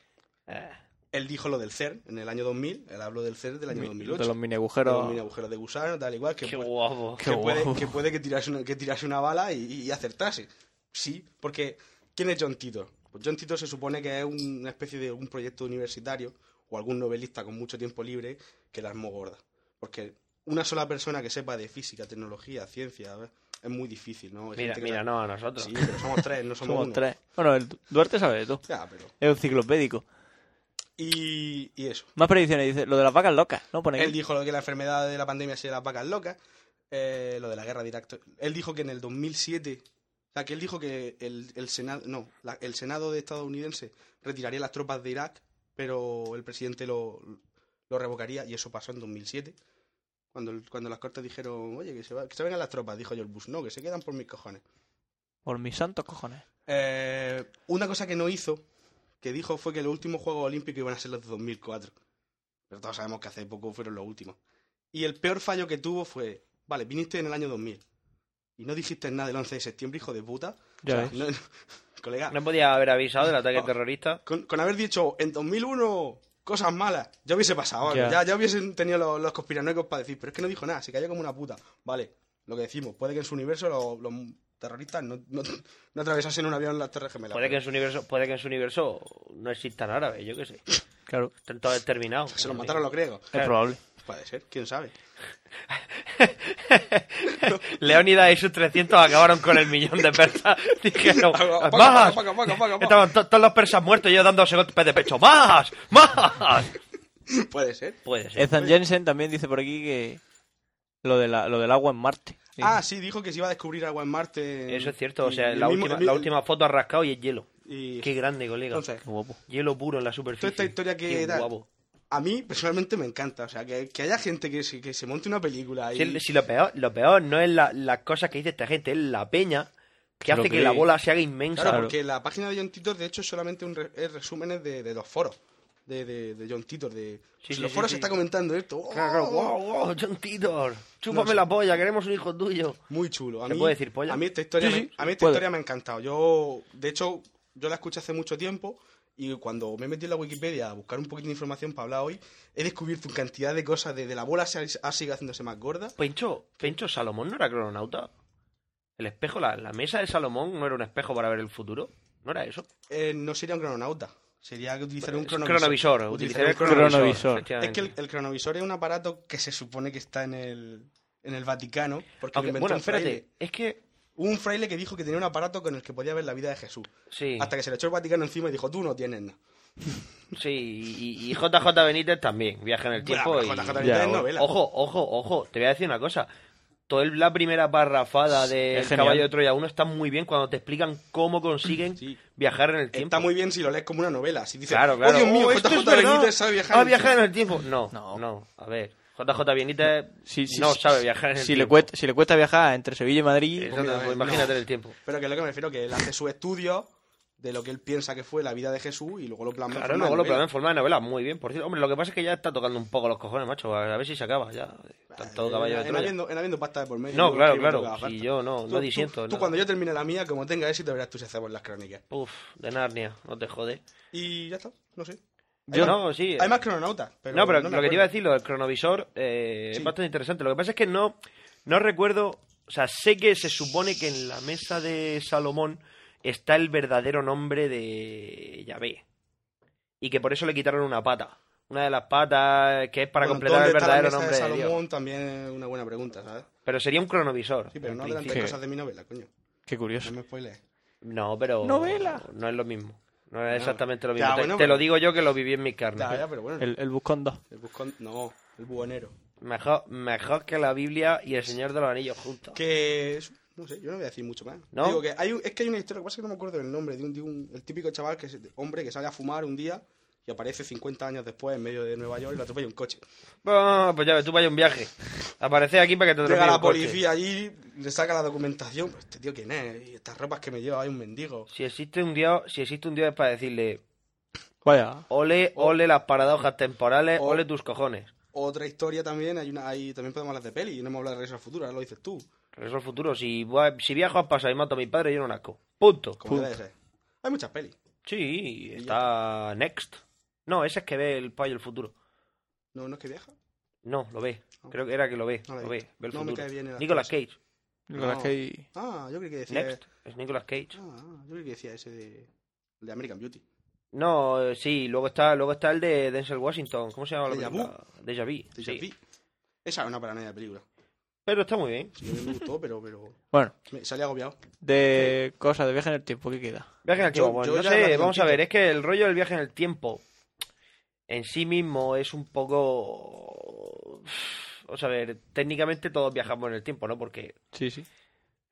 Eh.
Él dijo lo del CERN en el año 2000, él habló del CERN del año
mi-
2008.
de los mini
de
agujeros.
los mini agujeros de gusano, tal igual, que
Qué
puede-
guapo.
Qué
que, puede,
guapo.
que puede que tirase una, que tirase una bala y, y acertase. Sí, porque ¿quién es John Titor? Pues John Titor se supone que es un- una especie de un proyecto universitario o algún novelista con mucho tiempo libre que la armó gorda. Porque una sola persona que sepa de física, tecnología, ciencia, a ver, es muy difícil, ¿no? Hay
Mira,
gente que
mira,
la-
no, a nosotros.
Sí, pero somos tres, no somos,
somos
uno.
tres. Bueno, el Du- Duarte sabe de todo.
Ya, pero...
Es un ciclopédico.
Y, y eso.
Más predicciones, dice. Lo de las vacas locas, ¿no? Pone
Él
aquí.
dijo lo que la enfermedad de la pandemia sería las vacas locas, eh, lo de la guerra directa. Él dijo que en el 2007, o sea, que él dijo que el, el Senado, no, la- el Senado de estadounidense retiraría las tropas de Irak, pero el presidente lo, lo revocaría y eso pasó en 2007. Cuando, el- cuando las cortes dijeron, oye, que se, va- que se vengan las tropas, dijo George Bush, no, que se quedan por mis cojones.
Por mis santos cojones.
Eh, una cosa que no hizo, que dijo, fue que los últimos Juegos Olímpicos iban a ser los de 2004. Pero todos sabemos que hace poco fueron los últimos. Y el peor fallo que tuvo fue, vale, viniste en el año 2000 y no dijiste nada del 11 de septiembre, hijo de puta.
Ya
O sea,
ves.
no- no- [laughs] colega,
No podía haber avisado del ataque
Oh.
terrorista.
con, con haber dicho en 2001 cosas malas, ya hubiese pasado.
Ya.
Ya, ya hubiesen tenido los, los conspiranoicos para decir, pero es que no dijo nada, se cayó como una puta. Vale, lo que decimos, puede que en su universo los, los terroristas no, no, no atravesasen un avión las Torres Gemelas.
Puede que
pero-
en su universo, puede que en su universo no existan árabes, yo qué sé.
Claro,
Están todos exterminados.
Pues Se los mataron los griegos.
es probable.
Puede ser, quién
[laughs]
sabe.
Leónidas y sus 300 acabaron con el millón
[laughs]
de persas. Dijeron,
Paca,
más.
paca, paca, paca.
Estaban to- todos los persas muertos y yo dándose golpes de pecho. ¡Más! ¡Más!
Puede ser.
Puede ser.
Ethan Eh, Jensen también dice por aquí que lo, de la, lo del agua en Marte. Sí.
Ah, sí, dijo que se iba a descubrir agua en Marte.
Eso es cierto. O
Y
sea,
el
la,
mismo-
última,
el mi-
la última foto ha rascado y es hielo.
y-
Qué grande, colega.
Entonces,
Qué guapo.
hielo puro en la
toda
superficie.
esta historia que
Qué
da-
guapo.
A mí, personalmente, me encanta. O sea, que, que haya gente que se, que se monte una película y...
Si, si lo, peor, lo peor no es la- las cosas que dice esta gente, es la peña que
Lo
hace que
que-
la bola se haga inmensa.
Claro, porque la página de John Titor, de hecho, es solamente un re- es resúmenes de, de los foros. De, de, de John Titor. De...
Sí,
en
sí,
los
sí,
foros
sí.
se está comentando esto. ¡Oh!
Claro, claro, wow, wow, John Titor, chúpame
No sé.
la polla, queremos un hijo tuyo.
Muy chulo. A
¿Se
mí,
puede decir polla?
A mí esta historia,
Sí,
me,
sí,
a mí esta
puede.
historia me ha encantado. Yo, de hecho, yo la escuché hace mucho tiempo y cuando me metí en la Wikipedia a buscar un poquito de información para hablar hoy, he descubierto una cantidad de cosas desde la bola se ha, ha seguido haciéndose más gorda.
Pencho, Pencho, Salomón no era crononauta. El espejo, la, la mesa de Salomón no era un espejo para ver el futuro. No era eso.
Eh, no sería un crononauta, sería utilizar un
Es
cronovisor.
cronovisor,
Utilizar
utilizar
un
el
cronovisor.
cronovisor.
cronovisor.
Es que
efectivamente.
el, el cronovisor es un aparato que se supone que está en el, en el Vaticano, porque
Aunque-
lo inventó
bueno,
un fraile.
espérate, es que.
Hubo un fraile que dijo que tenía un aparato con el que podía ver la vida de Jesús.
Sí,
Hasta que se le echó el Vaticano encima y dijo, tú no tienes nada.
sí, y, y- y JJ Benítez también, viaja en el
Bueno,
tiempo.
pero
y-
JJ
y-
Benítez es
o-
novela.
Ojo, ojo, ojo, te voy a decir una cosa. Toda el- la primera barrafada de
genial.
Caballo de Troya 1 está muy bien cuando te explican cómo consiguen
Sí.
viajar en el tiempo.
Está muy bien si lo lees como una novela. Si dices,
Claro, claro.
oh Dios mío,
Oh, esto
JJ
es verdad.
Benítez sabe viajar.
Ah, viajar en el tiempo. No,
No.
no, A ver, JJ Benítez
Sí, sí,
no
sí,
sabe
sí.
viajar en el
si
tiempo.
Le cuesta, si le cuesta viajar entre Sevilla y Madrid,
Eso
Hombre,
no,
a ver,
imagínate
no.
el tiempo.
Pero que es lo que me refiero, que él hace su estudio de lo que él piensa que fue la vida de Jesús y luego lo plasma. en
Claro,
forma
luego
de
lo
novela.
planea en forma de novela. Muy bien, por cierto. Hombre, lo que pasa es que ya está tocando un poco los cojones, macho. A ver si se acaba ya. Tanto
En-
caballo de
en,
Troya.
habiendo, en habiendo pasta de por medio.
No,
yo
claro,
creo que
claro.
toca
Si
pasta.
yo no- no
Tú-
disiento,
Tú, tú
nada.
cuando yo termine la mía, como tenga éxito, verás tus cebos en las crónicas.
Uf, de Narnia, no te jode.
Y ya está, no sé. Hay más-
no, sí. eh.
Hay más crononautas. Pero
no, pero
no me
lo que te iba a
acuerdo.
decir, lo del cronovisor, eh,
Sí.
es bastante interesante. Lo que pasa es que no, no recuerdo. O sea, sé que se supone que en la mesa de Salomón está el verdadero nombre de Yahvé. Y que por eso le quitaron una pata. Una de las patas que es para
Bueno,
completar el
¿dónde está la
verdadero
mesa
nombre
de
de, Dios.
Salomón también es una buena pregunta, ¿sabes?
Pero sería un cronovisor.
Sí, pero
en
no adelantes
principio.
cosas de mi novela, coño.
Qué curioso.
No me
[laughs]
spoilees.
No, pero.
Novela.
No es lo mismo. No es
No.
exactamente lo
Ya,
mismo. Te-
bueno,
te, lo
pero-
digo yo que lo viví en mis carnes.
Ya, ya, pero bueno.
El, el buscón 2.
El buscón... No, el buhonero.
Mejor, mejor que la Biblia y el Señor de los Anillos juntos.
Que... es- No sé, yo no voy a decir mucho más.
¿No?
Digo que hay un- es que hay una historia, lo que pasa es que no me acuerdo del nombre, de un, de un- el típico chaval, que es, hombre que sale a fumar un día y aparece 50 años después en medio de Nueva York y lo atropella un coche.
Ah, pues ya ves, tú vaya un viaje. Aparece aquí para que te
Llega
atropelle
la
un coche.
policía allí, le saca la documentación. Pero este tío, ¿quién es? Y estas ropas que me lleva, hay un mendigo.
Si existe un dios, si existe un dios es para decirle,
Vaya.
ole, ole las paradojas temporales, ole tus cojones.
Otra historia también, hay una, hay, también podemos hablar de peli, y no hemos hablado de Regreso al Futuro, ahora lo dices tú.
Regreso al futuro, si, voy- si viajo al pasado y mato a mi padre, yo no nazco. Punto.
Como debe ser. Hay muchas pelis.
Sí, está Next. No, ese es que ve el payo el futuro.
No, no es que viaja.
No, lo ve. Creo que era que lo ve.
No lo he
lo ve,
visto.
ve el
No me
futuro.
cae bien el actor
Nicolas
ese.
Cage.
Nicolas
No.
Cage.
Ah, yo creo que decía.
Next. Es Nicolas Cage.
Ah, ah, yo creo que decía ese de, el de American Beauty.
No, eh, sí, luego está, luego está el de Denzel Washington. ¿Cómo se llama la
Déjà
película? Deja vu.
De
sí.
Jet Li. Esa es una paranoia de película.
Pero está muy bien.
Sí, a mí me gustó, pero, pero
Bueno,
me salí agobiado.
de cosas de viaje en el tiempo, ¿qué queda?
Viaje en el
Yo-
tiempo, bueno,
yo
no
ya
sé,
hablaré
vamos a
contigo.
ver, es que el rollo del viaje en el tiempo en sí mismo es un poco... Vamos a ver, técnicamente todos viajamos en el tiempo, ¿no? Porque
Sí, sí.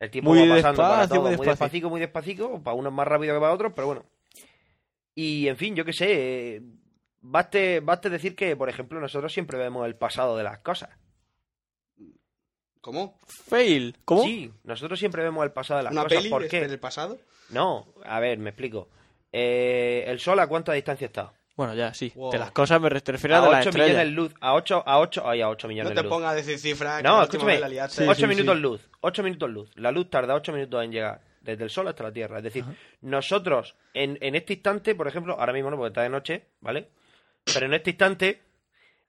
el tiempo
Muy
va pasando para
despacio,
todos,
muy
muy despacio, muy despacio, para unos más rápido que para otros, pero bueno. Y en fin, yo qué sé, eh, baste, baste decir que, por ejemplo, nosotros siempre vemos el pasado de las cosas.
¿Cómo?
Fail. ¿Cómo?
Sí, nosotros siempre vemos el pasado de las
¿Una
cosas.
peli
¿Por
de-
qué?
del pasado?
No, a ver, me explico. Eh, ¿El Sol a cuánta distancia está?
Bueno, ya, sí.
Wow.
De las cosas me refiero
a
a de
8
las estrellas.
millones luz, a 8, a 8, ay, a 8
No
millones
te
luz.
pongas a decir cifras. Ah, que
no,
la última
escúchame,
vez la liaste.
8 minutos luz, 8 minutos luz. La luz tarda 8 minutos en llegar desde el sol hasta la Tierra. Es decir, nosotros en, en este instante, por ejemplo, ahora mismo no, porque está de noche, ¿vale? Pero en este instante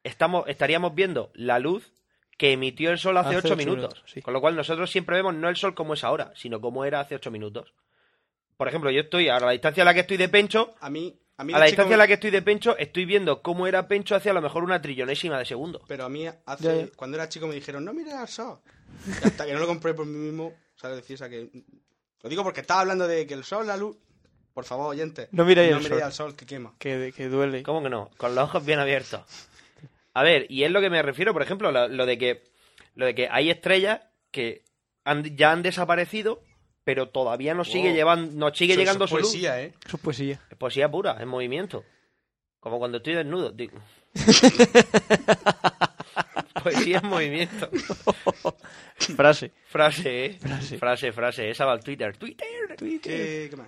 estamos, estaríamos viendo la luz que emitió el sol hace,
Hace
8,
ocho
minutos.
minutos, sí.
Con lo cual nosotros siempre vemos no el sol como es ahora, sino como era hace 8 minutos. Por ejemplo, yo estoy ahora a la distancia a la que estoy de Pencho,
A mí, a mí
a
de
la
chico
distancia
me-
a la que estoy de Pencho, estoy viendo cómo era Pencho hace a lo mejor una trillonésima de segundo.
Pero a mí, hace,
Ya, ya.
cuando era chico, me dijeron, no mires al sol. Y hasta que no lo compré por mí mismo, ¿sabes? Decir, o sea, que... Lo digo porque estaba hablando de que el sol, la luz... Por favor, oyente.
No miréis al sol.
al sol, que quema.
Que, que duele.
¿Cómo que no? Con los ojos bien abiertos. A ver, y es lo que me refiero, por ejemplo, lo, lo de que lo de que hay estrellas que han- ya han desaparecido, pero todavía nos sigue
Wow.
llevando, nos sigue
Eso-
llegando
eso
su
es
luz.
poesía, ¿eh?
Eso es poesía.
Es poesía pura, es movimiento. Como cuando estoy desnudo. di-
[laughs]
poesía es movimiento.
[laughs] Frase.
Frase, ¿eh?
Frase.
frase, frase. Esa va al Twitter. Twitter, Twitter.
¿Qué, qué más?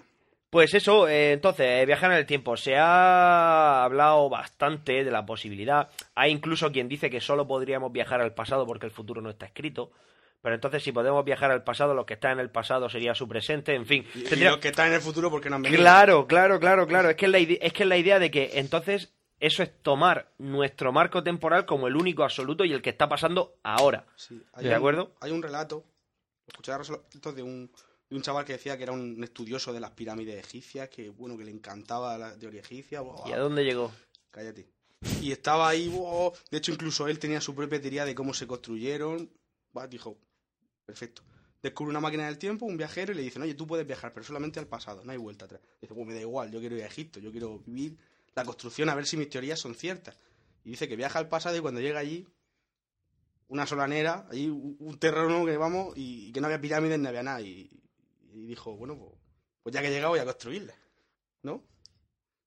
Pues eso, eh, entonces, eh, viajar en el tiempo. Se ha hablado bastante de la posibilidad. Hay incluso quien dice que solo podríamos viajar al pasado porque el futuro no está escrito. Pero entonces, si podemos viajar al pasado, lo que está en el pasado sería su presente. En fin,
Y, y
tendría-
los que están en el futuro, porque no han venido?
Claro, claro, claro, claro. Es que, es la ide- es que es la idea de que entonces eso es tomar nuestro marco temporal como el único absoluto y el que está pasando ahora.
Sí,
¿De
un-
acuerdo?
Hay un relato, escuché relatos de un, de un chaval que decía que era un estudioso de las pirámides egipcias, que bueno, que le encantaba la teoría egipcia, buah,
¿Y a dónde llegó?
cállate. Y estaba ahí, buah, de hecho incluso él tenía su propia teoría de cómo se construyeron, buah, dijo, perfecto. Descubre una máquina del tiempo, un viajero, y le dicen, oye, tú puedes viajar, pero solamente al pasado, no hay vuelta atrás. Dice, pues me da igual, yo quiero ir a Egipto, yo quiero vivir la construcción, a ver si mis teorías son ciertas. Y dice que viaja al pasado y cuando llega allí, una solanera, allí un un terreno que vamos, y, y que no había pirámides, no había nada. Y, y dijo, bueno, pues, pues ya que he llegado voy a construirla, ¿no?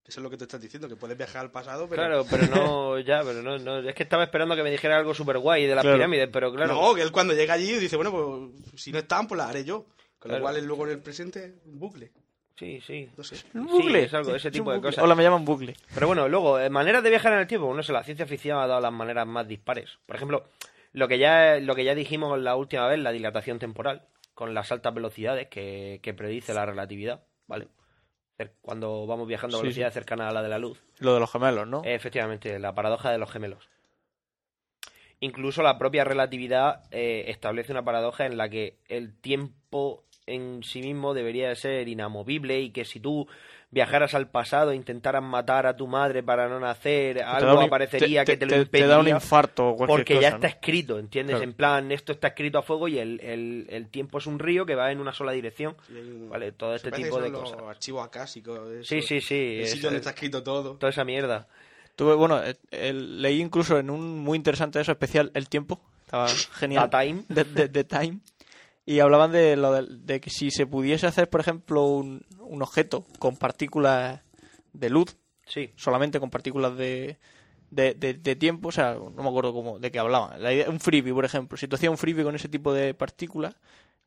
Eso es lo que tú estás diciendo, que puedes viajar al pasado, pero...
Claro, pero
[laughs]
no, ya, pero no, no. Es que estaba esperando que me dijera algo súper guay de las
Claro.
pirámides, pero claro.
No, que él cuando llega allí dice, bueno, pues si no están, pues las haré yo. Con
Claro.
lo cual él luego en el presente, un bucle,
Sí, sí.
no sé.
Un bucle.
Sí, es algo de ese
un
tipo de
bucle.
cosas.
Hola, me llaman bucle.
Pero bueno, luego, eh, maneras de viajar en el tiempo. No sé, la ciencia ficción ha dado las maneras más dispares. Por ejemplo, lo que ya, lo que ya dijimos la última vez, la dilatación temporal, con las altas velocidades que, que predice la relatividad, ¿vale? cer- cuando vamos viajando a
Sí,
velocidad cercana a la de la luz.
Lo de los gemelos, ¿no?
Eh, Efectivamente, la paradoja de los gemelos. Incluso la propia relatividad eh, establece una paradoja en la que el tiempo en sí mismo debería de ser inamovible y que si tú viajaras al pasado e intentaras matar a tu madre para no nacer,
da
algo
un-
aparecería
te-
que
te-
te, lo
te
impediría.
da un infarto o cualquier
Porque
cosa,
ya
¿no?
está escrito, ¿entiendes?
Claro.
En plan, esto está escrito a fuego y el, el- el tiempo es un río que va en una sola dirección. ¿Vale? Todo este
Parece que
tipo de
son
cosas.
los archivos acásicos. eso.
Sí, sí, sí.
El
es-
sitio donde
es-
está escrito todo.
Toda esa mierda.
Tuve, bueno, eh, el- leí incluso en un muy interesante eso especial El Tiempo.
[laughs]
Estaba genial.
The Time.
De, de- de Time. Y hablaban de, lo del- de, que si se pudiese hacer, por ejemplo, un, un objeto con partículas de luz. Solamente con partículas de, de, de- de tiempo. O sea, no me acuerdo cómo, de qué hablaban. La idea- un freebie, por ejemplo. Si tú hacías un freebie con ese tipo de partículas,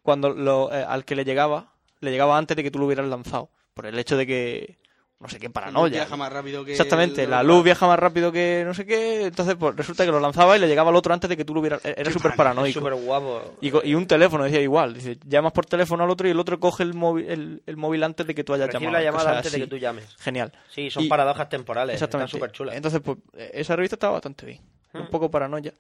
cuando lo, eh, al que le llegaba, le llegaba antes de que tú lo hubieras lanzado. Por el hecho de que... No sé qué paranoia.
Viaja más rápido que
Exactamente,
el-
la luz viaja más rápido que no sé qué, entonces pues, resulta que lo lanzaba y le llegaba al otro antes de que tú lo hubieras... e-, Era súper paranoico.
Súper guapo.
Y, co- y un teléfono decía igual, dice, llamas por teléfono al otro y el otro coge el móvil, el, el móvil antes de que tú hayas
Recibe
llamado.
la llamada
cosas
antes de
así.
que tú llames.
Genial.
Sí, son
Y-
paradojas temporales.
Exactamente.
Están súper chulas.
Entonces, pues, esa revista estaba bastante bien. Un poco paranoia.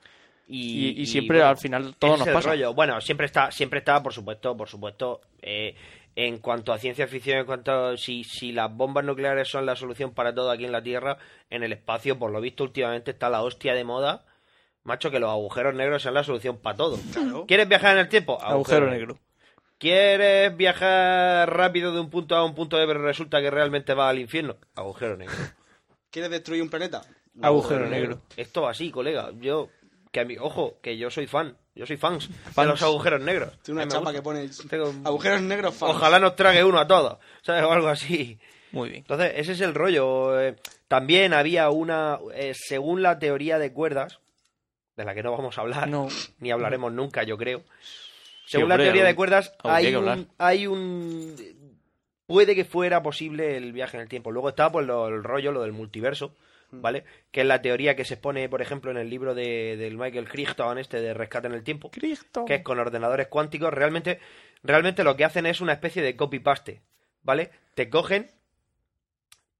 Y,
y siempre
bueno,
al final todo
ese
nos
es el
pasa.
rollo. Bueno, siempre está, siempre está, por supuesto, por supuesto. eh, en cuanto a ciencia ficción, en cuanto a si, si las bombas nucleares son la solución para todo aquí en la Tierra, en el espacio, por lo visto, últimamente está la hostia de moda. Macho, que los agujeros negros sean la solución para todo. ¿Quieres viajar en el tiempo?
Agujero negro.
¿Quieres viajar rápido de un punto A a un punto B, pero resulta que realmente vas al infierno? Agujero negro.
¿Quieres destruir un planeta?
Agujero negro.
Esto va así, colega. Yo, que a mí, ojo, que yo soy fan. Yo soy fans,
Fans.
de los agujeros negros. Ah,
Tiene
A mí
una
me
chapa
gusta.
que pone agujeros negros fans.
Ojalá nos trague uno a todos, ¿sabes? O algo así.
Muy bien.
Entonces, ese es el rollo. eh, También había una, eh, según la teoría de cuerdas, de la que no vamos a hablar,
No.
ni hablaremos nunca, yo creo. Según la
hombre,
teoría de
algún-
cuerdas,
algún día
hay
que hablar.
un, hay un... Puede que fuera posible el viaje en el tiempo. Luego está pues, lo- el rollo, lo del multiverso,
Mm.
¿vale? Que es la teoría que se expone, por ejemplo, en el libro de, del Michael Crichton, este de Rescate en el Tiempo, que es con ordenadores cuánticos. Realmente, realmente lo que hacen es una especie de copy-paste, ¿vale? Te cogen,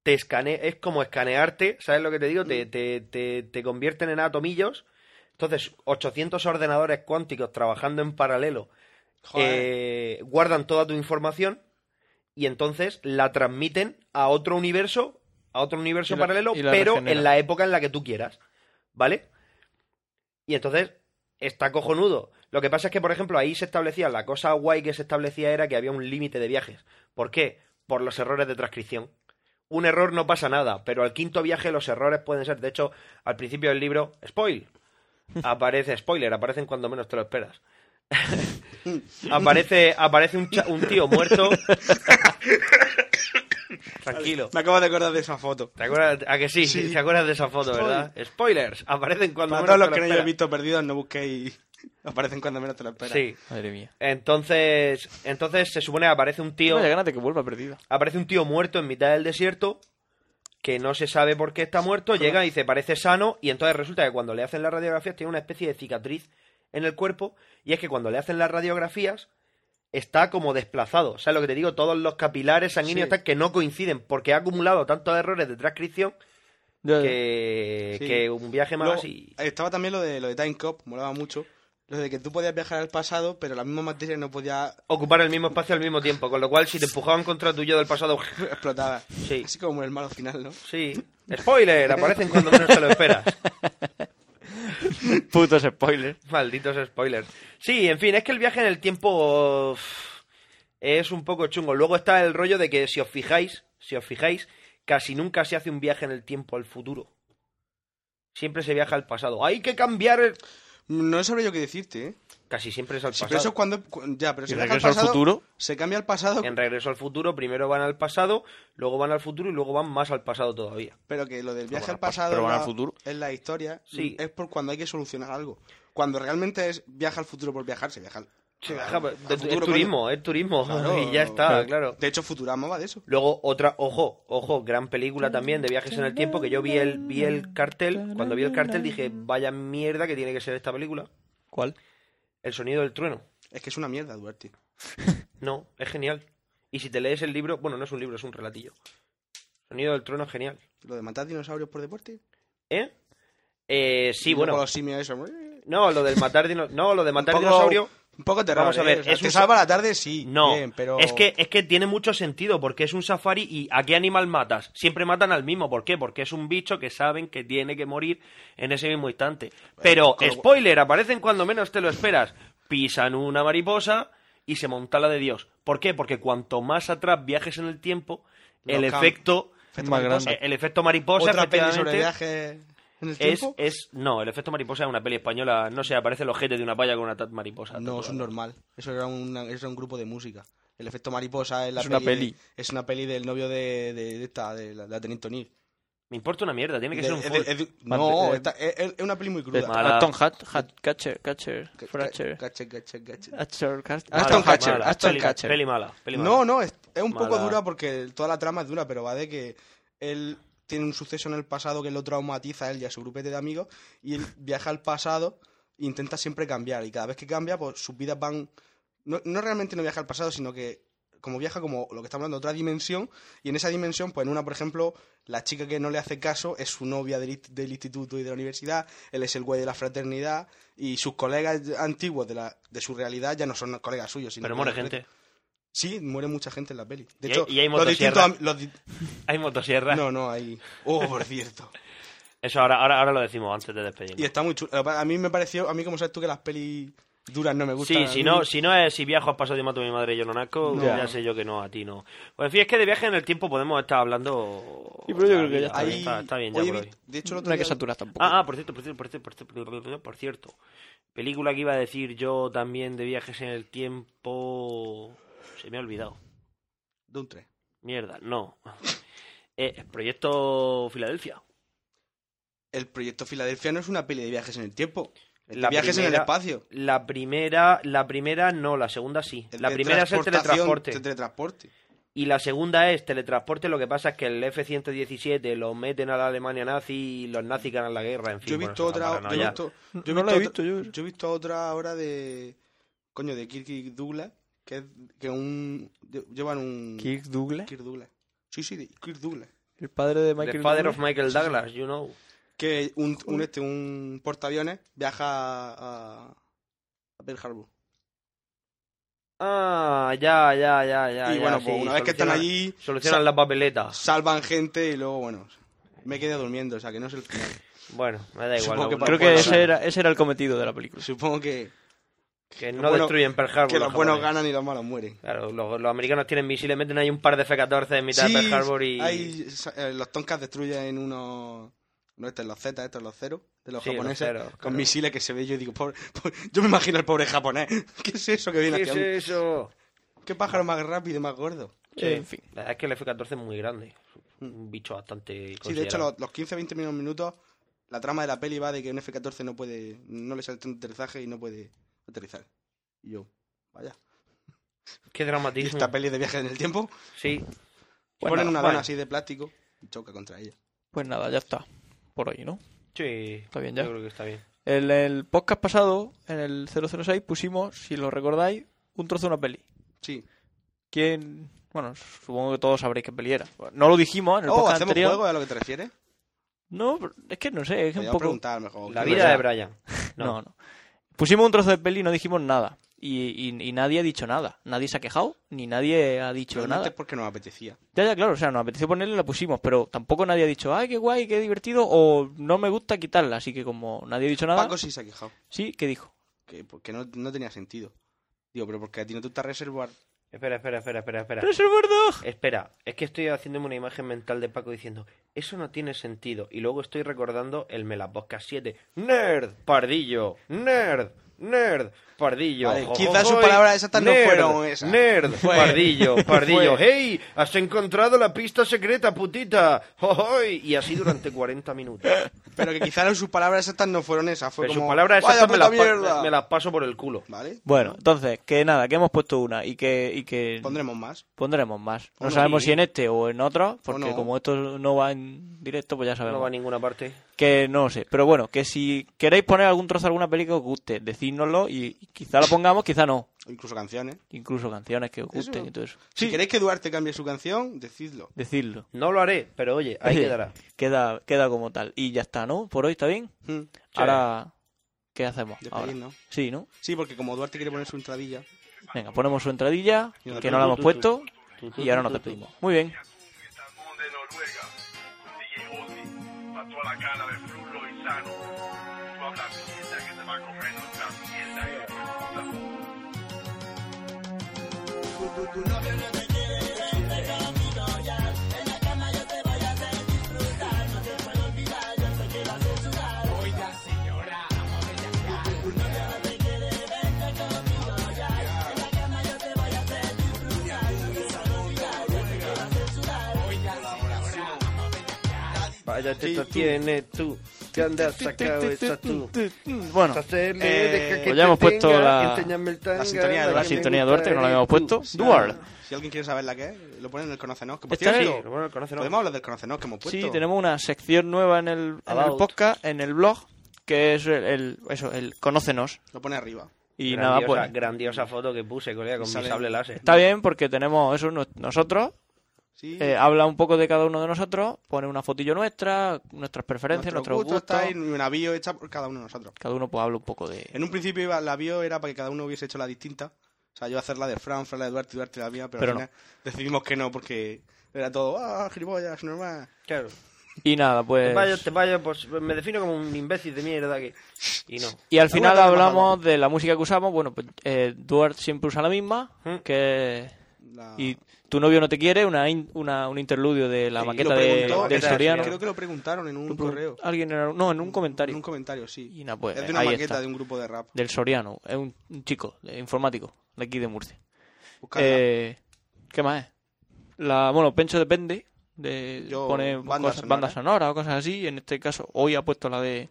te escanean, es como escanearte, ¿sabes lo que te digo? Te, te, te, te convierten en atomillos. Entonces, 800 ordenadores cuánticos trabajando en paralelo eh, guardan toda tu información y entonces la transmiten a otro universo, a otro universo
Y la-
paralelo,
y la
pero
regeneran.
en la época en la que tú quieras. ¿Vale? Y entonces está cojonudo. Lo que pasa es que, por ejemplo, ahí se establecía, la cosa guay que se establecía era que había un límite de viajes. ¿Por qué? Por los errores de transcripción. Un error no pasa nada, pero al quinto viaje los errores pueden ser, de hecho, al principio del libro, spoil. Aparece spoiler, aparecen cuando menos te lo
[laughs]
esperas. aparece aparece un, cha- un
[laughs]
tío muerto. Tranquilo.
Me acabo de acordar de esa foto.
¿Te acuerdas? ¿A que sí?
Sí.
¿Te acuerdas de esa foto, verdad? Spoilers, aparecen cuando
Para
menos
todos los
te
que no
lo
hayáis
esperas.
visto perdidos, no busquéis. [laughs] Aparecen cuando menos te lo esperas.
Sí.
Madre mía.
Entonces, entonces se supone que aparece un tío,
Vaya ganas de que vuelva perdida.
aparece un tío muerto en mitad del desierto que no se sabe por qué está muerto, llega y dice parece sano y entonces resulta que cuando le hacen las radiografías tiene una especie de cicatriz en el cuerpo y es que cuando le hacen las radiografías está como desplazado, ¿sabes lo que te digo? Todos los capilares sanguíneos
Sí.
están que no coinciden porque ha acumulado tantos errores de transcripción
Ya, ya.
que,
Eh, Sí.
que un viaje más
Luego,
y...
Estaba también lo de, lo de Time Cop, molaba mucho. Lo de que tú podías viajar al pasado, pero la misma materia no podía
Ocupar el mismo espacio al mismo tiempo, con lo cual si te empujaban contra tu yo del pasado... [laughs]
explotar.
Sí.
Así como el malo final, ¿no?
Sí. Spoiler, aparecen cuando menos te lo esperas. [laughs]
Putos spoilers.
Malditos spoilers. Sí, en fin, es que el viaje en el tiempo uf, es un poco chungo. Luego está el rollo de que si os fijáis, si os fijáis, casi nunca se hace un viaje en el tiempo al futuro. Siempre se viaja al pasado. Hay que cambiar el...
No sabría yo qué decirte, ¿eh?
Casi siempre es al
Sí,
pasado.
pero eso es cuando. cu- Ya, pero
¿Y
se viaja al
regreso al
pasado.
futuro?
Se cambia al pasado,
En regreso al futuro, primero van al pasado, luego van al futuro y luego van más al pasado todavía.
pero que lo del viaje
van
al
al pas-
pasado.
pero van
en
al
la-
futuro.
En la historia.
Sí.
Es por cuando hay que solucionar algo. Cuando realmente es viaja al futuro por viajar, se viaja al.
Se
al-
viaja-
al
pues, es
futuro, coño.
turismo, es turismo.
Claro.
[laughs] y ya está, claro.
De hecho, Futurama va de eso.
Luego otra, ojo, ojo, gran película también de viajes en el tiempo que yo vi el vi el cartel, cuando vi el cartel dije, vaya mierda que tiene que ser esta película,
¿Cuál?
El sonido del trueno.
Es que es una mierda, Duarte.
No, es genial. Y si te lees el libro, bueno, no es un libro, es un relatillo. Sonido del Trueno es genial.
¿Lo de matar dinosaurios por deporte?
¿Eh? Eh,
Y
sí,
luego
bueno.
los simios esos,
No, lo del matar dino- no, lo de matar
poco-
dinosaurio.
un poco terror,
Vamos a ver,
¿eh? O sea,
es
te
un-
salva la tarde, sí.
No,
bien, pero
es, que, es que tiene mucho sentido porque es un safari y ¿a qué animal matas? Siempre matan al mismo, ¿por qué? Porque es un bicho que saben que tiene que morir en ese mismo instante. Pero,
con lo cu-
spoiler, aparecen cuando menos te lo esperas. Pisan una mariposa y se monta la de Dios. ¿Por qué? Porque cuanto más atrás viajes en el tiempo,
Los
el
cam-
efecto...
efecto Más mariposa. grande.
El efecto mariposa...
otra peli sobre
efectivamente,
viaje en el
es,
tiempo.
es- no, el efecto mariposa es una peli española, no sé, aparece el ojete de una palla con una ta- mariposa.
No, es un normal. Eso era, una- eso era un grupo de música. El efecto mariposa es la
Es una peli.
es una peli del novio de, de, de esta, de la, de la Teniente O'Neill.
Me importa una mierda, tiene que
De-
ser un
es de-
folk.
es de- No, esta- es, es- es una peli muy cruda.
Mala.
Eh, Aston Hat- Hat- Catcher, Catcher,
Ca- ca-
Fratcher.
Catcher, catcher, catcher.
Aston Cat-
Mala,
Aston
mala,
Catcher,
mala,
Aston
peli-
Catcher.
peli mala, peli mala.
No, no, es, es un poco
Mala.
dura porque toda la trama es dura, pero va de que él tiene un suceso en el pasado que lo traumatiza a él y a su grupete de amigos y él viaja al pasado e intenta siempre cambiar y cada vez que cambia pues sus vidas van... No, no realmente no viaja al pasado, sino que como viaja como lo que está hablando, otra dimensión y en esa dimensión pues en una por ejemplo la chica que no le hace caso es su novia del, inst- del instituto y de la universidad, él es el güey de la fraternidad y sus colegas antiguos de, la, de su realidad ya no son colegas suyos. Sino
Pero muere
colegas-
gente.
Sí, muere mucha gente en la peli. De
Y hay-
hecho,
y hay
los distintos am-
motosierras. [laughs]
los di-
Hay motosierras.
No, no, hay. Oh, por cierto.
Eso ahora, ahora, ahora lo decimos antes de despedirnos.
Y está muy chulo. A mí me pareció, a mí como sabes tú que las pelis duras no me gustan.
Sí, si
A mí-
no, si no es si viajo has pasado y mato a mi madre y yo no nazco,
No.
ya sé yo que no, a ti no. Pues en fin, es que de viaje en el tiempo podemos estar hablando.
Sí, pero yo creo que ya
está
está
bien.
bien.
Está, está bien ya
Oye,
por
vi-
hoy.
De hecho, el otro
No hay que
día-
saturar tampoco.
Ah, ah, por cierto, por cierto, por cierto, por cierto, por cierto. Película que iba a decir yo también de viajes en el tiempo. Se me ha olvidado.
Doom 3.
Mierda, no. [laughs] Eh, proyecto Filadelfia.
El proyecto Filadelfia no es una peli de viajes en el tiempo. Es de
La
viajes en el
primera-
espacio.
La primera, la primera no, la segunda sí.
Es
la
de
primera es el
transportación,
teletransporte.
de teletransporte.
Y la segunda es teletransporte. Lo que pasa es que el F-117 lo meten a la Alemania nazi y los nazis ganan la guerra. En fin,
Yo he
bueno,
visto
eso es una
otra. Yo he
paranoia.
visto, yo he
No la he
otra-
visto yo.
Yo he visto otra ahora de. Coño, de Kirk Douglas. Que es que un. de- Llevan un.
Kirk Douglas,
Kirk Douglas. Sí, sí, de Kirk Douglas.
el padre de
The
Michael
Father of
Douglas.
Michael Douglas, you know.
que un, un, este, un portaaviones viaja a, a Pearl Harbor.
Ah, ya, ya, ya, ya.
y
ya,
bueno,
sí,
pues una vez que están
solucionan-
allí,
Solucionan
sa-
las papeletas.
salvan gente y luego, bueno, me quedé durmiendo, o sea que no es el
[laughs]
final.
Bueno, me da igual.
Supongo que
no-
para-
Creo que
Bueno,
ese
bueno.
era, ese era el cometido de la película.
Supongo que,
que no
los buenos-
destruyen Pearl Harbor.
que los buenos
japoneses.
ganan y los malos mueren.
Claro, los, los americanos tienen misiles, meten ahí un par de F-14 en mitad
Sí,
de Pearl Harbor y...
hay- sa- eh, los Tonkas destruyen unos... No, este es los Z, estos es los Zero, de los
Sí, los
japoneses,
Zero,
con
claro.
misiles que se ve. Yo digo, pobre- [laughs] pobre- yo me imagino al pobre japonés. [laughs] ¿Qué es eso que viene
¿Qué
hacia mí?
es eso?
¿Qué pájaro más rápido y más gordo?
Sí.
En fin.
La verdad es que el F-14 es muy grande. Un bicho bastante
Mm. Sí, de hecho,
considerable.
los, los 15-20 primeros minutos, la trama de la peli va de que un F-14 no puede, no le sale el tren de aterrizaje y no puede aterrizar. Y yo, vaya.
Qué
Y
dramatismo.
esta peli de viaje en el tiempo,
Sí.
ponen una
[laughs] bueno.
dona así de plástico y choca contra ella.
Pues nada, ya está. Por hoy, ¿no?
Sí. Está
bien ya.
Yo creo que está bien.
En el podcast pasado, en el 006, pusimos, si lo recordáis, un trozo de una peli.
Sí.
¿Quién...? Bueno, supongo que todos sabréis qué peli era. No lo dijimos en el
Oh,
podcast
¿hacemos
anterior.
juego a lo que te refieres?
No, pero es que no sé, es
Te
que
voy
un
a
poco...
preguntar mejor.
La
¿Qué
vida de
verdad?
Brian.
No.
No.
no, Pusimos un trozo de peli y no dijimos nada. Y, y- y nadie ha dicho nada. Nadie se ha quejado, ni nadie ha dicho
Realmente
nada.
es porque nos apetecía.
Ya, ya, claro, o sea, nos apeteció ponerla y la pusimos, pero tampoco nadie ha dicho, ay, qué guay, qué divertido, o no me gusta quitarla. Así que como nadie ha dicho nada,
Paco sí se ha quejado,
sí, ¿qué dijo?
que, porque no, no tenía sentido. Digo, pero porque a ti no te gusta reservar.
Espera, espera, espera, espera, espera.
¡Pero es el Bulldog!
Espera, es que estoy haciéndome una imagen mental de Paco diciendo, eso no tiene sentido. Y luego estoy recordando el Melapodcast 7. Nerd, pardillo, nerd, nerd, pardillo.
Vale,
jojojoy,
quizás sus palabras exactas no
nerd,
fueron esas.
Nerd, pardillo,
[laughs]
pardillo.
Fue.
¡Hey! Has encontrado la pista secreta, putita. Jojoy. Y así durante 40 minutos.
Pero que quizás sus palabras exactas no fueron esas. [laughs] Fue
Pero
como,
sus palabras
"Vaya
exactas me
puta
las, pa-
mierda".
me las paso por el culo.
¿Vale?
Bueno, entonces, que nada, que hemos puesto una y que, y que
Pondremos más.
pondremos más. No
Uno,
sabemos
sí.
si en este o en otro, porque
no.
como esto no va en directo, pues ya sabemos.
No va a ninguna parte.
Que no sé, pero bueno, que si queréis poner algún trozo de alguna película que os guste, de sugerirnoslo y y quizá lo pongamos, quizá no.
Incluso canciones.
Incluso canciones que os gusten
Eso.
y todo eso.
Si queréis que Duarte cambie su canción, decidlo.
Decirlo.
No lo haré, pero oye, ahí quedará.
Queda, queda como tal. Y ya está, ¿no? Por hoy está bien.
Mm.
Ahora, ¿qué hacemos? Ahora?
Despedirnos.
Sí, ¿no?
Sí, porque como Duarte quiere poner su entradilla.
Venga, ponemos su entradilla,
Y ahora
que
tú,
no la
tú,
hemos
tú,
puesto,
tú, tú,
y ahora nos
tú, tú, tú.
despedimos. Muy bien.
Vaya teta tiene tú, que andas sacado esa tú.
Mm.
Bueno,
Hacerme,
eh,
deja que
pues ya hemos
te
puesto
tenga,
la-
enséñame el tanga,
La sintonía de
la
Duarte.
la
que
sintonía
me
de Duarte, que no la
gusta
habíamos
eres tú.
puesto.
Si
Duarte.
alguien- Si alguien quiere saber la que es, lo ponen en el Conocenos. Que por
Está
cierto,
bien.
Bueno, conoce, no.
podemos hablar del Conocenos que hemos puesto.
Sí, tenemos una sección nueva en el, en el
About.
podcast, en el blog, que es el, el- eso, el conócenos.
Lo pone arriba.
Y
Grandiosa-
nada, pues
Grandiosa foto que puse, colega, con
Sale-
mi sable láser.
está bien porque tenemos eso no- nosotros,
Sí.
eh, habla un poco de cada uno de nosotros, pone una fotillo nuestra, nuestras preferencias,
nuestro
nuestros
gusto
gustos.
está ahí, una bio hecha por cada uno de nosotros.
Cada uno pues habla un poco de...
En un principio iba- la bio era para que cada uno hubiese hecho la distinta. O sea, yo hacer la de Fran, Fran la de Duarte, Duarte la mía, pero,
Pero
al
no.
final decidimos que no porque era todo, ah, gilipollas, normal.
Claro.
Y nada,
Te
pues...
vaya, te vaya, pues me defino como un imbécil de mierda que... Y no.
Y al final
Aguanta, aguanta,
hablamos de la música que usamos. Bueno, pues eh, Duarte siempre usa la misma,
¿Mm?
que
La-
y tu novio no te quiere, una, in- una- un interludio de la
Sí,
maqueta
lo
de,
preguntó,
del
creo-
Soriano.
Creo que lo preguntaron en un
Lo pregun-
correo.
Alguien en un- no, en un comentario.
En un comentario, sí.
Y nada, pues,
es de una
ahí
maqueta
está.
de un grupo de rap.
Del Soriano, es un, un chico, de informático, de aquí de Murcia.
Buscadla.
Eh, ¿Qué más es? La, bueno, Pencho depende. De,
Yo,
pone
banda
cosas- bandas
sonora.
sonoras
¿eh?
o cosas así. En este caso, hoy ha puesto la de eh.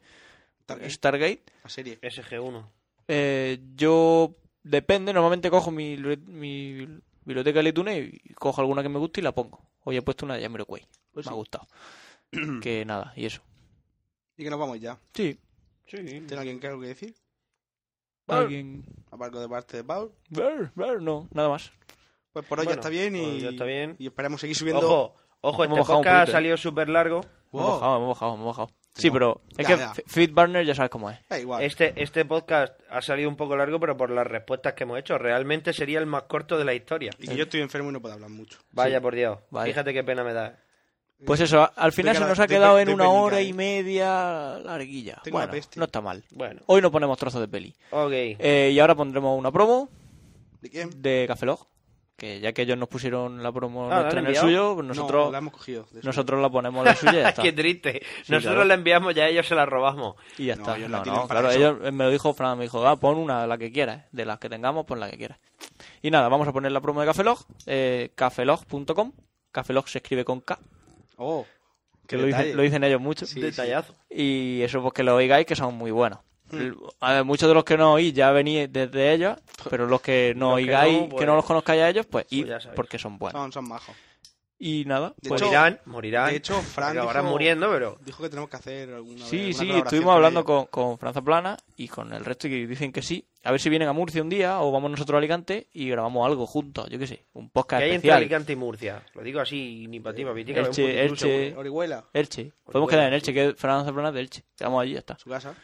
Stargate.
Stargate.
La serie.
SG1.
Eh, yo depende, normalmente cojo mi, libret- mi biblioteca de iTunes y cojo alguna que me guste y la pongo. Hoy he puesto una de Jamiroquai,
Pues
me ha
[clears throat]
gustado. que nada, y eso.
Y que nos vamos ya.
Sí,
¿Tiene alguien que algo que decir?
alguien...
Aparte de parte de Paul.
Ver, ver, no, nada más.
Pues por hoy ya
Bueno,
está bien y,
pues ya está bien.
y esperamos seguir subiendo.
Ojo, ojo,
Hemos
este
bajado un
podcast
poquito,
ha salido súper largo.
Wow.
Hemos bajado, hemos bajado, hemos bajado. Sí, pero es
Ya,
que
ya.
F- Fit Burner ya sabes cómo es.
Da igual.
Este, este podcast ha salido un poco largo, pero por las respuestas que hemos hecho, realmente sería el más corto de la historia.
Y que yo estoy enfermo y no puedo hablar mucho.
Vaya por Dios.
Vaya.
Fíjate qué pena me da.
Pues eso, al final
Estoy
se
cada-
nos ha
estoy
quedado
pe-
en
estoy
una
penica,
hora
eh.
y media larguilla.
Tengo una
bueno,
peste.
no está mal.
Bueno,
Hoy no ponemos trozos de peli.
ok.
Eh, y ahora pondremos una promo.
¿De quién?
de Café Lock, que ya que ellos nos pusieron la promo
Ah, ¿la han
nuestra en el
enviado?
suyo, pues
No,
nosotros,
la hemos cogido. de su-
nosotros la ponemos la
[laughs]
suya y ya está.
qué triste. Nosotros
claro.
la enviamos ya ellos se la robamos.
Y ya
No,
está.
ellos la
No,
tienen
no,
para
claro,
eso.
ellos eh, me lo dijo Fran, me dijo, ah, pon una, la que quieras, eh, de las que tengamos, pon la que quieras. Y nada, vamos a poner la promo de Café Lock, eh, cafelog.com, Café Lock se escribe con K,
Oh,
que
qué
lo
detalle.
dicen, lo dicen ellos mucho.
Sí,
Detallazo.
Y eso pues que lo oigáis, que son muy buenos.
Hmm.
El- a ver, muchos de los que no oís ya venís desde
[laughs]
ellos, pero los que no
Los que
oigáis, que
no,
no,
pues,
los conozcáis a ellos, pues
pues
id
ya sabéis.
porque son buenos.
Son, son majos.
Y nada,
De
pues,
hecho,
Morirán, morirán.
de hecho, Fran
Acabarán
dijo-
muriendo, pero...
Dijo que tenemos que hacer
Sí,
alguna vez-
sí,
alguna colaboración
estuvimos hablando
ellos.
con, con Franza Plana y con el resto que dicen que sí. A ver si vienen a Murcia un día o vamos nosotros a Alicante y grabamos algo juntos, yo qué sé, un
Que
podcast
hay entre
especial.
Alicante y Murcia. Lo digo así, ni para ti, para mí. tiene que haber un
Elche,
puto incluso,
Elche.
seguro.
Orihuela,
Elche, podemos
Pues
quedar en Elche, que Franza Plana es de Elche. Quedamos allí y ya está.
su
[laughs]
casa.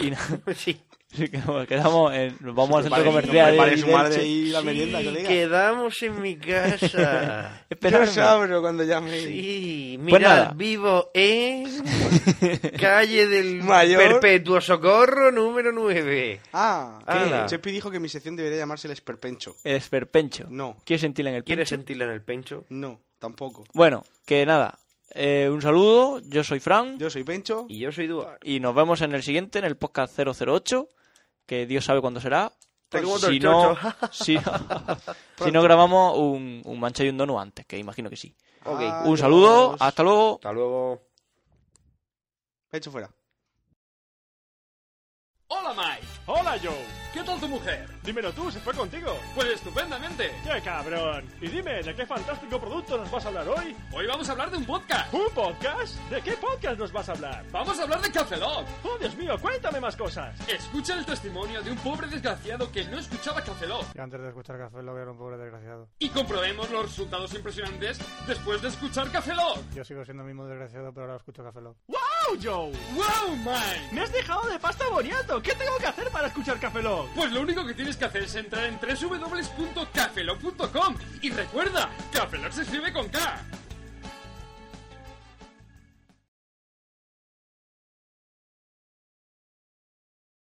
Y nada, [laughs]
[laughs] Sí.
sí, que nos quedamos en- nos vamos al centro
Prepare-
comercial
prepare
de,
su
de
madre
Elche.
y la
Sí,
merienda, colega.
quedamos en mi
[laughs]
casa.
Yo
Esperadme.
os abro cuando llame.
Sí,
Pues
mirad,
nada.
vivo
[laughs]
en calle del
Mayor.
Perpetuo Socorro número 9.
Ah,
Ala.
Chepi dijo que mi sección debería llamarse el esperpencho.
El esperpencho.
No.
¿Quieres sentirla en el
¿Quieres
pencho?
sentirla en el pencho?
No, tampoco.
Bueno, que nada, eh, un saludo, yo soy Fran
Yo soy Pencho.
Y yo soy Duarte.
y nos vemos en el siguiente, en el podcast 008, que Dios sabe cuándo será.
Te como todo
si,
el
no,
chocho.
si,
[laughs]
si no grabamos un, un mancha y un dono antes, que imagino que sí.
Ok.
Un saludo,
Adiós.
hasta luego.
Hasta luego.
Pencho fuera.
Hola Mike, Hola Joe, ¿qué tal tu mujer? Dímelo tú, se fue contigo. Pues estupendamente. ¡Qué cabrón! Y dime, ¿de qué fantástico producto nos vas a hablar hoy? Uh. Hoy vamos a hablar de un podcast. ¿Un podcast? ¿De qué podcast nos vas a hablar?
Vamos a hablar de Café Lock.
¡Oh, Dios mío, cuéntame más cosas!
Escucha el testimonio de un pobre desgraciado que no escuchaba Café Lock.
Yo antes de escuchar Café Lock era un pobre desgraciado.
Y comprobemos los resultados impresionantes después de escuchar Café Lock.
Yo sigo siendo el mismo desgraciado, pero ahora escucho Café Lock.
¡Wow, Joe!
¡Wow, Mike!
¡Me has dejado de pasta boniato! ¿Qué tengo que hacer para escuchar Café Lock?
Pues lo único que tienes que hacer es entrar en www.cafeloc.com y recuerda, Café Lock se escribe con K.